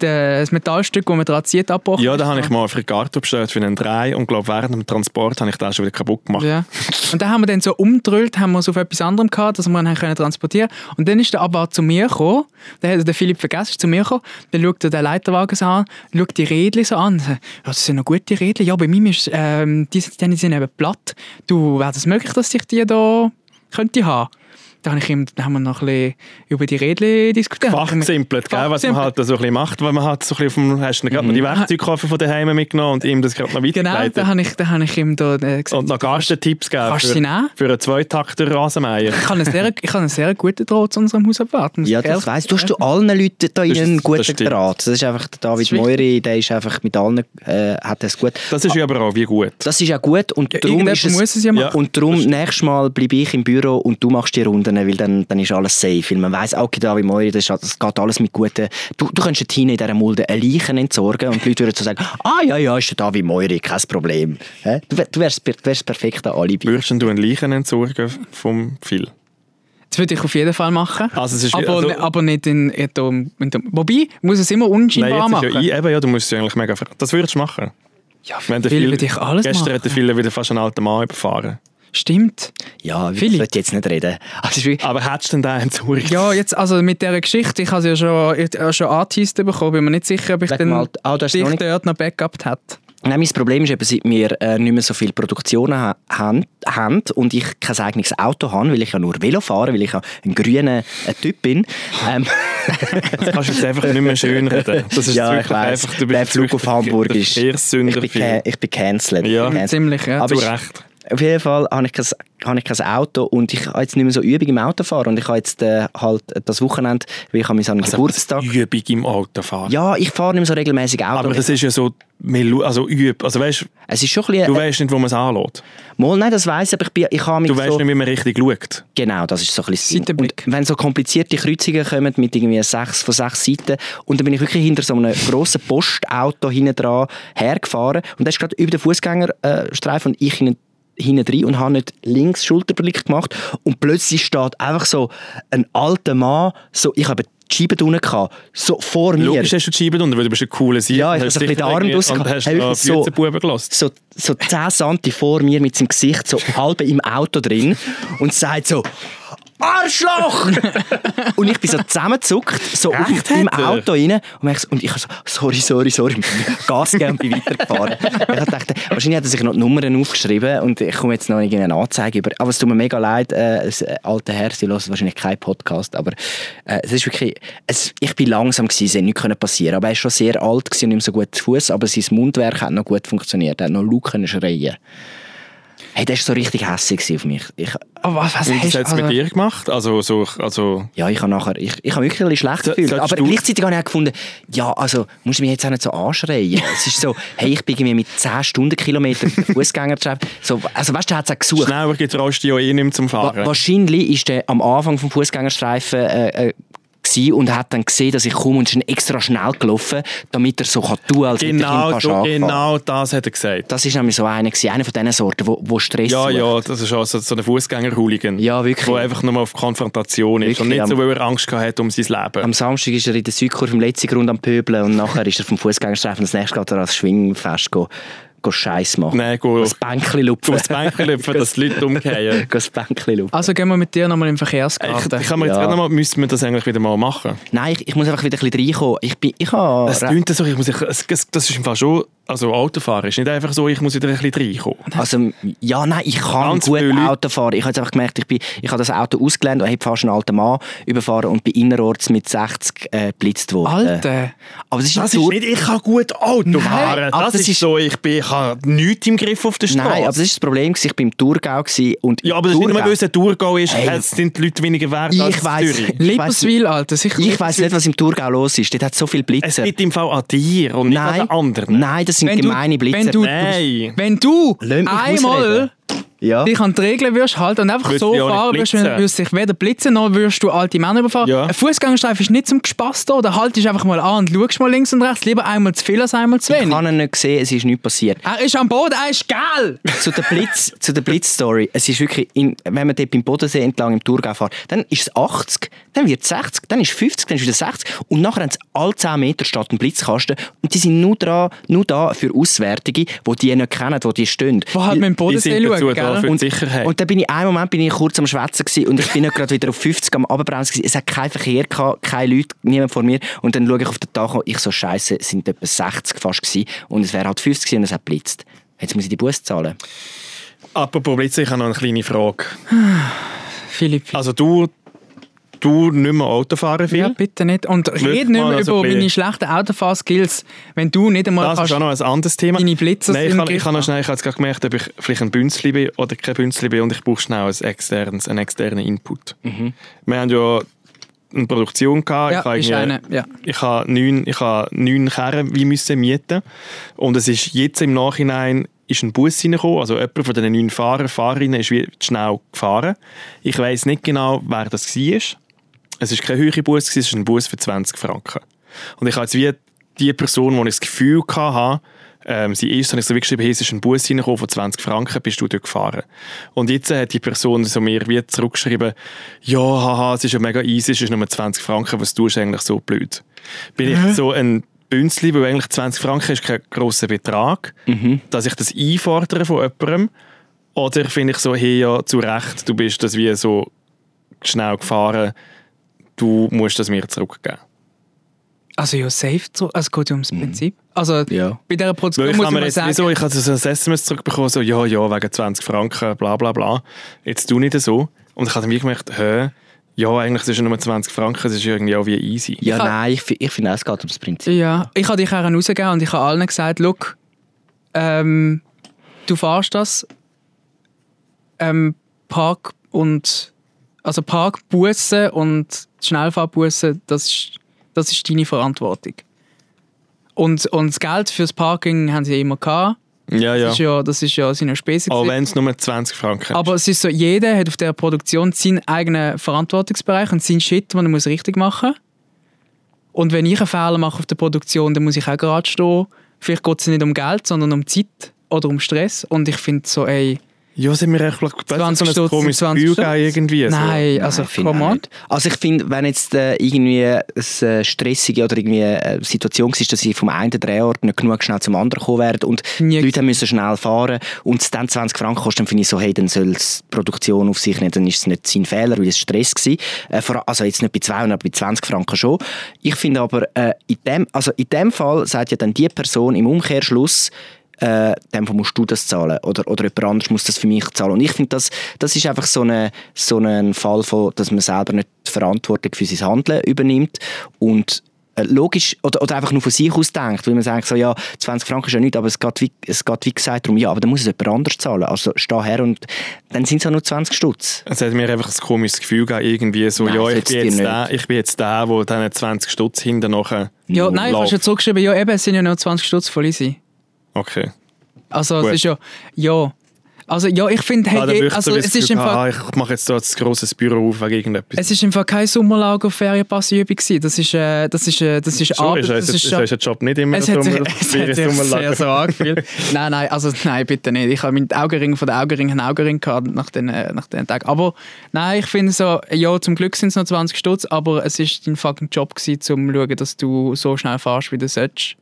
Speaker 3: der, das Metallstück, das man dran zieht, abgebrochen
Speaker 2: Ja, da
Speaker 3: ist.
Speaker 2: habe ich mal einen Frigato bestellt für einen Drei und glaube, während dem Transport habe ich das schon wieder kaputt gemacht.
Speaker 3: Ja. Und dann haben wir den so umgedrückt, haben wir es auf etwas anderem gehabt, dass wir ihn haben können transportieren Und dann ist der Abwart zu mir gekommen, dann hat er den Philipp vergessen, ist zu mir gekommen, dann schaut er den Leiterwagen so an, schaut die Rädchen so an, so, ja, das sind noch gute Rädchen, ja, bei mir ist, ähm, die, sind- die sind eben platt, du, wäre das möglich, dass ich die da könnte haben? Da, habe ich ihm, da haben wir noch ein bisschen über die Rädchen diskutiert.
Speaker 2: Fachsimpelt, gell, was man
Speaker 3: Fachsimpelt.
Speaker 2: halt da so ein bisschen macht, weil man halt so ein bisschen auf dem, hast du gerade noch die Werkzeugkoffer von daheim mitgenommen und ihm das gerade noch
Speaker 3: Mhm. Genau,
Speaker 2: weitergeleitet.
Speaker 3: da habe ich, da habe ich ihm da äh, gesagt,
Speaker 2: und noch Gastentipps gegeben
Speaker 3: Kannst du sie
Speaker 2: für,
Speaker 3: nehmen?
Speaker 2: für einen Zweitakter Rasenmeier.
Speaker 3: ich habe einen sehr, ich habe einen sehr guten Draht zu unserem Hausabwart. muss
Speaker 1: Ja,
Speaker 3: ich
Speaker 1: das
Speaker 3: ehrlich
Speaker 1: weiss.
Speaker 3: sagen.
Speaker 1: Du hast du allen Leuten da
Speaker 2: Das-
Speaker 1: einen
Speaker 2: das
Speaker 1: guten
Speaker 2: stimmt.
Speaker 1: Draht. Das ist einfach, der David
Speaker 3: ist wichtig.
Speaker 1: Meury, der ist einfach mit allen, äh, hat das gut.
Speaker 2: Das ist ja aber auch wie gut.
Speaker 1: Das ist ja gut und darum
Speaker 3: Irgendjemand
Speaker 1: ist es...
Speaker 3: muss es ja machen.
Speaker 1: Und darum, nächstes Mal bleibe ich im Büro und du machst die Runden, weil dann, dann ist alles safe. Weil man weiss, okay, David Meury, das, ist- halt- das geht alles mit guten... Du, du könntest eine Tine in dieser Mulde eine Leiche entsorgen und die Leute würden so sagen, *laughs* ah ja, ja, ist der David Meury, kein Problem. Hä? Du, wär- du wärst, per- du wärst perfekt an Alibi.
Speaker 2: Würdest denn du einen Leichen entsorgen vom Phil?
Speaker 3: Das würde ich auf jeden Fall machen.
Speaker 2: Also es ist-
Speaker 3: aber, ne,
Speaker 2: also-
Speaker 3: aber nicht in, in, in, in, Wobei, muss es immer unscheinbar
Speaker 2: Nein,
Speaker 3: machen.
Speaker 2: jetzt ist ja, eben, ja, du musst es ja eigentlich mega... ver- Das würdest du machen.
Speaker 3: ja,
Speaker 2: Wenn der
Speaker 3: viel
Speaker 2: Phil-
Speaker 3: würde ich alles
Speaker 2: Gestern hat der
Speaker 3: machen.
Speaker 2: Phil wieder fast einen alten Mann überfahren.
Speaker 3: Stimmt.
Speaker 1: Ja, ich
Speaker 3: Philipp.
Speaker 1: will jetzt nicht reden. *laughs* Also, es ist wirklich-
Speaker 2: Aber hättest du denn den entsorgt?
Speaker 3: Ja, jetzt also mit dieser Geschichte, ich habe sie ja schon, ich habe schon angeteased bekommen, bin mir nicht sicher, ob ich
Speaker 1: Wegen
Speaker 3: dann
Speaker 1: Malt- ah, du hast
Speaker 3: dich
Speaker 1: noch nicht-
Speaker 3: dort noch backupt hätte.
Speaker 1: Nein, mein Problem ist eben, seit wir äh, nicht mehr so viele Produktionen ha haben, haben und ich kein eigenes Auto habe, weil ich ja nur Velo fahre, weil ich ja ein grüner äh, Typ bin. Ähm,
Speaker 2: Das kannst du jetzt einfach nicht mehr schön reden. *laughs* Das ist
Speaker 1: ja,
Speaker 2: wirklich
Speaker 1: ich weiss,
Speaker 2: einfach... Du bist
Speaker 1: der Flug
Speaker 2: wirklich
Speaker 1: auf Hamburg
Speaker 2: der
Speaker 1: ist...
Speaker 2: Verkehrssünder,
Speaker 1: Ich bin,
Speaker 2: Phil.
Speaker 1: ca- ich bin cancelled.
Speaker 2: Ja.
Speaker 1: Ich bin cancelled.
Speaker 3: Ziemlich, ja.
Speaker 1: Aber
Speaker 2: Zu
Speaker 1: ich-
Speaker 2: Recht.
Speaker 1: Auf jeden Fall habe ich, kein, habe ich kein Auto und ich habe jetzt nicht mehr so Übung im Autofahren und ich habe jetzt äh, halt das Wochenende, weil ich habe meinen
Speaker 2: Also,
Speaker 1: Geburtstag...
Speaker 2: Übung im Autofahren.
Speaker 1: Ja, ich fahre nicht mehr so regelmäßig Auto.
Speaker 2: aber das ist ja so... man lu- Also üb... Also weißt,
Speaker 1: es ist schon ein bisschen...
Speaker 2: du weißt nicht, wo man es anlädt.
Speaker 1: Mal, nein, das weiss ich, aber ich, bin, ich habe mich
Speaker 2: Du weißt
Speaker 1: so...
Speaker 2: nicht, wie man richtig schaut.
Speaker 1: Genau, das ist so ein bisschen das Ding. Und
Speaker 3: Seitenblick.
Speaker 1: wenn so komplizierte Kreuzungen kommen mit irgendwie sechs von sechs Seiten und dann bin ich wirklich hinter so einem grossen Postauto hinten dran hergefahren und das ist gerade über den Fußgängerstreifen und ich hinten hinten rein und habe nicht links Schulterblick gemacht und plötzlich steht einfach so ein alter Mann, so, ich habe die Scheibe unten gehabt, so vor mir.
Speaker 2: Logisch hast du die Scheibe drunter, weil du bist ein cooler Sieg.
Speaker 1: Ja, ich
Speaker 2: Hast
Speaker 1: hab so ein bisschen den Arm
Speaker 2: sicher
Speaker 1: draussen
Speaker 2: irgendwie- Und
Speaker 1: gehabt.
Speaker 2: hast
Speaker 1: Hey,
Speaker 2: da
Speaker 1: wirklich so-
Speaker 2: 14 Buben gelassen.
Speaker 1: so, so 10 Santi vor mir mit seinem Gesicht so halb im Auto drin und sagt so
Speaker 2: *laughs*
Speaker 1: Arschloch! und ich bin so zusammengezuckt, so auf,
Speaker 2: Echt,
Speaker 1: im
Speaker 2: hat er?
Speaker 1: Auto rein und, ich so, und ich so, sorry, sorry, sorry, *laughs* Gas gegeben und bin weitergefahren. ich dachte, wahrscheinlich hat er sich noch die Nummern aufgeschrieben und ich komme jetzt noch irgendeine Anzeige über. Aber es tut mir mega leid, äh, das äh, alte Herr, sie hören wahrscheinlich keinen Podcast, aber äh, es ist wirklich, es, ich bin langsam gewesen, es hätte nichts können passieren aber er ist schon sehr alt gewesen und nicht mehr so gut zu Fuß, aber sein Mundwerk hat noch gut funktioniert, er hat noch laut können schreien. Hey, der war so richtig hässlich gewesen auf mich. Ich,
Speaker 3: Aber was, was
Speaker 2: Und
Speaker 3: hast
Speaker 2: das
Speaker 3: du?
Speaker 2: hat es mit
Speaker 3: Also,
Speaker 2: dir gemacht? Also, so, also
Speaker 1: Ja, ich habe nachher, ich, ich habe wirklich ein bisschen schlecht
Speaker 2: So-
Speaker 1: gefühlt,
Speaker 2: solltest
Speaker 1: aber
Speaker 2: du-
Speaker 1: gleichzeitig habe ich auch gefunden, ja, also, musst du mich jetzt auch nicht so
Speaker 2: *laughs*
Speaker 1: anschreien. es ist so, hey, ich bin irgendwie mit 10 Stundenkilometern Fußgänger so, also weißt du, der hat es auch gesucht.
Speaker 2: schneller geht Rosti ja eh nicht mehr zum
Speaker 1: Wa
Speaker 2: Fahren.
Speaker 1: wahrscheinlich ist der am Anfang vom Fußgängerstreifen äh, äh, gsi und hat dann gesehen, dass ich komme und ist dann extra schnell gelaufen, damit er so kann tun, als hätte ich ihn
Speaker 2: genau,
Speaker 1: fast
Speaker 2: so,
Speaker 1: angefahren.
Speaker 2: genau das hat er gesagt.
Speaker 1: Das ist nämlich so einer gewesen, einer von diesen Sorten, wo, wo Stress
Speaker 2: ja,
Speaker 1: sucht.
Speaker 2: ja, das ist auch so, so ein Fußgänger-Hooligan.
Speaker 1: Ja, wirklich.
Speaker 2: Der einfach nur auf Konfrontation ist. Und
Speaker 1: Wirklich,
Speaker 2: nicht so,
Speaker 1: am-
Speaker 2: weil er Angst gehabt hat um sein Leben.
Speaker 1: Am Samstag ist er in der Südkurve im letzten Grund am Pöbeln und nachher ist er vom Fußgängerstreifen das nächste geht er ans Schwingfest go, go Scheiß machen.
Speaker 2: Nein, go-
Speaker 1: Go Das Bänkli lupfen.
Speaker 2: Aufs Bänkchen lüpfen, dass die
Speaker 1: *laughs*
Speaker 2: Leute umkehren.
Speaker 1: Go das Bänkli lupfen.
Speaker 3: also gehen wir mit dir nochmal im
Speaker 2: Ich,
Speaker 3: Verkehrsgarten.
Speaker 2: ich kann mir jetzt
Speaker 1: Ja.
Speaker 2: ja. nochmal, müssen wir das eigentlich wieder mal machen?
Speaker 1: Nein, ich, ich muss einfach wieder ein bisschen reinkommen. Ich bin, ich habe...
Speaker 2: Es klingt so, ich muss, ich, es, es- das ist im Fall schon, also Autofahren ist nicht einfach so, ich muss wieder ein bisschen reinkommen.
Speaker 1: Also, ja, nein, ich kann
Speaker 2: Ganz
Speaker 1: gut
Speaker 2: viele Leute-
Speaker 1: Auto fahren. Ich habe jetzt einfach gemerkt, ich, bin, ich habe das Auto ausgelernt und habe fast einen alten Mann überfahren und bin innerorts mit 60 äh, geblitzt worden. Äh,
Speaker 3: Alter,
Speaker 1: Aber es ist
Speaker 2: Das
Speaker 1: ein
Speaker 2: ist
Speaker 1: Zur-
Speaker 2: nicht, ich kann gut Auto fahren.
Speaker 1: aber
Speaker 2: das,
Speaker 1: das
Speaker 2: ist
Speaker 1: ist-
Speaker 2: so, ich, bin, ich habe nichts im Griff auf der Straße.
Speaker 1: Nein, aber das war das Problem. gewesen. Ich war im Thurgau gewesen und
Speaker 2: ja, aber das
Speaker 1: im
Speaker 2: ist
Speaker 1: Thurgau-
Speaker 2: nicht mehr, weil es ein Thurgau ist,
Speaker 1: Hey.
Speaker 2: es sind die Leute weniger wert als
Speaker 1: Ich
Speaker 2: in
Speaker 1: weiss,
Speaker 2: Zürich.
Speaker 1: ich weiss,
Speaker 3: Liebeswil, Alter, sicher.
Speaker 1: ich weiss nicht, was im Thurgau los ist. Dort hat es so viele
Speaker 2: Es
Speaker 1: Blitzer.
Speaker 2: liegt im Fall an dir und nicht an
Speaker 1: nein,
Speaker 2: den anderen.
Speaker 1: nein, das sind
Speaker 3: Wenn du-
Speaker 1: gemeine Blitzer.
Speaker 3: wenn du-
Speaker 2: Nein.
Speaker 3: Wenn du
Speaker 1: Lass mich
Speaker 3: einmal
Speaker 1: ausreden. ja.
Speaker 3: dich an die Regeln würdest halten und einfach
Speaker 2: Würdest
Speaker 3: so
Speaker 2: du ja auch nicht
Speaker 3: fahren würdest,
Speaker 2: blitzen.
Speaker 3: würdest dich weder blitzen noch würdest du alte Männer überfahren.
Speaker 2: Ja.
Speaker 3: Ein Fußgängerstreifen ist nicht zum Gespass da. Da haltest du einfach mal an und schaust mal links und rechts. Lieber einmal zu viel als einmal zu
Speaker 1: ich
Speaker 3: wenig.
Speaker 1: habe ihn nicht gesehen, es ist nichts passiert.
Speaker 3: Er ist am Boden, er ist geil.
Speaker 1: zu der Blitz, zu der Blitzstory. Es ist wirklich, in, wenn man dort beim Bodensee entlang im Thurgau fährt, dann ist es 80, dann wird es 60, dann ist es 50, dann ist es wieder 60 und nachher haben sie alle 10 Meter statt einen Blitzkasten und die sind nur da, nur da für Auswärtige, die die nicht kennen, die die stehen.
Speaker 3: Wo halt mit dem
Speaker 2: Die
Speaker 3: Bodensee
Speaker 2: sind dazu
Speaker 3: schaut,
Speaker 2: da
Speaker 3: gell?
Speaker 2: für die
Speaker 1: Und-
Speaker 2: Sicherheit.
Speaker 1: Und dann bin ich, einen Moment bin ich kurz am Schwätzen gewesen und ich bin nicht gerade wieder auf 50 am Abbremsen gewesen. Es hat keinen Verkehr gehabt, keine Leute, niemand vor mir. Und dann schaue ich auf den Tacho, ich so, Scheiße, es sind etwa 60 fast gewesen und es wäre halt 50 gewesen und es hat blitzt. Jetzt muss ich die Buße zahlen.
Speaker 2: Apropos Blitz, ich habe noch eine kleine Frage.
Speaker 3: Philipp.
Speaker 2: Also du, du nicht mehr Auto fahren,
Speaker 3: Ja,
Speaker 2: Philipp.
Speaker 3: bitte nicht. Und red nicht
Speaker 2: mal,
Speaker 3: mehr
Speaker 2: also
Speaker 3: über
Speaker 2: bitte.
Speaker 3: meine schlechten Autofahrskills, wenn du nicht einmal
Speaker 2: Das ist auch noch ein anderes Thema.
Speaker 3: deine Blitzer
Speaker 2: Nein, ich
Speaker 3: im
Speaker 2: kann,
Speaker 3: Griff
Speaker 2: ich kann noch
Speaker 3: haben.
Speaker 2: schnell, ich habe jetzt gerade gemerkt, ob ich vielleicht ein Bünzli bin oder kein Bünzli bin und ich brauche schnell ein externes, einen externen Input. Wir haben ja eine Produktion gehabt.
Speaker 3: Mhm. Ja,
Speaker 2: ich habe
Speaker 3: ist
Speaker 2: irgendwie-
Speaker 3: eine, ja.
Speaker 2: ich habe neun, ich habe neun Kerne wie müssen mieten und es ist jetzt im Nachhinein ist ein Bus reingekommen, also jemand von den neun Fahrern, Fahrerinnen ist wie zu schnell gefahren. Ich weiß nicht genau, wer das war. Es ist kein höherer Bus, gewesen, es ist ein Bus für 20 Franken. Und ich habe jetzt wie die Person, wo ich das Gefühl hatte, ähm, sie ist, habe ich so wie geschrieben, hey, es ist ein Bus reingekommen von 20 Franken, bist du dort gefahren. Und jetzt äh, hat die Person so mir wie zurückgeschrieben, ja, haha, es ist ja mega easy, es ist nur 20 Franken, was tust du eigentlich so blöd? Bin ich so ein Bünzli, weil eigentlich 20 Franken ist kein grosser Betrag, dass ich das einfordere von jemandem, oder finde ich so, hey, ja, zu Recht, du bist das wie so schnell gefahren, du musst das mir zurückgeben.
Speaker 3: Also ja, safe zu. Also es geht ja ums Prinzip. Also
Speaker 1: Ja.
Speaker 3: bei dieser
Speaker 2: Mhm. Weil
Speaker 3: Produktion
Speaker 2: ich
Speaker 3: muss ich
Speaker 2: habe mir
Speaker 3: mal
Speaker 2: jetzt
Speaker 3: sagen,
Speaker 2: wieso, ich habe so ein SMS zurückbekommen, so, ja, ja, wegen 20 Franken, bla, bla, bla. Jetzt tu nicht so. Und ich habe dann wie gemerkt, hä, ja, eigentlich ist es nur 20 Franken, das ist irgendwie auch wie easy.
Speaker 1: Ja,
Speaker 3: Ich hab-
Speaker 1: nein, ich, fi- ich finde auch, es geht ums Prinzip.
Speaker 3: ja, ich habe dich auch rausgegeben und ich habe allen gesagt, look, ähm, du fährst das, ähm, Park und also Parkbussen und Schnellfahrbussen, das ist, das ist deine Verantwortung. Und, und das Geld fürs Parking haben sie immer gehabt.
Speaker 2: Ah, Ja,
Speaker 3: Das ist ja, das ist ja seine Spesen.
Speaker 2: Auch
Speaker 3: gewesen.
Speaker 2: wenn es nur 20 Franken ist.
Speaker 3: Aber es ist so, jeder hat auf der Produktion seinen eigenen Verantwortungsbereich und seinen Shit, den er muss richtig machen muss. Und wenn ich einen Fehler mache auf der Produktion, dann muss ich auch gerade stehen. Vielleicht geht es nicht um Geld, sondern um Zeit oder um Stress. Und ich finde so, ey,
Speaker 2: Ja, sind wir echt plötzlich
Speaker 3: 20
Speaker 2: so ein
Speaker 3: Stutz
Speaker 2: komisches
Speaker 3: sind 20
Speaker 2: Gefühl
Speaker 3: Stutz.
Speaker 2: gegeben irgendwie. So.
Speaker 3: nein, also
Speaker 1: Nein, finde
Speaker 3: come
Speaker 1: auch
Speaker 3: on.
Speaker 1: nicht. Also ich finde, wenn jetzt äh, irgendwie eine äh, stressige oder irgendwie eine Situation war, dass sie vom einen Drehort nicht genug schnell zum anderen gekommen wären und
Speaker 3: Nie
Speaker 1: die Leute müssen schnell fahren und es dann 20 Franken kostet, dann finde ich so, hey, dann soll es die Produktion auf sich nehmen, dann ist es nicht sein Fehler, weil es Stress war. Äh, vor- also jetzt nicht bei 200, aber bei 20 Franken schon. Ich finde aber, äh, in, dem, also in dem Fall sagt ja dann die Person im Umkehrschluss, äh, dem musst du das zahlen oder, oder jemand anderes muss das für mich zahlen. Und ich finde, das, das ist einfach so, eine, so ein Fall, von, dass man selber nicht die Verantwortung für sein Handeln übernimmt und äh, logisch oder, oder einfach nur von sich aus denkt, weil man sagt so, ja, 20 Franken ist ja nichts, aber es geht, wie, es geht wie gesagt darum, ja, aber dann muss es jemand anders zahlen. Also steh her und dann sind es ja nur 20 Stutz.
Speaker 2: Es hat mir einfach ein komisches Gefühl gegeben, irgendwie so,
Speaker 1: Nein,
Speaker 2: ja, ich
Speaker 1: jetzt
Speaker 2: bin,
Speaker 1: dir
Speaker 2: jetzt
Speaker 1: nicht.
Speaker 2: der, ich bin jetzt der, der dann 20 Stutz hinten nachher
Speaker 3: Ja, nein, ich habe
Speaker 2: läuft.
Speaker 3: schon zurückgeschrieben, ja eben, es sind ja nur 20 Stutz voll easy.
Speaker 2: Okay.
Speaker 3: Also
Speaker 2: Gut.
Speaker 3: es ist ja, ja. Also ja, ich finde,
Speaker 2: Ah, dann
Speaker 3: hey, je-
Speaker 2: würde ich
Speaker 3: also
Speaker 2: so
Speaker 3: es ist im Fall...
Speaker 2: ah, ich mache jetzt da ein grosses Büro auf wegen irgendetwas.
Speaker 3: Es ist im Fall keine Sommerlager Ferienpassübung gewesen. Das ist, äh, das ist, äh, das ist
Speaker 2: so,
Speaker 3: Arbeit,
Speaker 2: ist,
Speaker 3: das
Speaker 2: ist, ist,
Speaker 3: ist
Speaker 2: ist, der Job nicht immer
Speaker 3: Es
Speaker 2: so
Speaker 3: hat sich,
Speaker 2: ein-
Speaker 3: es
Speaker 2: wie
Speaker 3: hat
Speaker 2: ein
Speaker 3: sich
Speaker 2: Sommerlager.
Speaker 3: sehr so
Speaker 2: *laughs*
Speaker 3: angefühlt. nein, nein, also nein, bitte nicht. Ich habe meinen Augenring von den Augenring einen Augenring gehabt nach den, äh, nach den Tagen. Aber nein, ich finde so, ja, zum Glück sind es noch 20 Stutz, aber es ist dein fucking Job gewesen, zum zu schauen, dass du so schnell fährst, wie du sollst.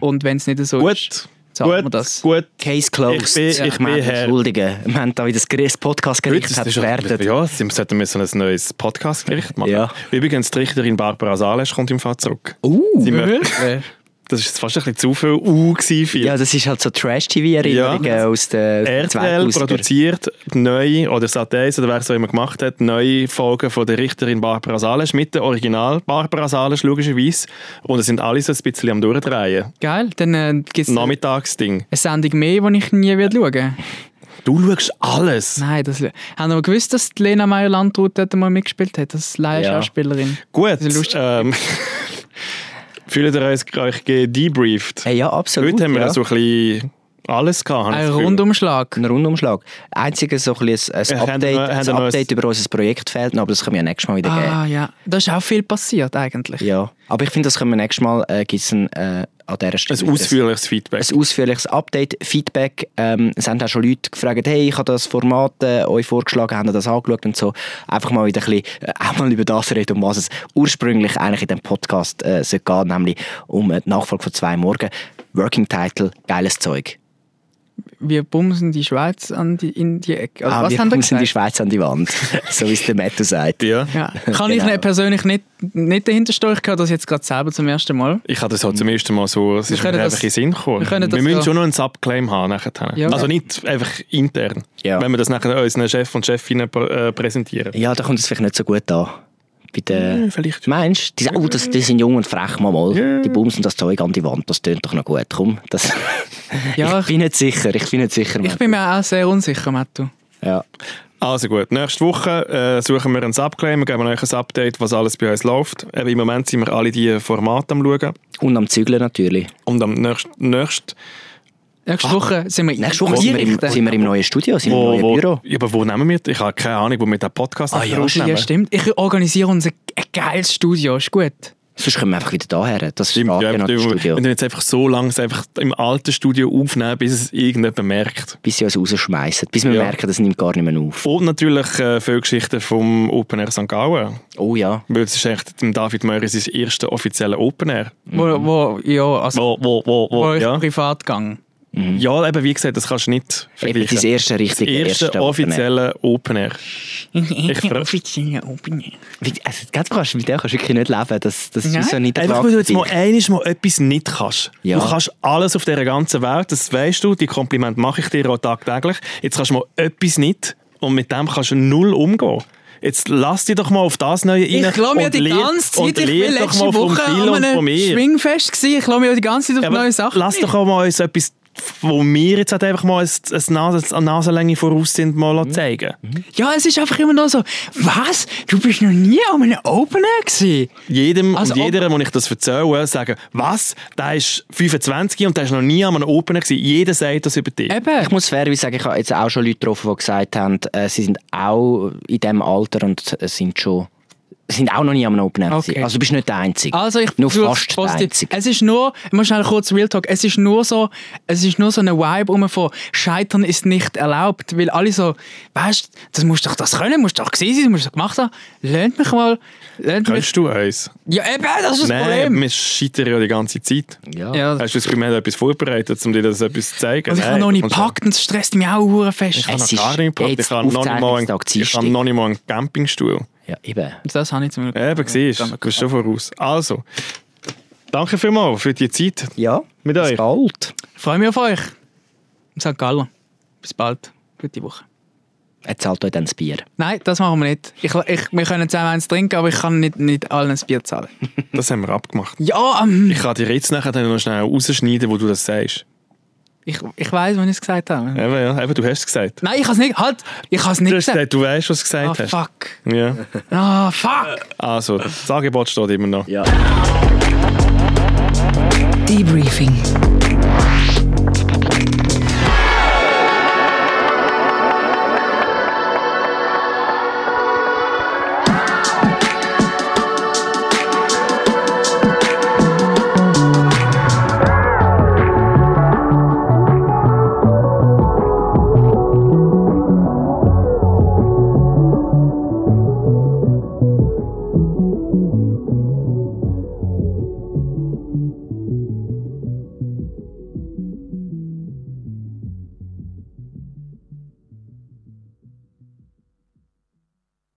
Speaker 3: Und wenn es nicht
Speaker 2: Mhm.
Speaker 3: so ist,
Speaker 2: Gut,
Speaker 3: zahlen wir
Speaker 2: gut,
Speaker 3: das.
Speaker 2: gut.
Speaker 1: Case closed.
Speaker 2: Ich bin- ich
Speaker 1: wir
Speaker 2: bin
Speaker 1: haben
Speaker 2: Herr.
Speaker 1: Entschuldigen. Wir haben da wieder das Gericht- das Podcastgericht
Speaker 2: Heute
Speaker 1: hat
Speaker 2: ist das
Speaker 1: bewertet.
Speaker 2: schon- Ja, sie sollten wir so ein neues Podcastgericht machen.
Speaker 1: Ja.
Speaker 2: Übrigens, die Richterin Barbara Sales kommt im Fall zurück.
Speaker 1: Uh,
Speaker 2: Sie möchte- *laughs* Das ist jetzt fast ein bisschen zu viel U gewesen. für-
Speaker 1: ja, das ist halt so Trash-TV-Erinnerungen
Speaker 2: Ja.
Speaker 1: aus der
Speaker 2: RTL
Speaker 1: 2000er.
Speaker 2: produziert neue, oder Sat1 oder wer es auch immer gemacht hat, neue Folgen von der Richterin Barbara Sales mit der Original Barbara Sales, logischerweise. Und es sind alle so ein bisschen am Durchdrehen.
Speaker 3: Geil, dann äh, gibt es eine
Speaker 2: Nachmittagsding.
Speaker 3: Sendung mehr, die ich nie werde schauen
Speaker 2: Du schaust alles.
Speaker 3: Nein, das... Haben wir gewusst, dass die Lena Meyer-Landrut dort mal mitgespielt hat, als Laienschauspielerin?
Speaker 2: Gut.
Speaker 3: Das ist lustig.
Speaker 2: Ähm, *laughs* fühlt ihr euch, euch gedebrieft?
Speaker 1: Hey, ja, absolut.
Speaker 2: Heute haben wir also-
Speaker 1: ja.
Speaker 2: so ein bisschen alles gehabt. habe ich
Speaker 3: Ein
Speaker 2: das Gefühl.
Speaker 3: Rundumschlag.
Speaker 1: einen Rundumschlag. Einziges so ein, bisschen ein
Speaker 2: Ja, haben
Speaker 1: Update,
Speaker 2: wir- haben
Speaker 1: ein
Speaker 2: wir noch
Speaker 1: Update über unser Projekt fehlt noch, aber das können wir ja nächstes Mal wieder geben.
Speaker 3: Ah ja, da ist auch viel passiert eigentlich.
Speaker 1: Ja. Aber ich finde, das können wir nächstes Mal äh, gibt's ein, äh, an dieser Stelle.
Speaker 2: Ein ausführliches Feedback.
Speaker 1: ein ausführliches Update, Feedback. Ähm, es haben auch schon Leute gefragt, hey, ich habe das Format äh, euch vorgeschlagen, haben ihr das angeschaut und so. Einfach mal wieder ein bisschen, äh, auch mal über das reden, um was es ursprünglich eigentlich in dem Podcast äh, sollte gehen, nämlich um äh, die Nachfolge von zwei Morgen. Working Title, geiles Zeug.
Speaker 3: wir bumsen die Schweiz an die, in die Ecke. Also,
Speaker 1: ah,
Speaker 3: was
Speaker 1: wir
Speaker 3: haben wir
Speaker 1: bumsen
Speaker 3: gesagt?
Speaker 1: die Schweiz an die Wand, *laughs* so wie es der Matthew sagt.
Speaker 2: Ja.
Speaker 1: *laughs*
Speaker 3: ja. Kann ich
Speaker 1: Genau.
Speaker 3: nicht, persönlich nicht, nicht dahinter stehen. Ich höre das jetzt gerade selber zum ersten Mal.
Speaker 2: Ich habe das halt zum ersten Mal so, es
Speaker 3: Wir
Speaker 2: ist mir
Speaker 3: können
Speaker 2: einfach
Speaker 3: das-
Speaker 2: in den Sinn gekommen.
Speaker 3: wir
Speaker 2: Wir,
Speaker 3: können das
Speaker 2: müssen
Speaker 3: ja-
Speaker 2: schon noch einen Subclaim haben. Nachher.
Speaker 3: Ja.
Speaker 2: Also nicht einfach intern.
Speaker 1: Ja.
Speaker 2: Wenn wir das nachher unseren Chef und Chefinnen pr- äh, präsentieren.
Speaker 1: Ja, da kommt es vielleicht nicht so gut an. Bei den,
Speaker 2: Ja, vielleicht schon.
Speaker 1: Meinst du? Die, sagen, oh, das, die sind jung und frech, mal mal.
Speaker 2: Ja.
Speaker 1: Die bumsen das Zeug an die Wand, das tönt doch noch gut. Komm,
Speaker 2: *laughs*
Speaker 1: das,
Speaker 3: Ja,
Speaker 1: ich bin nicht sicher, ich bin nicht sicher.
Speaker 3: Ich
Speaker 1: Mann.
Speaker 3: bin mir auch sehr unsicher, Mattu.
Speaker 1: ja.
Speaker 2: Also gut, nächste Woche äh, suchen wir einen Subclaim, geben euch ein Update, was alles bei uns läuft. Eben Im Moment sind wir alle die Formate am schauen. um
Speaker 1: Und am Zügeln natürlich.
Speaker 2: Und am nächsten, nächsten
Speaker 3: Nächste Woche sind wir
Speaker 1: Ah. Nächste Woche sind wir, im,
Speaker 3: Richter.
Speaker 1: sind wir im neuen Studio, sind wir im neuen Büro.
Speaker 2: Ja, aber wo nehmen wir? Ich habe keine Ahnung, wo wir den Podcast
Speaker 1: Ah, ja,
Speaker 2: nachher aufnehmen.
Speaker 3: Ja, stimmt. Ich organisiere uns ein ein geiles Studio, ist gut.
Speaker 1: Sonst kommen wir einfach wieder daher. Das ist
Speaker 2: Stimmt,
Speaker 1: das
Speaker 2: ja,
Speaker 1: genannte
Speaker 2: wir
Speaker 1: Ah, Studio.
Speaker 2: wir jetzt einfach so lange es einfach im alten Studio aufnehmen, bis es irgendjemand merkt.
Speaker 1: Bis sie uns rausschmeißen. Bis wir
Speaker 2: Ja.
Speaker 1: merken, das nimmt gar nicht mehr auf.
Speaker 2: Und natürlich äh, viele Geschichten vom Open Air St. Gallen.
Speaker 1: Oh ja.
Speaker 2: Weil es ist echt dem David Möhrer sein erster offizieller Open Air.
Speaker 1: Mhm.
Speaker 3: Wo, wo, ja, also,
Speaker 2: Wo, wo, wo,
Speaker 3: wo,
Speaker 2: wo,
Speaker 3: ich
Speaker 2: ja.
Speaker 3: privat gegangen.
Speaker 2: ja, eben wie gesagt, das kannst du nicht
Speaker 1: Eben dein
Speaker 2: vergleichen.
Speaker 1: erste richtige
Speaker 2: Erster
Speaker 1: erste
Speaker 2: offizielle Open Air.
Speaker 3: *laughs*
Speaker 2: Ich freu-
Speaker 3: Offizielle Open.
Speaker 1: Also, ganz kannst, mit dem kannst du wirklich nicht leben. Das, das ist
Speaker 3: Nein.
Speaker 1: uns so nicht
Speaker 2: Einfach weil du jetzt mal einiges mal etwas nicht kannst.
Speaker 1: Ja.
Speaker 2: Du kannst alles auf dieser ganzen Welt, das weißt du, die Komplimente mache ich dir auch tagtäglich. Jetzt kannst du mal etwas nicht und mit dem kannst du null umgehen. Jetzt lass dich doch mal auf das Neue rein.
Speaker 3: Ich lasse mir
Speaker 2: und
Speaker 3: die
Speaker 2: lehr-
Speaker 3: ganze
Speaker 2: und
Speaker 3: Zeit, ich
Speaker 2: lehr
Speaker 3: bin
Speaker 2: doch
Speaker 3: letzte
Speaker 2: mal vom
Speaker 3: Woche
Speaker 2: Phil und
Speaker 3: an
Speaker 2: von
Speaker 3: einem
Speaker 2: mir.
Speaker 3: Schwingfest gewesen. Ich lasse mir die ganze Zeit auf
Speaker 2: Aber
Speaker 3: neue Sachen
Speaker 2: Lass
Speaker 3: ein.
Speaker 2: doch auch mal uns etwas, wo wir jetzt halt einfach mal ein, ein Nase, eine Nasenlänge voraus sind, mal zeigen.
Speaker 3: Ja, es ist einfach immer noch so, was? Du bist noch nie an einem Open Air gewesen?
Speaker 2: Jedem
Speaker 3: Also
Speaker 2: und jeder, dem ich das erzähle, sagen, was, der ist 25 und der ist noch nie an einem Opener gewesen. Jeder sagt das über dich.
Speaker 1: Ich
Speaker 3: Eben.
Speaker 1: muss fairerweise sagen, ich habe jetzt auch schon Leute getroffen, die gesagt haben, äh, sie sind auch in diesem Alter und äh, sind schon sind auch noch nie am Open Air.
Speaker 3: Okay.
Speaker 1: gewesen. Also du bist nicht der Einzige.
Speaker 3: Also ich
Speaker 1: Nur
Speaker 3: versuch's
Speaker 1: fast der
Speaker 3: positiv.
Speaker 1: Einzige.
Speaker 3: Es ist nur, ich muss schnell kurz Real Talk, es ist nur so, es ist nur so eine Vibe um von Scheitern ist nicht erlaubt, weil alle so, weißt, das musst doch das können, musst doch gesehen sein, das musst doch gemacht haben. Lernt mich mal, lernt mich.
Speaker 2: Könntest du uns?
Speaker 3: Ja, eben, das ist das
Speaker 2: Nein,
Speaker 3: Problem.
Speaker 2: wir scheitern ja die ganze Zeit.
Speaker 1: ja.
Speaker 3: Ja,
Speaker 2: Hast du das Gefühl, wir haben etwas vorbereitet, um dir das etwas zu zeigen?
Speaker 3: und Also ich habe
Speaker 2: Nein,
Speaker 3: noch nicht
Speaker 2: du kannst-
Speaker 3: gepackt und es stresst mich auch hure fest.
Speaker 2: Ich habe
Speaker 1: Es
Speaker 2: noch
Speaker 1: ist
Speaker 2: gar nicht gepackt.
Speaker 1: jetzt
Speaker 2: Ich habe noch nicht mal einen,
Speaker 1: Aufzeichnungstag,
Speaker 2: ich habe noch nicht mal einen Campingstuhl.
Speaker 1: ja, eben.
Speaker 3: Das habe ich zum Glück.
Speaker 2: Eben, siehst du,
Speaker 3: Ja,
Speaker 2: du bist schon voraus. Also, danke vielmals für die Zeit.
Speaker 1: Ja,
Speaker 2: Mit
Speaker 1: es
Speaker 2: euch.
Speaker 1: geht.
Speaker 3: Ich freue mich auf euch. St. Gallen. Bis bald. Gute Woche.
Speaker 1: Er zahlt euch dann das Bier.
Speaker 3: Nein, das machen wir nicht. Ich, ich, wir können zusammen eins trinken, aber ich kann nicht, nicht allen ein
Speaker 2: *laughs*
Speaker 3: Bier zahlen.
Speaker 2: Das haben wir abgemacht.
Speaker 3: Ja, ähm,
Speaker 2: Ich kann dir jetzt nachher dann noch schnell rausschneiden, wo du das sagst.
Speaker 3: ich, ich weiß, wann ich es gesagt habe.
Speaker 2: Eben, ja. Eben, du hast es gesagt.
Speaker 3: Nein, ich habe es nicht. Halt, ich habe es
Speaker 2: Du
Speaker 3: nicht
Speaker 2: hast
Speaker 3: gesagt.
Speaker 2: gesagt, du weißt, was du
Speaker 3: Ah,
Speaker 2: gesagt hast.
Speaker 3: fuck.
Speaker 2: Ja.
Speaker 3: Ah, fuck.
Speaker 2: Also, das Angebot steht immer noch.
Speaker 4: Debriefing.